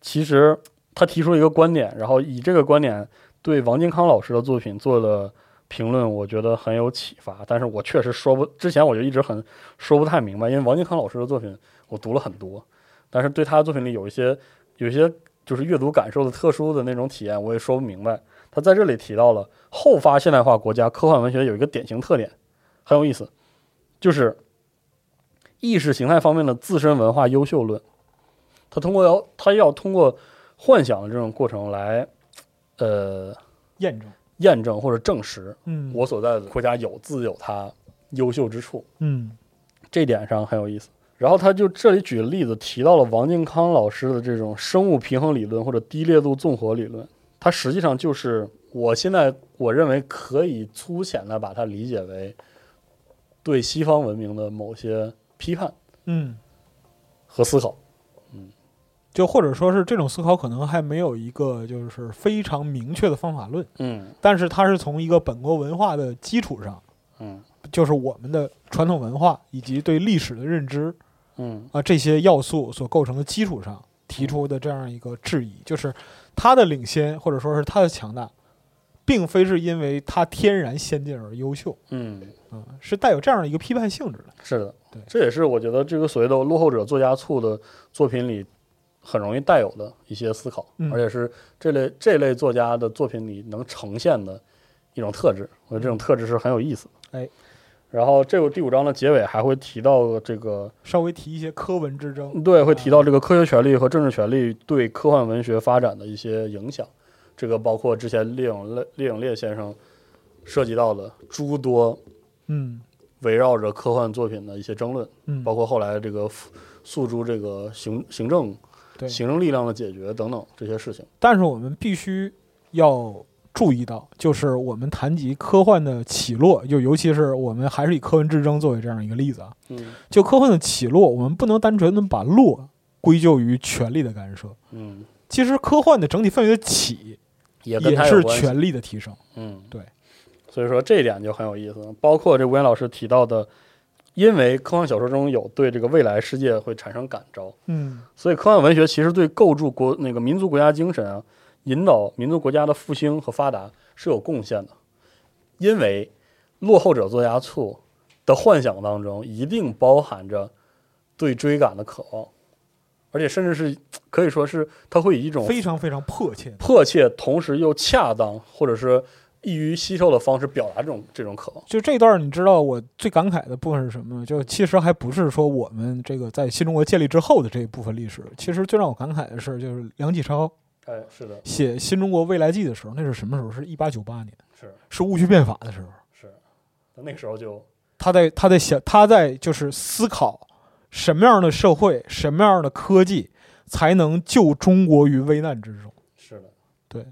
[SPEAKER 5] 其实他提出了一个观点，然后以这个观点对王金康老师的作品做了评论，我觉得很有启发。但是我确实说不，之前我就一直很说不太明白，因为王金康老师的作品我读了很多，但是对他的作品里有一些有一些就是阅读感受的特殊的那种体验，我也说不明白。他在这里提到了后发现代化国家科幻文学有一个典型特点，很有意思。就是意识形态方面的自身文化优秀论，他通过要他要通过幻想的这种过程来，呃，
[SPEAKER 6] 验证，
[SPEAKER 5] 验证或者证实
[SPEAKER 6] 嗯，
[SPEAKER 5] 我所在的国家有自有它优秀之处，
[SPEAKER 6] 嗯
[SPEAKER 5] 这点上很有意思。然后他就这里举例子提到了王靖康老师的这种生物平衡理论或者低烈度纵火理论，它实际上就是我现在我认为可以粗浅的把它理解为对西方文明的某些批判
[SPEAKER 6] 嗯。
[SPEAKER 5] 和思考。
[SPEAKER 6] 就或者说是这种思考可能还没有一个就是非常明确的方法论，
[SPEAKER 5] 嗯
[SPEAKER 6] 但是它是从一个本国文化的基础上，
[SPEAKER 5] 嗯
[SPEAKER 6] 就是我们的传统文化以及对历史的认知
[SPEAKER 5] 嗯
[SPEAKER 6] 啊这些要素所构成的基础上提出的这样一个质疑，就是它的领先或者说是它的强大，并非是因为它天然先进而优秀
[SPEAKER 5] 嗯，
[SPEAKER 6] 啊、是带有这样一个批判性质的。
[SPEAKER 5] 是的
[SPEAKER 6] 对，
[SPEAKER 5] 这也是我觉得这个所谓的落后者作家醋的作品里很容易带有的一些思考，
[SPEAKER 6] 嗯
[SPEAKER 5] 而且是这类这类作家的作品里能呈现的一种特质。我觉得这种特质是很有意思的。
[SPEAKER 6] 哎，
[SPEAKER 5] 然后这个第五章的结尾还会提到这个，
[SPEAKER 6] 稍微提一些科文之争，
[SPEAKER 5] 对，会提到这个科学权利和政治权利对科幻文学发展的一些影响。这个包括之前列永烈列永烈先生涉及到的诸多
[SPEAKER 6] 嗯
[SPEAKER 5] 围绕着科幻作品的一些争论，
[SPEAKER 6] 嗯，
[SPEAKER 5] 包括后来这个诉诉诸这个行行政
[SPEAKER 6] 对
[SPEAKER 5] 行政力量的解决等等这些事情。
[SPEAKER 6] 但是我们必须要注意到，就是我们谈及科幻的起落，就尤其是我们还是以科幻之争作为这样一个例子啊，
[SPEAKER 5] 嗯
[SPEAKER 6] 就科幻的起落，我们不能单纯的把落归咎于权力的干涉。
[SPEAKER 5] 嗯，
[SPEAKER 6] 其实科幻的整体氛围的起
[SPEAKER 5] 也跟
[SPEAKER 6] 也
[SPEAKER 5] 他有
[SPEAKER 6] 是
[SPEAKER 5] 关系
[SPEAKER 6] 权力的提升。
[SPEAKER 5] 嗯，
[SPEAKER 6] 对。
[SPEAKER 5] 所以说这一点就很有意思，包括这吴岩老师提到的，因为科幻小说中有对这个未来世界会产生感召，
[SPEAKER 6] 嗯
[SPEAKER 5] 所以科幻文学其实对构筑国那个民族国家精神啊，引导民族国家的复兴和发达是有贡献的，因为落后者作家促的幻想当中一定包含着对追赶的渴望，而且甚至是可以说是它会以一种
[SPEAKER 6] 非常非常迫切。
[SPEAKER 5] 迫切，同时又恰当，或者是易于吸收的方式表达这种这种渴望。
[SPEAKER 6] 就这段儿，你知道我最感慨的部分是什么吗？就其实还不是说我们这个在新中国建立之后的这一部分历史，其实最让我感慨的是，就是梁启超
[SPEAKER 5] 哎，是的，
[SPEAKER 6] 写《新中国未来记》的时候，那是什么时候？是一八九八年，
[SPEAKER 5] 是
[SPEAKER 6] 是戊戌变法的时候。
[SPEAKER 5] 是，那个时候就
[SPEAKER 6] 他在他在想，他在就是思考什么样的社会，什么样的科技才能救中国于危难之中。
[SPEAKER 5] 是的，
[SPEAKER 6] 对，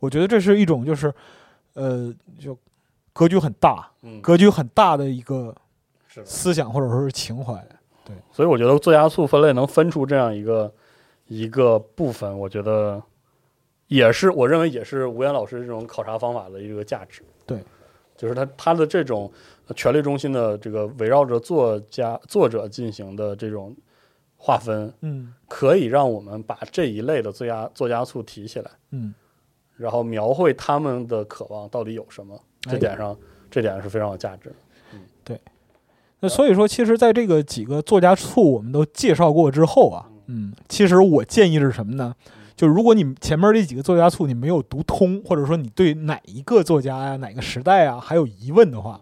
[SPEAKER 6] 我觉得这是一种就是，呃，就格局很大，
[SPEAKER 5] 嗯，
[SPEAKER 6] 格局很大的一个
[SPEAKER 5] 是的。
[SPEAKER 6] 思想或者说是情怀。
[SPEAKER 5] 所以我觉得作家促分类能分出这样一个一个部分，我觉得也是我认为也是吴岩老师这种考察方法的一个价值。
[SPEAKER 6] 对，
[SPEAKER 5] 就是他他的这种权力中心的这个围绕着作家作者进行的这种划分，
[SPEAKER 6] 嗯
[SPEAKER 5] 可以让我们把这一类的作家作家促提起来，
[SPEAKER 6] 嗯，
[SPEAKER 5] 然后描绘他们的渴望到底有什么，这
[SPEAKER 6] 哎
[SPEAKER 5] 点上、这点是非常有价值的。
[SPEAKER 6] 那所以说，其实在这个几个作家处我们都介绍过之后啊，嗯，其实我建议是什么
[SPEAKER 5] 嗯
[SPEAKER 6] 呢？就如果你前面这几个作家处你没有读通，或者说你对哪一个作家呀、哪个时代啊还有疑问的话，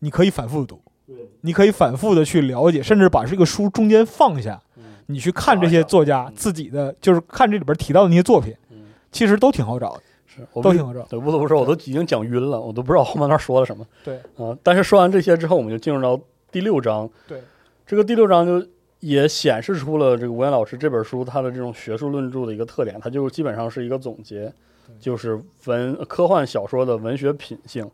[SPEAKER 6] 你可以反复读，你可以反复的去了解，甚至把这个书中间放下，
[SPEAKER 5] 嗯
[SPEAKER 6] 你去看这些作家
[SPEAKER 5] 嗯
[SPEAKER 6] 自己的，就是看这里边提到的那些作品，
[SPEAKER 5] 嗯，
[SPEAKER 6] 其实都挺好找的，
[SPEAKER 5] 是我
[SPEAKER 6] 都
[SPEAKER 5] 不
[SPEAKER 6] 挺好找。
[SPEAKER 5] 对，不得不说，我都已经讲晕了，我都不知道后面那儿说了什么。
[SPEAKER 6] 对，
[SPEAKER 5] 啊，但是说完这些之后，我们就进入到第六章。
[SPEAKER 6] 对，
[SPEAKER 5] 这个第六章就也显示出了这个吴岩老师这本书他的这种学术论著的一个特点，它就基本上是一个总结，就是文科幻小说的文学品性。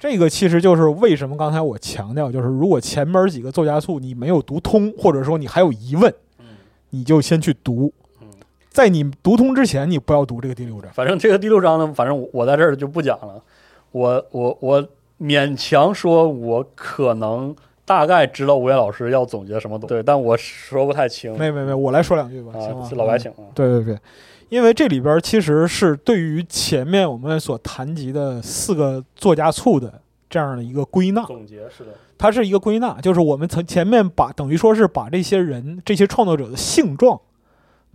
[SPEAKER 6] 这个其实就是为什么刚才我强调，就是如果前面几个作家处你没有读通，或者说你还有疑问，你就先去读
[SPEAKER 5] 嗯。
[SPEAKER 6] 在你读通之前，你不要读这个第六章。
[SPEAKER 5] 反正这个第六章呢，反正我我在这儿就不讲了。我我我勉强说，我可能大概知道吴越老师要总结什么东西，对，但我说不太清。
[SPEAKER 6] 没没嗯没，我来说两句吧，行
[SPEAKER 5] 嗯啊，
[SPEAKER 6] 吗
[SPEAKER 5] 是？老白请啊。
[SPEAKER 6] 对对对，因为这里边其实是对于前面我们所谈及的四个作家处的这样的一个归纳，
[SPEAKER 5] 总结是的，
[SPEAKER 6] 它是一个归纳，就是我们从前面把等于说是把这些人、这些创作者的性状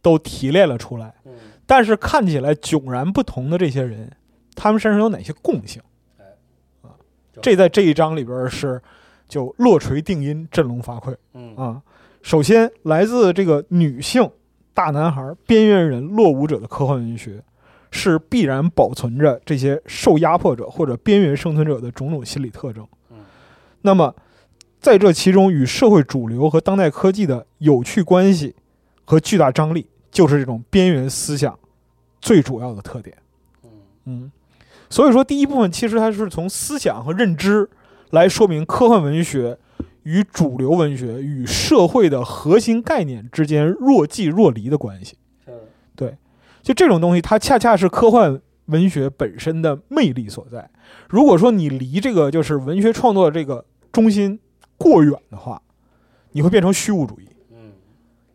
[SPEAKER 6] 都提炼了出来。
[SPEAKER 5] 嗯，
[SPEAKER 6] 但是看起来迥然不同的这些人，他们身上有哪些共性
[SPEAKER 5] 哎？
[SPEAKER 6] 啊，
[SPEAKER 5] 就
[SPEAKER 6] 这在这一章里边是就落锤定音，振聋发聩
[SPEAKER 5] 嗯
[SPEAKER 6] 啊。首先，来自这个女性大男孩、边缘人、落伍者的科幻文学，是必然保存着这些受压迫者或者边缘生存者的种种心理特征
[SPEAKER 5] 嗯。
[SPEAKER 6] 那么，在这其中与社会主流和当代科技的有趣关系和巨大张力，就是这种边缘思想最主要的特点。
[SPEAKER 5] 嗯
[SPEAKER 6] 嗯，所以说第一部分其实它是从思想和认知来说明科幻文学与主流文学与社会的核心概念之间若即若离的关系。
[SPEAKER 5] 是的，
[SPEAKER 6] 就这种东西，它恰恰是科幻文学本身的魅力所在。如果说你离这个就是文学创作这个中心过远的话，你会变成虚无主义，
[SPEAKER 5] 嗯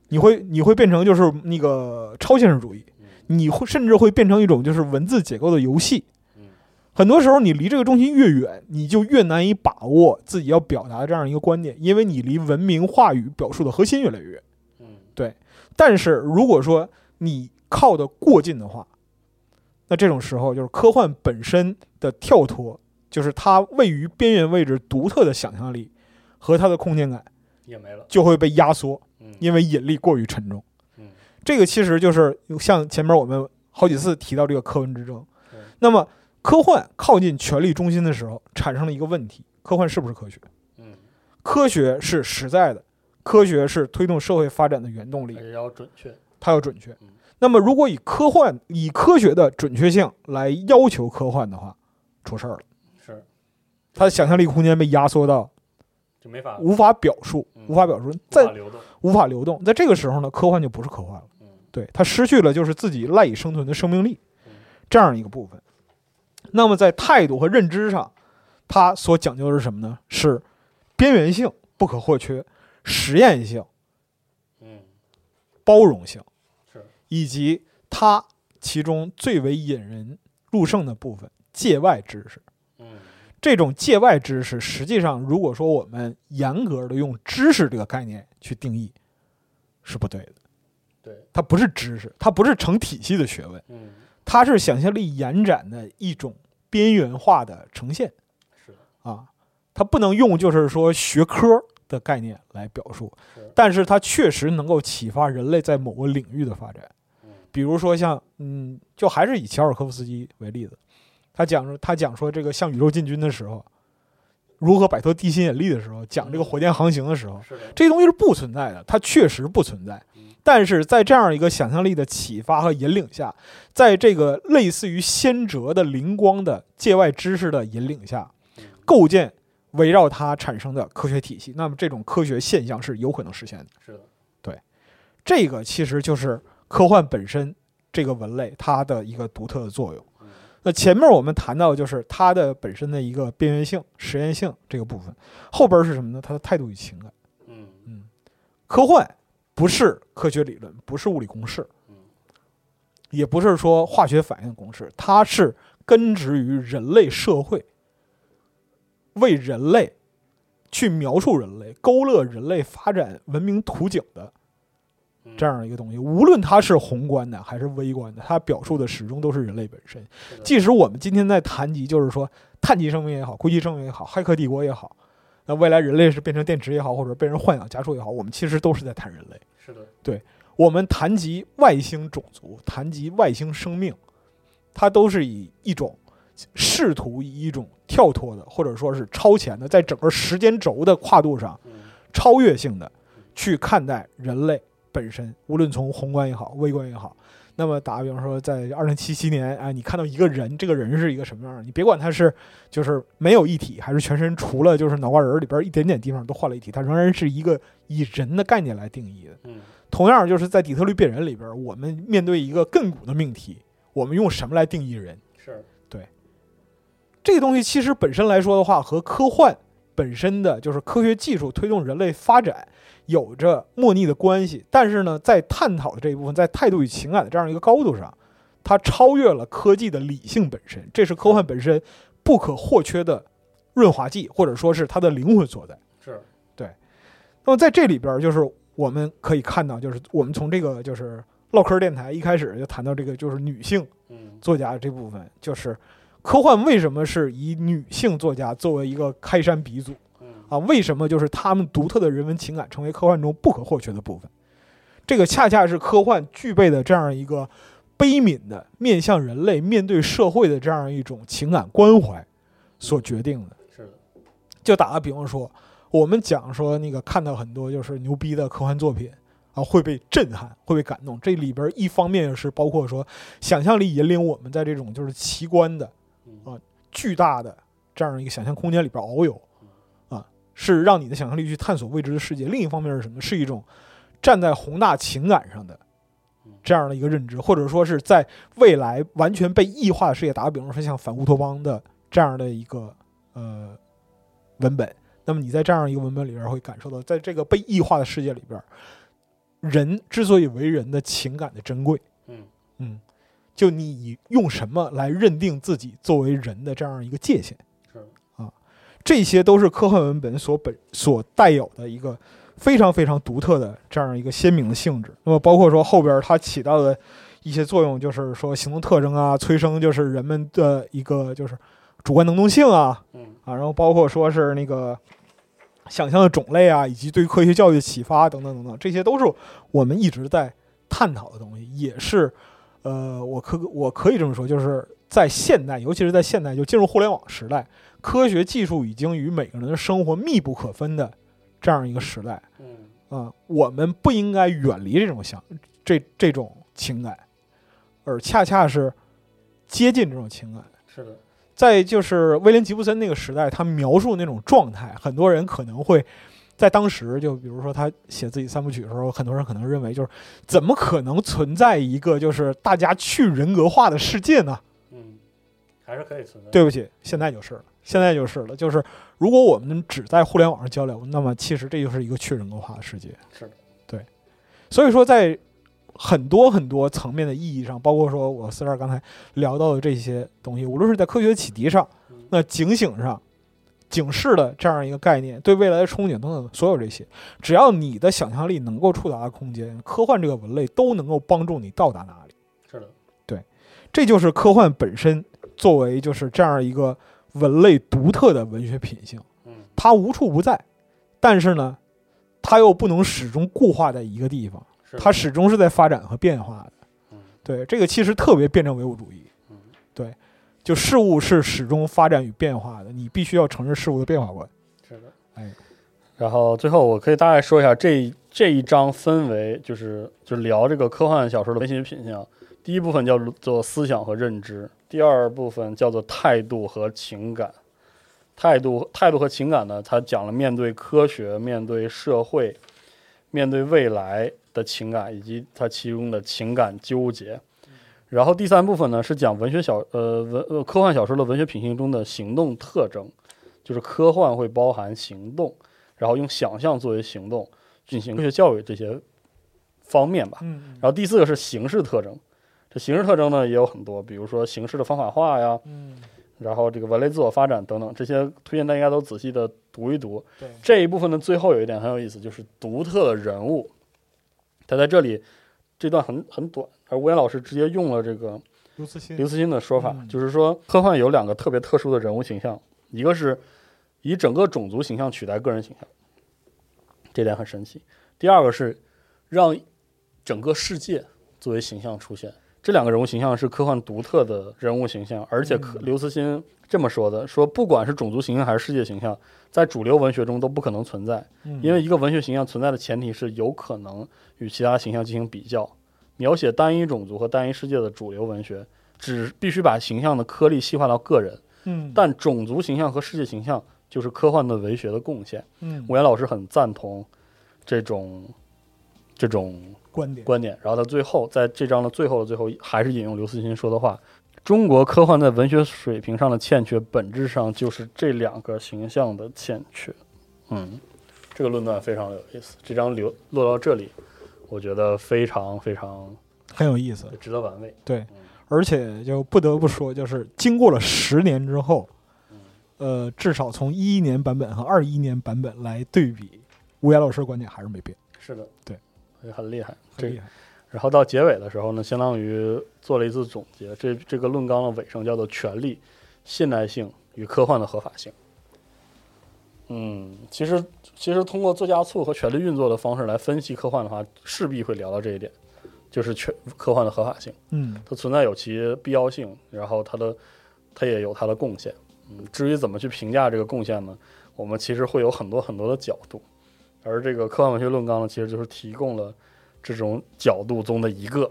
[SPEAKER 6] 你会你会变成就是那个超现实主义，你会甚至会变成一种就是文字结构的游戏。
[SPEAKER 5] 嗯
[SPEAKER 6] 很多时候，你离这个中心越远，你就越难以把握自己要表达的这样一个观点，因为你离文明话语表述的核心越来越远。
[SPEAKER 5] 嗯
[SPEAKER 6] 但是如果说你靠得过近的话，那这种时候就是科幻本身的跳脱，就是它位于边缘位置独特的想象力和它的空间感
[SPEAKER 5] 也没了，
[SPEAKER 6] 就会被压缩，
[SPEAKER 5] 嗯
[SPEAKER 6] 因为引力过于沉重。
[SPEAKER 5] 嗯
[SPEAKER 6] 这个其实就是像前面我们好几次提到这个科文之争
[SPEAKER 5] 对。
[SPEAKER 6] 那么，科幻靠近权力中心的时候，产生了一个问题：科幻是不是科学？
[SPEAKER 5] 嗯
[SPEAKER 6] 科学是实在的，科学是推动社会发展的原动力
[SPEAKER 5] 而，且要准确。
[SPEAKER 6] 它要准确
[SPEAKER 5] 嗯。
[SPEAKER 6] 那么，如果以科幻、以科学的准确性来要求科幻的话，出事儿了。
[SPEAKER 5] 是，
[SPEAKER 6] 它的想象力空间被压缩到
[SPEAKER 5] 就没法
[SPEAKER 6] 无法表述
[SPEAKER 5] 啊嗯，
[SPEAKER 6] 无法表述，
[SPEAKER 5] 无法
[SPEAKER 6] 在
[SPEAKER 5] 流动。
[SPEAKER 6] 无法流动。在这个时候呢，科幻就不是科幻了，
[SPEAKER 5] 嗯
[SPEAKER 6] 对它失去了就是自己赖以生存的生命力
[SPEAKER 5] 嗯
[SPEAKER 6] 这样一个部分。那么在态度和认知上，它所讲究的是什么呢？是边缘性不可或缺，实验性、
[SPEAKER 5] 嗯，
[SPEAKER 6] 包容性。
[SPEAKER 5] 是
[SPEAKER 6] 以及它其中最为引人入胜的部分——界外知识。
[SPEAKER 5] 嗯
[SPEAKER 6] 这种界外知识，实际上如果说我们严格的用知识这个概念去定义，是不对的。
[SPEAKER 5] 对，
[SPEAKER 6] 它不是知识，它不是成体系的学问，
[SPEAKER 5] 嗯
[SPEAKER 6] 它是想象力延展的一种边缘化的呈现
[SPEAKER 5] 是的
[SPEAKER 6] 啊。它不能用就是说学科的概念来表述
[SPEAKER 5] 是，
[SPEAKER 6] 但是它确实能够启发人类在某个领域的发展。
[SPEAKER 5] 嗯
[SPEAKER 6] 比如说像，嗯，就还是以乔尔科夫斯基为例子，他讲说他讲说这个向宇宙进军的时候，如何摆脱地心引力的时候，讲这个火箭航行的时候，
[SPEAKER 5] 是的
[SPEAKER 6] 这些东西是不存在的，它确实不存在
[SPEAKER 5] 嗯。
[SPEAKER 6] 但是在这样一个想象力的启发和引领下，在这个类似于先哲的灵光的界外知识的引领下，
[SPEAKER 5] 嗯
[SPEAKER 6] 构建围绕它产生的科学体系，那么这种科学现象是有可能实现的。
[SPEAKER 5] 是的
[SPEAKER 6] 这个其实就是科幻本身这个文类它的一个独特的作用。
[SPEAKER 5] 嗯
[SPEAKER 6] 那前面我们谈到的就是它的本身的一个边缘性、实验性这个部分，后边是什么呢？它的态度与情感。
[SPEAKER 5] 嗯
[SPEAKER 6] 嗯，科幻不是科学理论，不是物理公式，
[SPEAKER 5] 嗯
[SPEAKER 6] 也不是说化学反应公式，它是根植于人类社会，为人类去描述人类、勾勒人类发展文明图景的
[SPEAKER 5] 嗯
[SPEAKER 6] 这样一个东西，无论它是宏观的还是微观的，它表述的始终都是人类本身。
[SPEAKER 5] 是的
[SPEAKER 6] 即使我们今天在谈及，就是说碳基生命也好，硅基生命也好，骇客帝国也好，那未来人类是变成电池也好，或者被人豢养家畜也好，我们其实都是在谈人类。
[SPEAKER 5] 是的
[SPEAKER 6] 我们谈及外星种族，谈及外星生命，它都是以一种试图以一种跳脱的，或者说是超前的，在整个时间轴的跨度上
[SPEAKER 5] 嗯
[SPEAKER 6] 超越性的去看待人类本身，无论从宏观也好，微观也好。那么打个比方说，在二零七七年，哎，你看到一个人，这个人是一个什么样的？你别管他是就是没有一体，还是全身除了就是脑瓜仁儿里边一点点地方都换了一体，他仍然是一个以人的概念来定义的。
[SPEAKER 5] 嗯
[SPEAKER 6] 同样，就是在底特律变人里边，我们面对一个亘古的命题，我们用什么来定义人？
[SPEAKER 5] 是
[SPEAKER 6] 这个东西其实本身来说的话，和科幻本身的就是科学技术推动人类发展有着莫逆的关系。但是呢，在探讨的这一部分，在态度与情感的这样一个高度上，它超越了科技的理性本身，这是科幻本身不可或缺的润滑剂，或者说是它的灵魂所在。
[SPEAKER 5] 是
[SPEAKER 6] 那么在这里边儿，就是我们可以看到，就是我们从这个就是唠嗑儿电台一开始就谈到这个就是女性
[SPEAKER 5] 嗯
[SPEAKER 6] 作家这部分，就是科幻为什么是以女性作家作为一个开山鼻祖
[SPEAKER 5] 嗯
[SPEAKER 6] 啊？为什么就是她们独特的人文情感成为科幻中不可或缺的部分？这个恰恰是科幻具备的这样一个悲悯的面向人类、面对社会的这样一种情感关怀所决定的。
[SPEAKER 5] 是的
[SPEAKER 6] 就打个比方说，我们讲说那个看到很多就是牛逼的科幻作品啊，会被震撼，会被感动。这里边一方面是包括说想象力引领我们在这种就是奇观的
[SPEAKER 5] 嗯
[SPEAKER 6] 啊巨大的这样一个想象空间里边遨游啊，是让你的想象力去探索未知的世界。另一方面是什么？是一种站在宏大情感上的
[SPEAKER 5] 嗯。
[SPEAKER 6] 这样的一个认知，或者说是在未来完全被异化的世界，打个比方说像反乌托邦的这样的一个呃文本。那么你在这样一个文本里边儿会感受到，在这个被异化的世界里边儿，人之所以为人的情感的珍贵，
[SPEAKER 5] 嗯
[SPEAKER 6] 嗯，就你以用什么来认定自己作为人的这样一个界限
[SPEAKER 5] 是的
[SPEAKER 6] 啊，这些都是科幻文本所本所带有的一个非常非常独特的这样一个鲜明的性质。那么包括说后边儿它起到的一些作用，就是说行动特征啊，催生就是人们的一个就是主观能动性啊，
[SPEAKER 5] 嗯
[SPEAKER 6] 啊，然后包括说是那个想象的种类啊，以及对科学教育的启发等等等等，这些都是我们一直在探讨的东西，也是呃，我可我可以这么说，就是在现代，尤其是在现代就进入互联网时代，科学技术已经与每个人的生活密不可分的这样一个时代，
[SPEAKER 5] 嗯
[SPEAKER 6] 啊，我们不应该远离这种想这这种情感，而恰恰是接近这种情感。
[SPEAKER 5] 是的，
[SPEAKER 6] 在就是威廉吉布森那个时代，他描述那种状态，很多人可能会在当时，就比如说他写自己三部曲的时候，很多人可能认为就是怎么可能存在一个就是大家去人格化的世界呢？
[SPEAKER 5] 嗯，还是可以存在。
[SPEAKER 6] 对不起，现在就是了，现在就是了，就是如果我们只在互联网上交流，那么其实这就是一个去人格化的世界。
[SPEAKER 5] 是的，
[SPEAKER 6] 对，所以说在很多很多层面的意义上，包括说我四十二刚才聊到的这些东西，无论是在科学启迪上
[SPEAKER 5] 嗯，
[SPEAKER 6] 那警醒上。警示的这样一个概念，对未来的憧憬等等，所有这些，只要你的想象力能够触达的空间，科幻这个文类都能够帮助你到达哪里。
[SPEAKER 5] 是的，
[SPEAKER 6] 这就是科幻本身作为就是这样一个文类独特的文学品性，
[SPEAKER 5] 嗯，
[SPEAKER 6] 它无处不在，但是呢，它又不能始终固化在一个地方，
[SPEAKER 5] 是的
[SPEAKER 6] 它始终是在发展和变化的。
[SPEAKER 5] 嗯
[SPEAKER 6] 对，这个其实特别辩证唯物主义。
[SPEAKER 5] 嗯
[SPEAKER 6] 对，就事物是始终发展与变化的，你必须要承认事物的变化观。
[SPEAKER 5] 是的，
[SPEAKER 6] 哎。
[SPEAKER 5] 然后最后我可以大概说一下这这一章分为就是就是聊这个科幻小说的文学品性，啊第一部分叫做思想和认知，第二部分叫做态度和情感。态度态度和情感呢，它讲了面对科学、面对社会、面对未来的情感，以及它其中的情感纠结。然后第三部分呢是讲文学小呃文呃科幻小说的文学品性中的行动特征，就是科幻会包含行动，然后用想象作为行动进行科学教育这些方面吧。
[SPEAKER 6] 嗯
[SPEAKER 5] 然后第四个是形式特征，这形式特征呢也有很多，比如说形式的方法化呀，
[SPEAKER 6] 嗯，
[SPEAKER 5] 然后这个文类自我发展等等，这些推荐大家都仔细的读一读。
[SPEAKER 6] 对，
[SPEAKER 5] 这一部分的最后有一点很有意思，就是独特的人物，他在这里这段很很短，而吴岩老师直接用了这个
[SPEAKER 6] 刘慈欣
[SPEAKER 5] 刘慈欣的说法，
[SPEAKER 6] 嗯
[SPEAKER 5] 就是说科幻有两个特别特殊的人物形象，一个是以整个种族形象取代个人形象，这点很神奇；第二个是让整个世界作为形象出现。这两个人物形象是科幻独特的人物形象，而且科
[SPEAKER 6] 嗯
[SPEAKER 5] 刘慈欣这么说的：说不管是种族形象还是世界形象，在主流文学中都不可能存在，
[SPEAKER 6] 嗯
[SPEAKER 5] 因为一个文学形象存在的前提是有可能与其他形象进行比较。描写单一种族和单一世界的主流文学，只必须把形象的颗粒细化到个人，
[SPEAKER 6] 嗯，
[SPEAKER 5] 但种族形象和世界形象就是科幻的文学的贡献。
[SPEAKER 6] 嗯
[SPEAKER 5] 吴岩老师很赞同这种这种
[SPEAKER 6] 观点
[SPEAKER 5] 观点。然后他最后在这章的最后的最后，还是引用刘慈欣说的话：“中国科幻在文学水平上的欠缺，本质上就是这两个形象的欠缺。”嗯，这个论断非常有意思。这章留落到这里，我觉得非常非常
[SPEAKER 6] 很有意思。
[SPEAKER 5] 值得玩味。
[SPEAKER 6] 对，而且就不得不说，就是经过了十年之后，呃，至少从一一年版本和二一年版本来对比，吴岩老师的观点还是没变，
[SPEAKER 5] 是的，
[SPEAKER 6] 对，
[SPEAKER 5] 也很厉害。
[SPEAKER 6] 很
[SPEAKER 5] 这
[SPEAKER 6] 厉害。
[SPEAKER 5] 然后到结尾的时候呢，相当于做了一次总结。这这个论纲的尾声叫做“权力、信赖性与科幻的合法性”。嗯，其实其实通过作家促和权力运作的方式来分析科幻的话，势必会聊到这一点，就是权科幻的合法性，
[SPEAKER 6] 嗯，
[SPEAKER 5] 它存在有其必要性，然后它的它也有它的贡献。嗯，至于怎么去评价这个贡献呢？我们其实会有很多很多的角度，而这个科幻文学论纲呢，其实就是提供了这种角度中的一个。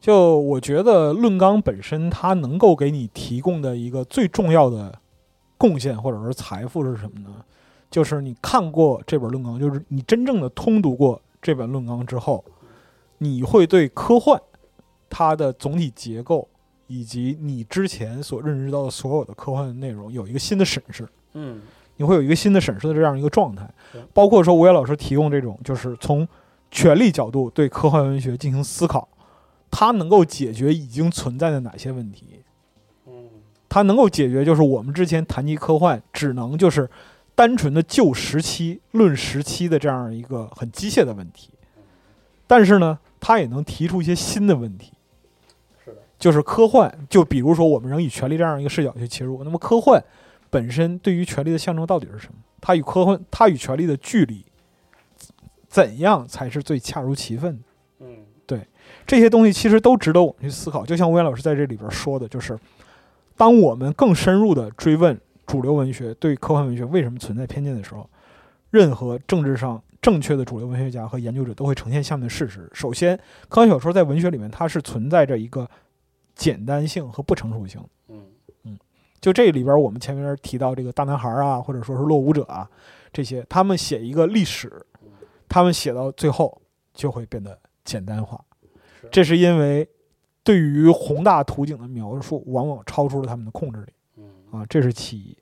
[SPEAKER 6] 就我觉得论纲本身它能够给你提供的一个最重要的贡献或者是财富是什么呢？就是你看过这本论纲，就是你真正的通读过这本论纲之后，你会对科幻它的总体结构以及你之前所认知到的所有的科幻的内容有一个新的审视。
[SPEAKER 5] 嗯，
[SPEAKER 6] 你会有一个新的审视的这样一个状态
[SPEAKER 5] 对，
[SPEAKER 6] 包括说吴越老师提供这种就是从权力角度对科幻文学进行思考，它能够解决已经存在的哪些问题？
[SPEAKER 5] 嗯，
[SPEAKER 6] 它能够解决就是我们之前谈及科幻只能就是单纯的就时期论时期的这样一个很机械的问题，但是呢，它也能提出一些新的问题。
[SPEAKER 5] 是的，
[SPEAKER 6] 就是科幻，就比如说我们仍以权力这样一个视角去切入，那么科幻本身对于权力的象征到底是什么？它与科幻，它与权力的距离怎样才是最恰如其分的？
[SPEAKER 5] 嗯，
[SPEAKER 6] 这些东西其实都值得我们去思考。就像吴岩老师在这里边说的，就是当我们更深入的追问主流文学对科幻文学为什么存在偏见的时候，任何政治上、正确的主流文学家和研究者都会呈现下面的事实：首先，科幻小说在文学里面它是存在着一个简单性和不成熟性。
[SPEAKER 5] 嗯
[SPEAKER 6] 就这里边，我们前面提到这个大男孩啊，或者说是落伍者啊，这些他们写一个历史，他们写到最后就会变得简单化
[SPEAKER 5] 是，
[SPEAKER 6] 这是因为对于宏大图景的描述往往超出了他们的控制力。
[SPEAKER 5] 嗯
[SPEAKER 6] 啊，这是其一。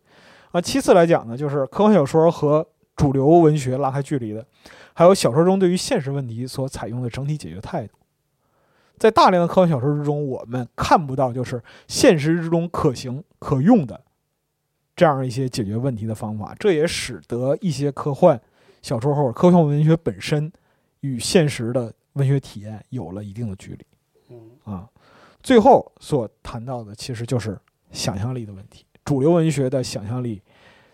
[SPEAKER 6] 啊，其次来讲呢，就是科幻小说和主流文学拉开距离的，还有小说中对于现实问题所采用的整体解决态度。在大量的科幻小说之中，我们看不到就是现实之中可行可用的这样一些解决问题的方法，这也使得一些科幻小说或者科幻文学本身与现实的文学体验有了一定的距离。
[SPEAKER 5] 嗯
[SPEAKER 6] 啊。最后所谈到的其实就是想象力的问题。主流文学的想象力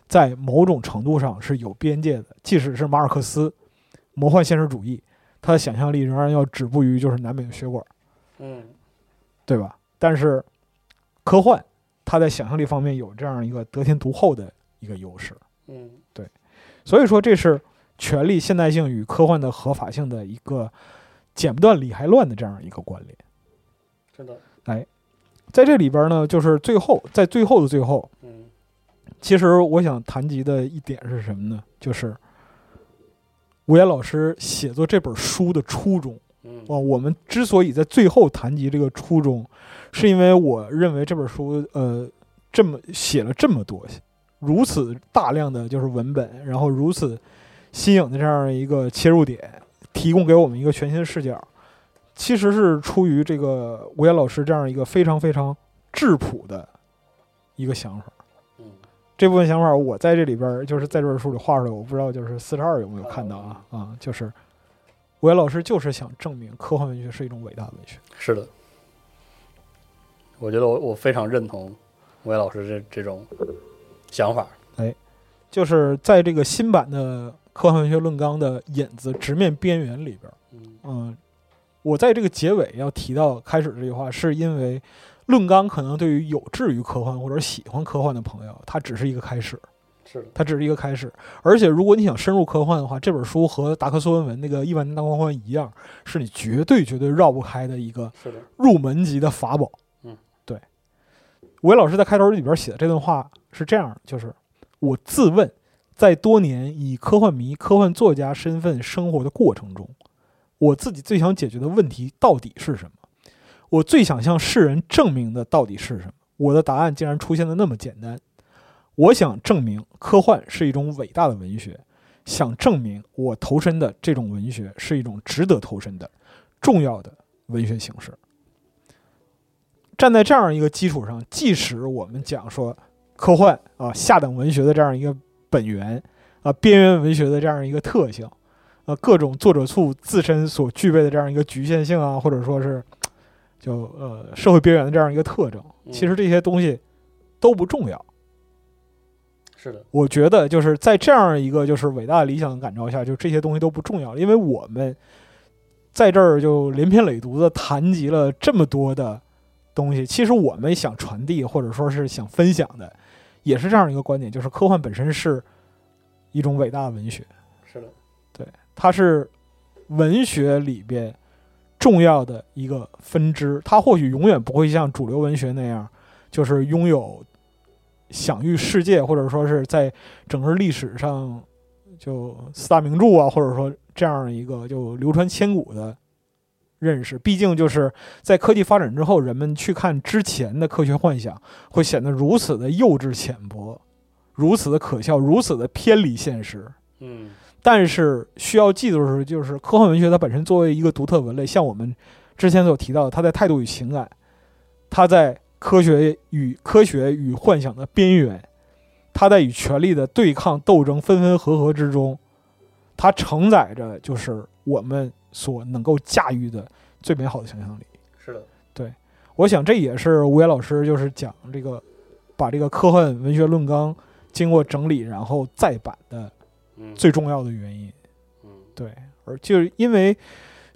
[SPEAKER 6] 在某种程度上是有边界的，即使是马尔克斯魔幻现实主义，他的想象力仍然要止步于就是南美的血管，
[SPEAKER 5] 嗯
[SPEAKER 6] 对吧？但是科幻，它在想象力方面有这样一个得天独厚的一个优势。
[SPEAKER 5] 嗯
[SPEAKER 6] 所以说，这是权力现代性与科幻的合法性的一个剪不断理还乱的这样一个关联。
[SPEAKER 5] 是的，
[SPEAKER 6] 在这里边呢，就是最后，在最后的最后，
[SPEAKER 5] 嗯
[SPEAKER 6] 其实我想谈及的一点是什么呢？就是吴岩老师写作这本书的初衷
[SPEAKER 5] 嗯
[SPEAKER 6] 啊。我们之所以在最后谈及这个初衷，是因为我认为这本书呃这么写了这么多，如此大量的就是文本，然后如此新颖的这样一个切入点，提供给我们一个全新的视角，其实是出于这个吴岩老师这样一个非常非常质朴的一个想法。
[SPEAKER 5] 嗯
[SPEAKER 6] 这部分想法，我在这里边儿就是在这本书里画出来，我不知道就是四十二有没有看到啊啊，就是吴岩老师就是想证明科幻文学是一种伟大的文学，
[SPEAKER 5] 是的，我觉得我我非常认同吴岩老师这这种想法。
[SPEAKER 6] 就是在这个新版的科幻文学论纲的引子直面边缘里边儿，
[SPEAKER 5] 嗯
[SPEAKER 6] 嗯，我在这个结尾要提到开始这句话，是因为论纲可能对于有志于科幻或者喜欢科幻的朋友，它只是一个开始，
[SPEAKER 5] 是的，
[SPEAKER 6] 它只是一个开始。而且，如果你想深入科幻的话，这本书和达克苏文文那个《亿万年大狂欢》一样，是你绝对绝对绕不开的一个
[SPEAKER 5] 是的，
[SPEAKER 6] 入门级的法宝。
[SPEAKER 5] 嗯，
[SPEAKER 6] 对。韦老师在开头里边写的这段话是这样的：就是我自问，在多年以科幻迷、科幻作家身份生活的过程中，我自己最想解决的问题到底是什么？我最想向世人证明的到底是什么？我的答案竟然出现的那么简单。我想证明科幻是一种伟大的文学，想证明我投身的这种文学是一种值得投身的、重要的文学形式。站在这样一个基础上，即使我们讲说科幻啊、下等文学的这样一个本源啊、边缘文学的这样一个特性啊、各种作者处自身所具备的这样一个局限性啊，或者说是就呃社会边缘的这样一个特征，
[SPEAKER 5] 嗯
[SPEAKER 6] 其实这些东西都不重要。
[SPEAKER 5] 是的，
[SPEAKER 6] 我觉得就是在这样一个就是伟大理想的感召下，就这些东西都不重要了，因为我们在这儿就连篇累牍的谈及了这么多的东西。其实我们想传递或者说是想分享的，也是这样一个观点，就是科幻本身是一种伟大的文学，
[SPEAKER 5] 是的，
[SPEAKER 6] 它是文学里边重要的一个分支。它或许永远不会像主流文学那样，就是拥有享誉世界，或者说是在整个历史上就四大名著啊，或者说这样一个就流传千古的。认识，毕竟就是在科技发展之后，人们去看之前的科学幻想，会显得如此的幼稚浅薄，如此的可笑，如此的偏离现实。
[SPEAKER 5] 嗯
[SPEAKER 6] 但是需要记住的是，就是科幻文学它本身作为一个独特文类，像我们之前所提到的，它在态度与情感，它在科学与科学与幻想的边缘，它在与权力的对抗斗争分分合合之中，它承载着就是我们所能够驾驭的最美好的想象力。
[SPEAKER 5] 是的，
[SPEAKER 6] 我想这也是吴岩老师就是讲这个，把这个科幻文学论纲经过整理然后再版的
[SPEAKER 5] 嗯
[SPEAKER 6] 最重要的原因。
[SPEAKER 5] 嗯
[SPEAKER 6] 对，而就是因为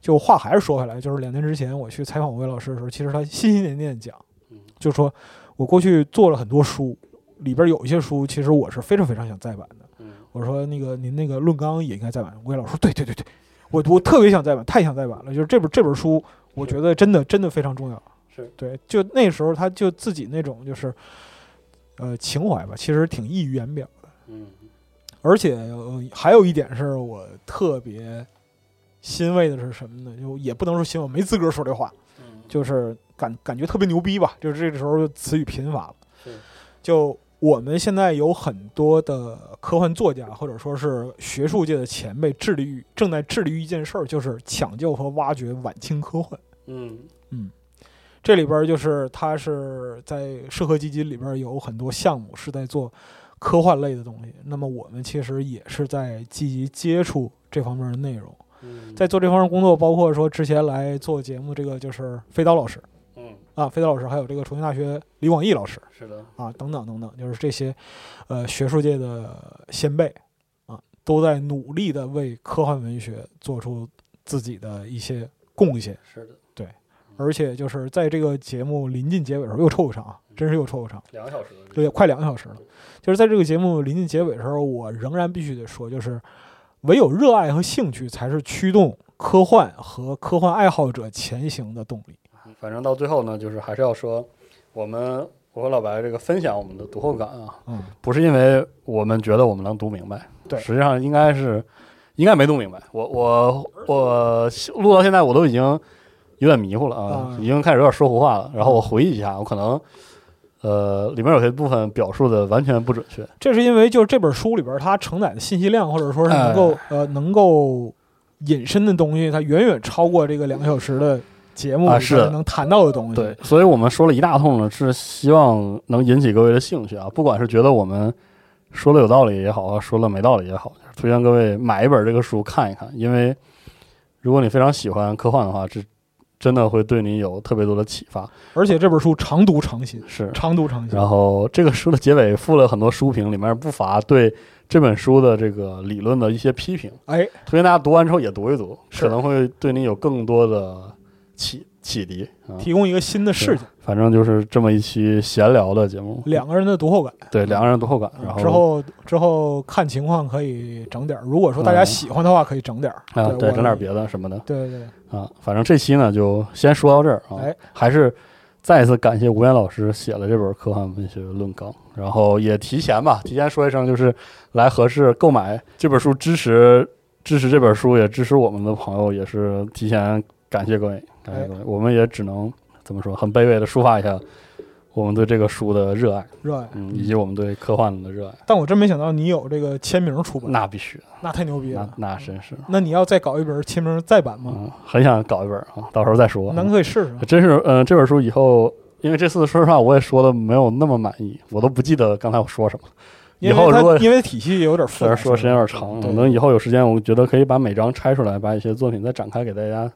[SPEAKER 6] 就话还是说回来，就是两年之前我去采访魏老师的时候，其实他心心念念讲，
[SPEAKER 5] 嗯
[SPEAKER 6] 就说我过去做了很多书，里边有一些书其实我是非常非常想再版的，
[SPEAKER 5] 嗯
[SPEAKER 6] 我说那个您那个论纲也应该再版。吴越老师说对对对对，我我特别想再版，太想再版了。就是这本这本书，我觉得真的真的非常重要。
[SPEAKER 5] 是
[SPEAKER 6] 对，就那时候他就自己那种就是，呃，情怀吧，其实挺溢于言表的。
[SPEAKER 5] 嗯
[SPEAKER 6] 而且、呃还有一点是我特别欣慰的是什么呢？就也不能说欣慰，我没资格说这话，
[SPEAKER 5] 嗯，
[SPEAKER 6] 就是感感觉特别牛逼吧，就是这个时候词语贫乏了
[SPEAKER 5] 是。
[SPEAKER 6] 就我们现在有很多的科幻作家或者说是学术界的前辈，致力于正在致力于一件事儿，就是抢救和挖掘晚清科幻。
[SPEAKER 5] 嗯
[SPEAKER 6] 这里边儿就是它是在社科基金里边儿有很多项目是在做科幻类的东西，那么我们其实也是在积极接触这方面的内容，
[SPEAKER 5] 嗯，
[SPEAKER 6] 在做这方面工作，包括说之前来做节目这个就是飞刀老师
[SPEAKER 5] 嗯
[SPEAKER 6] 啊，飞刀老师还有这个重庆大学李广义老师
[SPEAKER 5] 是的，
[SPEAKER 6] 啊等等等等，就是这些呃学术界的先辈啊，都在努力的为科幻文学做出自己的一些贡献。
[SPEAKER 5] 是的，
[SPEAKER 6] 而且就是在这个节目临近结尾的时候又抽个场啊，
[SPEAKER 5] 嗯
[SPEAKER 6] 真是又抽个场，
[SPEAKER 5] 两个小时，
[SPEAKER 6] 对，快两个小时了。就是在这个节目临近结尾的时候，我仍然必须得说，就是唯有热爱和兴趣才是驱动科幻和科幻爱好者前行的动力。
[SPEAKER 5] 反正到最后呢，就是还是要说，我们我和老白这个分享我们的读后感啊，
[SPEAKER 6] 嗯，
[SPEAKER 5] 不是因为我们觉得我们能读明白，
[SPEAKER 6] 对
[SPEAKER 5] 实际上应该是应该没读明白。我我我录到现在我都已经有点迷糊了啊，
[SPEAKER 6] 啊
[SPEAKER 5] 已经开始有点说胡话了。然后我回忆一下，我可能呃里面有些部分表述的完全不准确，
[SPEAKER 6] 这是因为就是这本书里边它承载的信息量，或者说是
[SPEAKER 5] 哎
[SPEAKER 6] 能够、呃能够引申的东西，它远远超过这个两个小时的节目
[SPEAKER 5] 啊
[SPEAKER 6] 里
[SPEAKER 5] 是的
[SPEAKER 6] 边能谈到的东西。
[SPEAKER 5] 对，所以我们说了一大通呢，是希望能引起各位的兴趣啊，不管是觉得我们说的有道理也好，啊，说了没道理也好，推荐各位买一本这个书看一看，因为如果你非常喜欢科幻的话，这真的会对你有特别多的启发。
[SPEAKER 6] 而且这本书常读常新，
[SPEAKER 5] 是，
[SPEAKER 6] 常读常新。
[SPEAKER 5] 然后这个书的结尾附了很多书评，里面不乏对这本书的这个理论的一些批评，
[SPEAKER 6] 哎，
[SPEAKER 5] 推荐大家读完之后也读一读，
[SPEAKER 6] 是
[SPEAKER 5] 可能会对你有更多的启启迪啊。
[SPEAKER 6] 提供一个新的视角，
[SPEAKER 5] 反正就是这么一期闲聊的节目，
[SPEAKER 6] 两个人的读后感。
[SPEAKER 5] 对两个人读后感，然后
[SPEAKER 6] 嗯之后之后看情况可以整点儿，如果说大家
[SPEAKER 5] 嗯
[SPEAKER 6] 喜欢的话，可以整点儿。
[SPEAKER 5] 啊，
[SPEAKER 6] 对，
[SPEAKER 5] 对，
[SPEAKER 6] 我
[SPEAKER 5] 整点别的什么的
[SPEAKER 6] 对对对，
[SPEAKER 5] 啊，反正这期呢就先说到这儿啊
[SPEAKER 6] 哎，
[SPEAKER 5] 还是再一次感谢吴岩老师写了这本科幻文学论纲，然后也提前吧，提前说一声，就是来合适购买这本书，支持支持这本书，也支持我们的朋友，也是提前感谢各位，感
[SPEAKER 6] 哎
[SPEAKER 5] 谢各位，我们也只能怎么说，很卑微的抒发一下我们对这个书的热爱，
[SPEAKER 6] 热爱。
[SPEAKER 5] 嗯，以及我们对科幻的热爱，
[SPEAKER 6] 但我真没想到你有这个签名出版，
[SPEAKER 5] 那必须的。
[SPEAKER 6] 那太牛逼
[SPEAKER 5] 那
[SPEAKER 6] 了。
[SPEAKER 5] 那真是，
[SPEAKER 6] 那你要再搞一本签名再版吗？
[SPEAKER 5] 嗯，很想搞一本啊，到时候再说。
[SPEAKER 6] 咱可以试试啊。
[SPEAKER 5] 真是，嗯、这本书以后，因为这次说实话我也说的没有那么满意，我都不记得刚才我说什么。以
[SPEAKER 6] 因
[SPEAKER 5] 后
[SPEAKER 6] 为
[SPEAKER 5] 如果
[SPEAKER 6] 它因为体系有点复
[SPEAKER 5] 虽
[SPEAKER 6] 杂，
[SPEAKER 5] 然说时间有点长，啊
[SPEAKER 6] 对
[SPEAKER 5] 可能以后有时间，我觉得可以把每章拆出来，把一些作品再展开给大家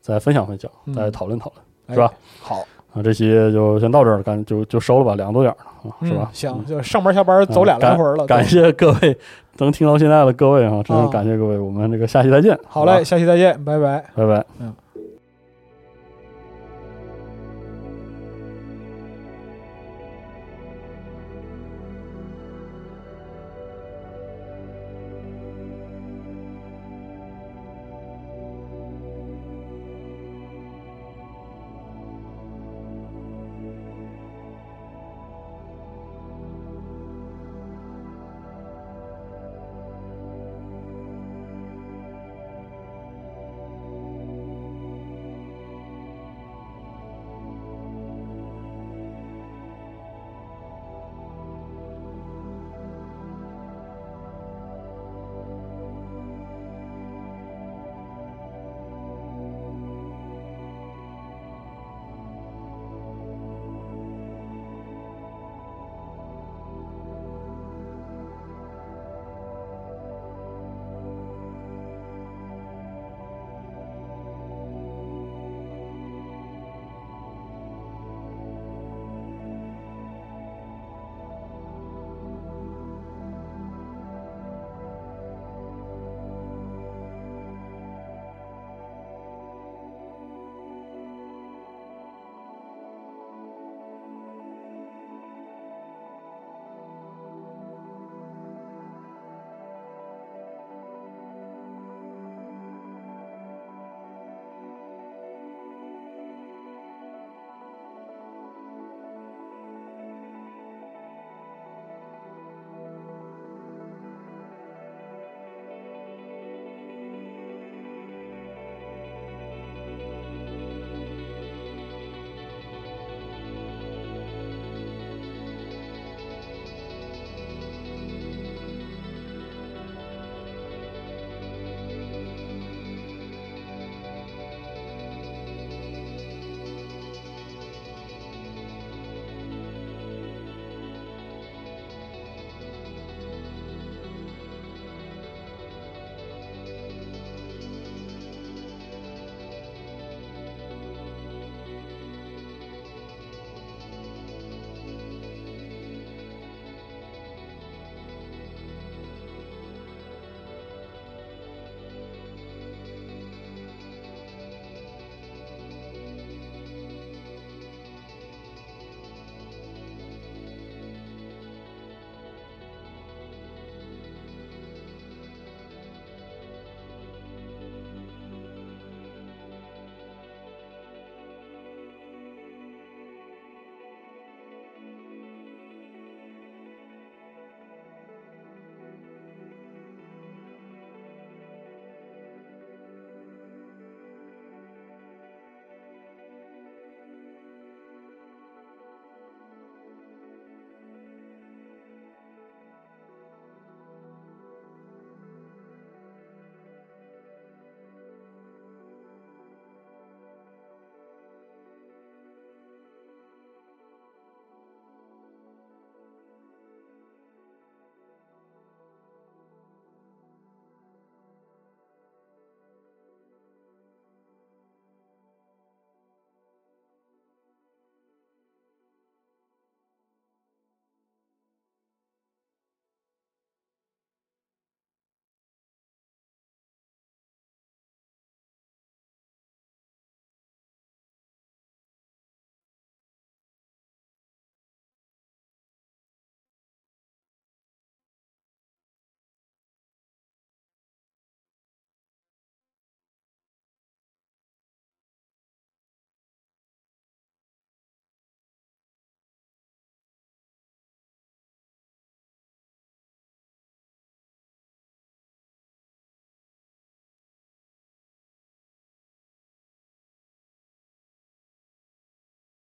[SPEAKER 5] 再分享分享，
[SPEAKER 6] 嗯
[SPEAKER 5] 再讨论讨论。
[SPEAKER 6] 哎
[SPEAKER 5] 是吧？
[SPEAKER 6] 好，
[SPEAKER 5] 啊，这期就先到这儿，干就就收了吧，两个多点儿了，啊，是吧嗯
[SPEAKER 6] 嗯？行，就上班下班走俩来回了。
[SPEAKER 5] 感
[SPEAKER 6] 对
[SPEAKER 5] 谢各位能听到现在的各位啊，真是
[SPEAKER 6] 啊
[SPEAKER 5] 感谢各位，我们这个下期再见。
[SPEAKER 6] 好
[SPEAKER 5] 吧
[SPEAKER 6] 嘞，，下期再见，拜拜。
[SPEAKER 5] 拜拜。
[SPEAKER 6] 嗯。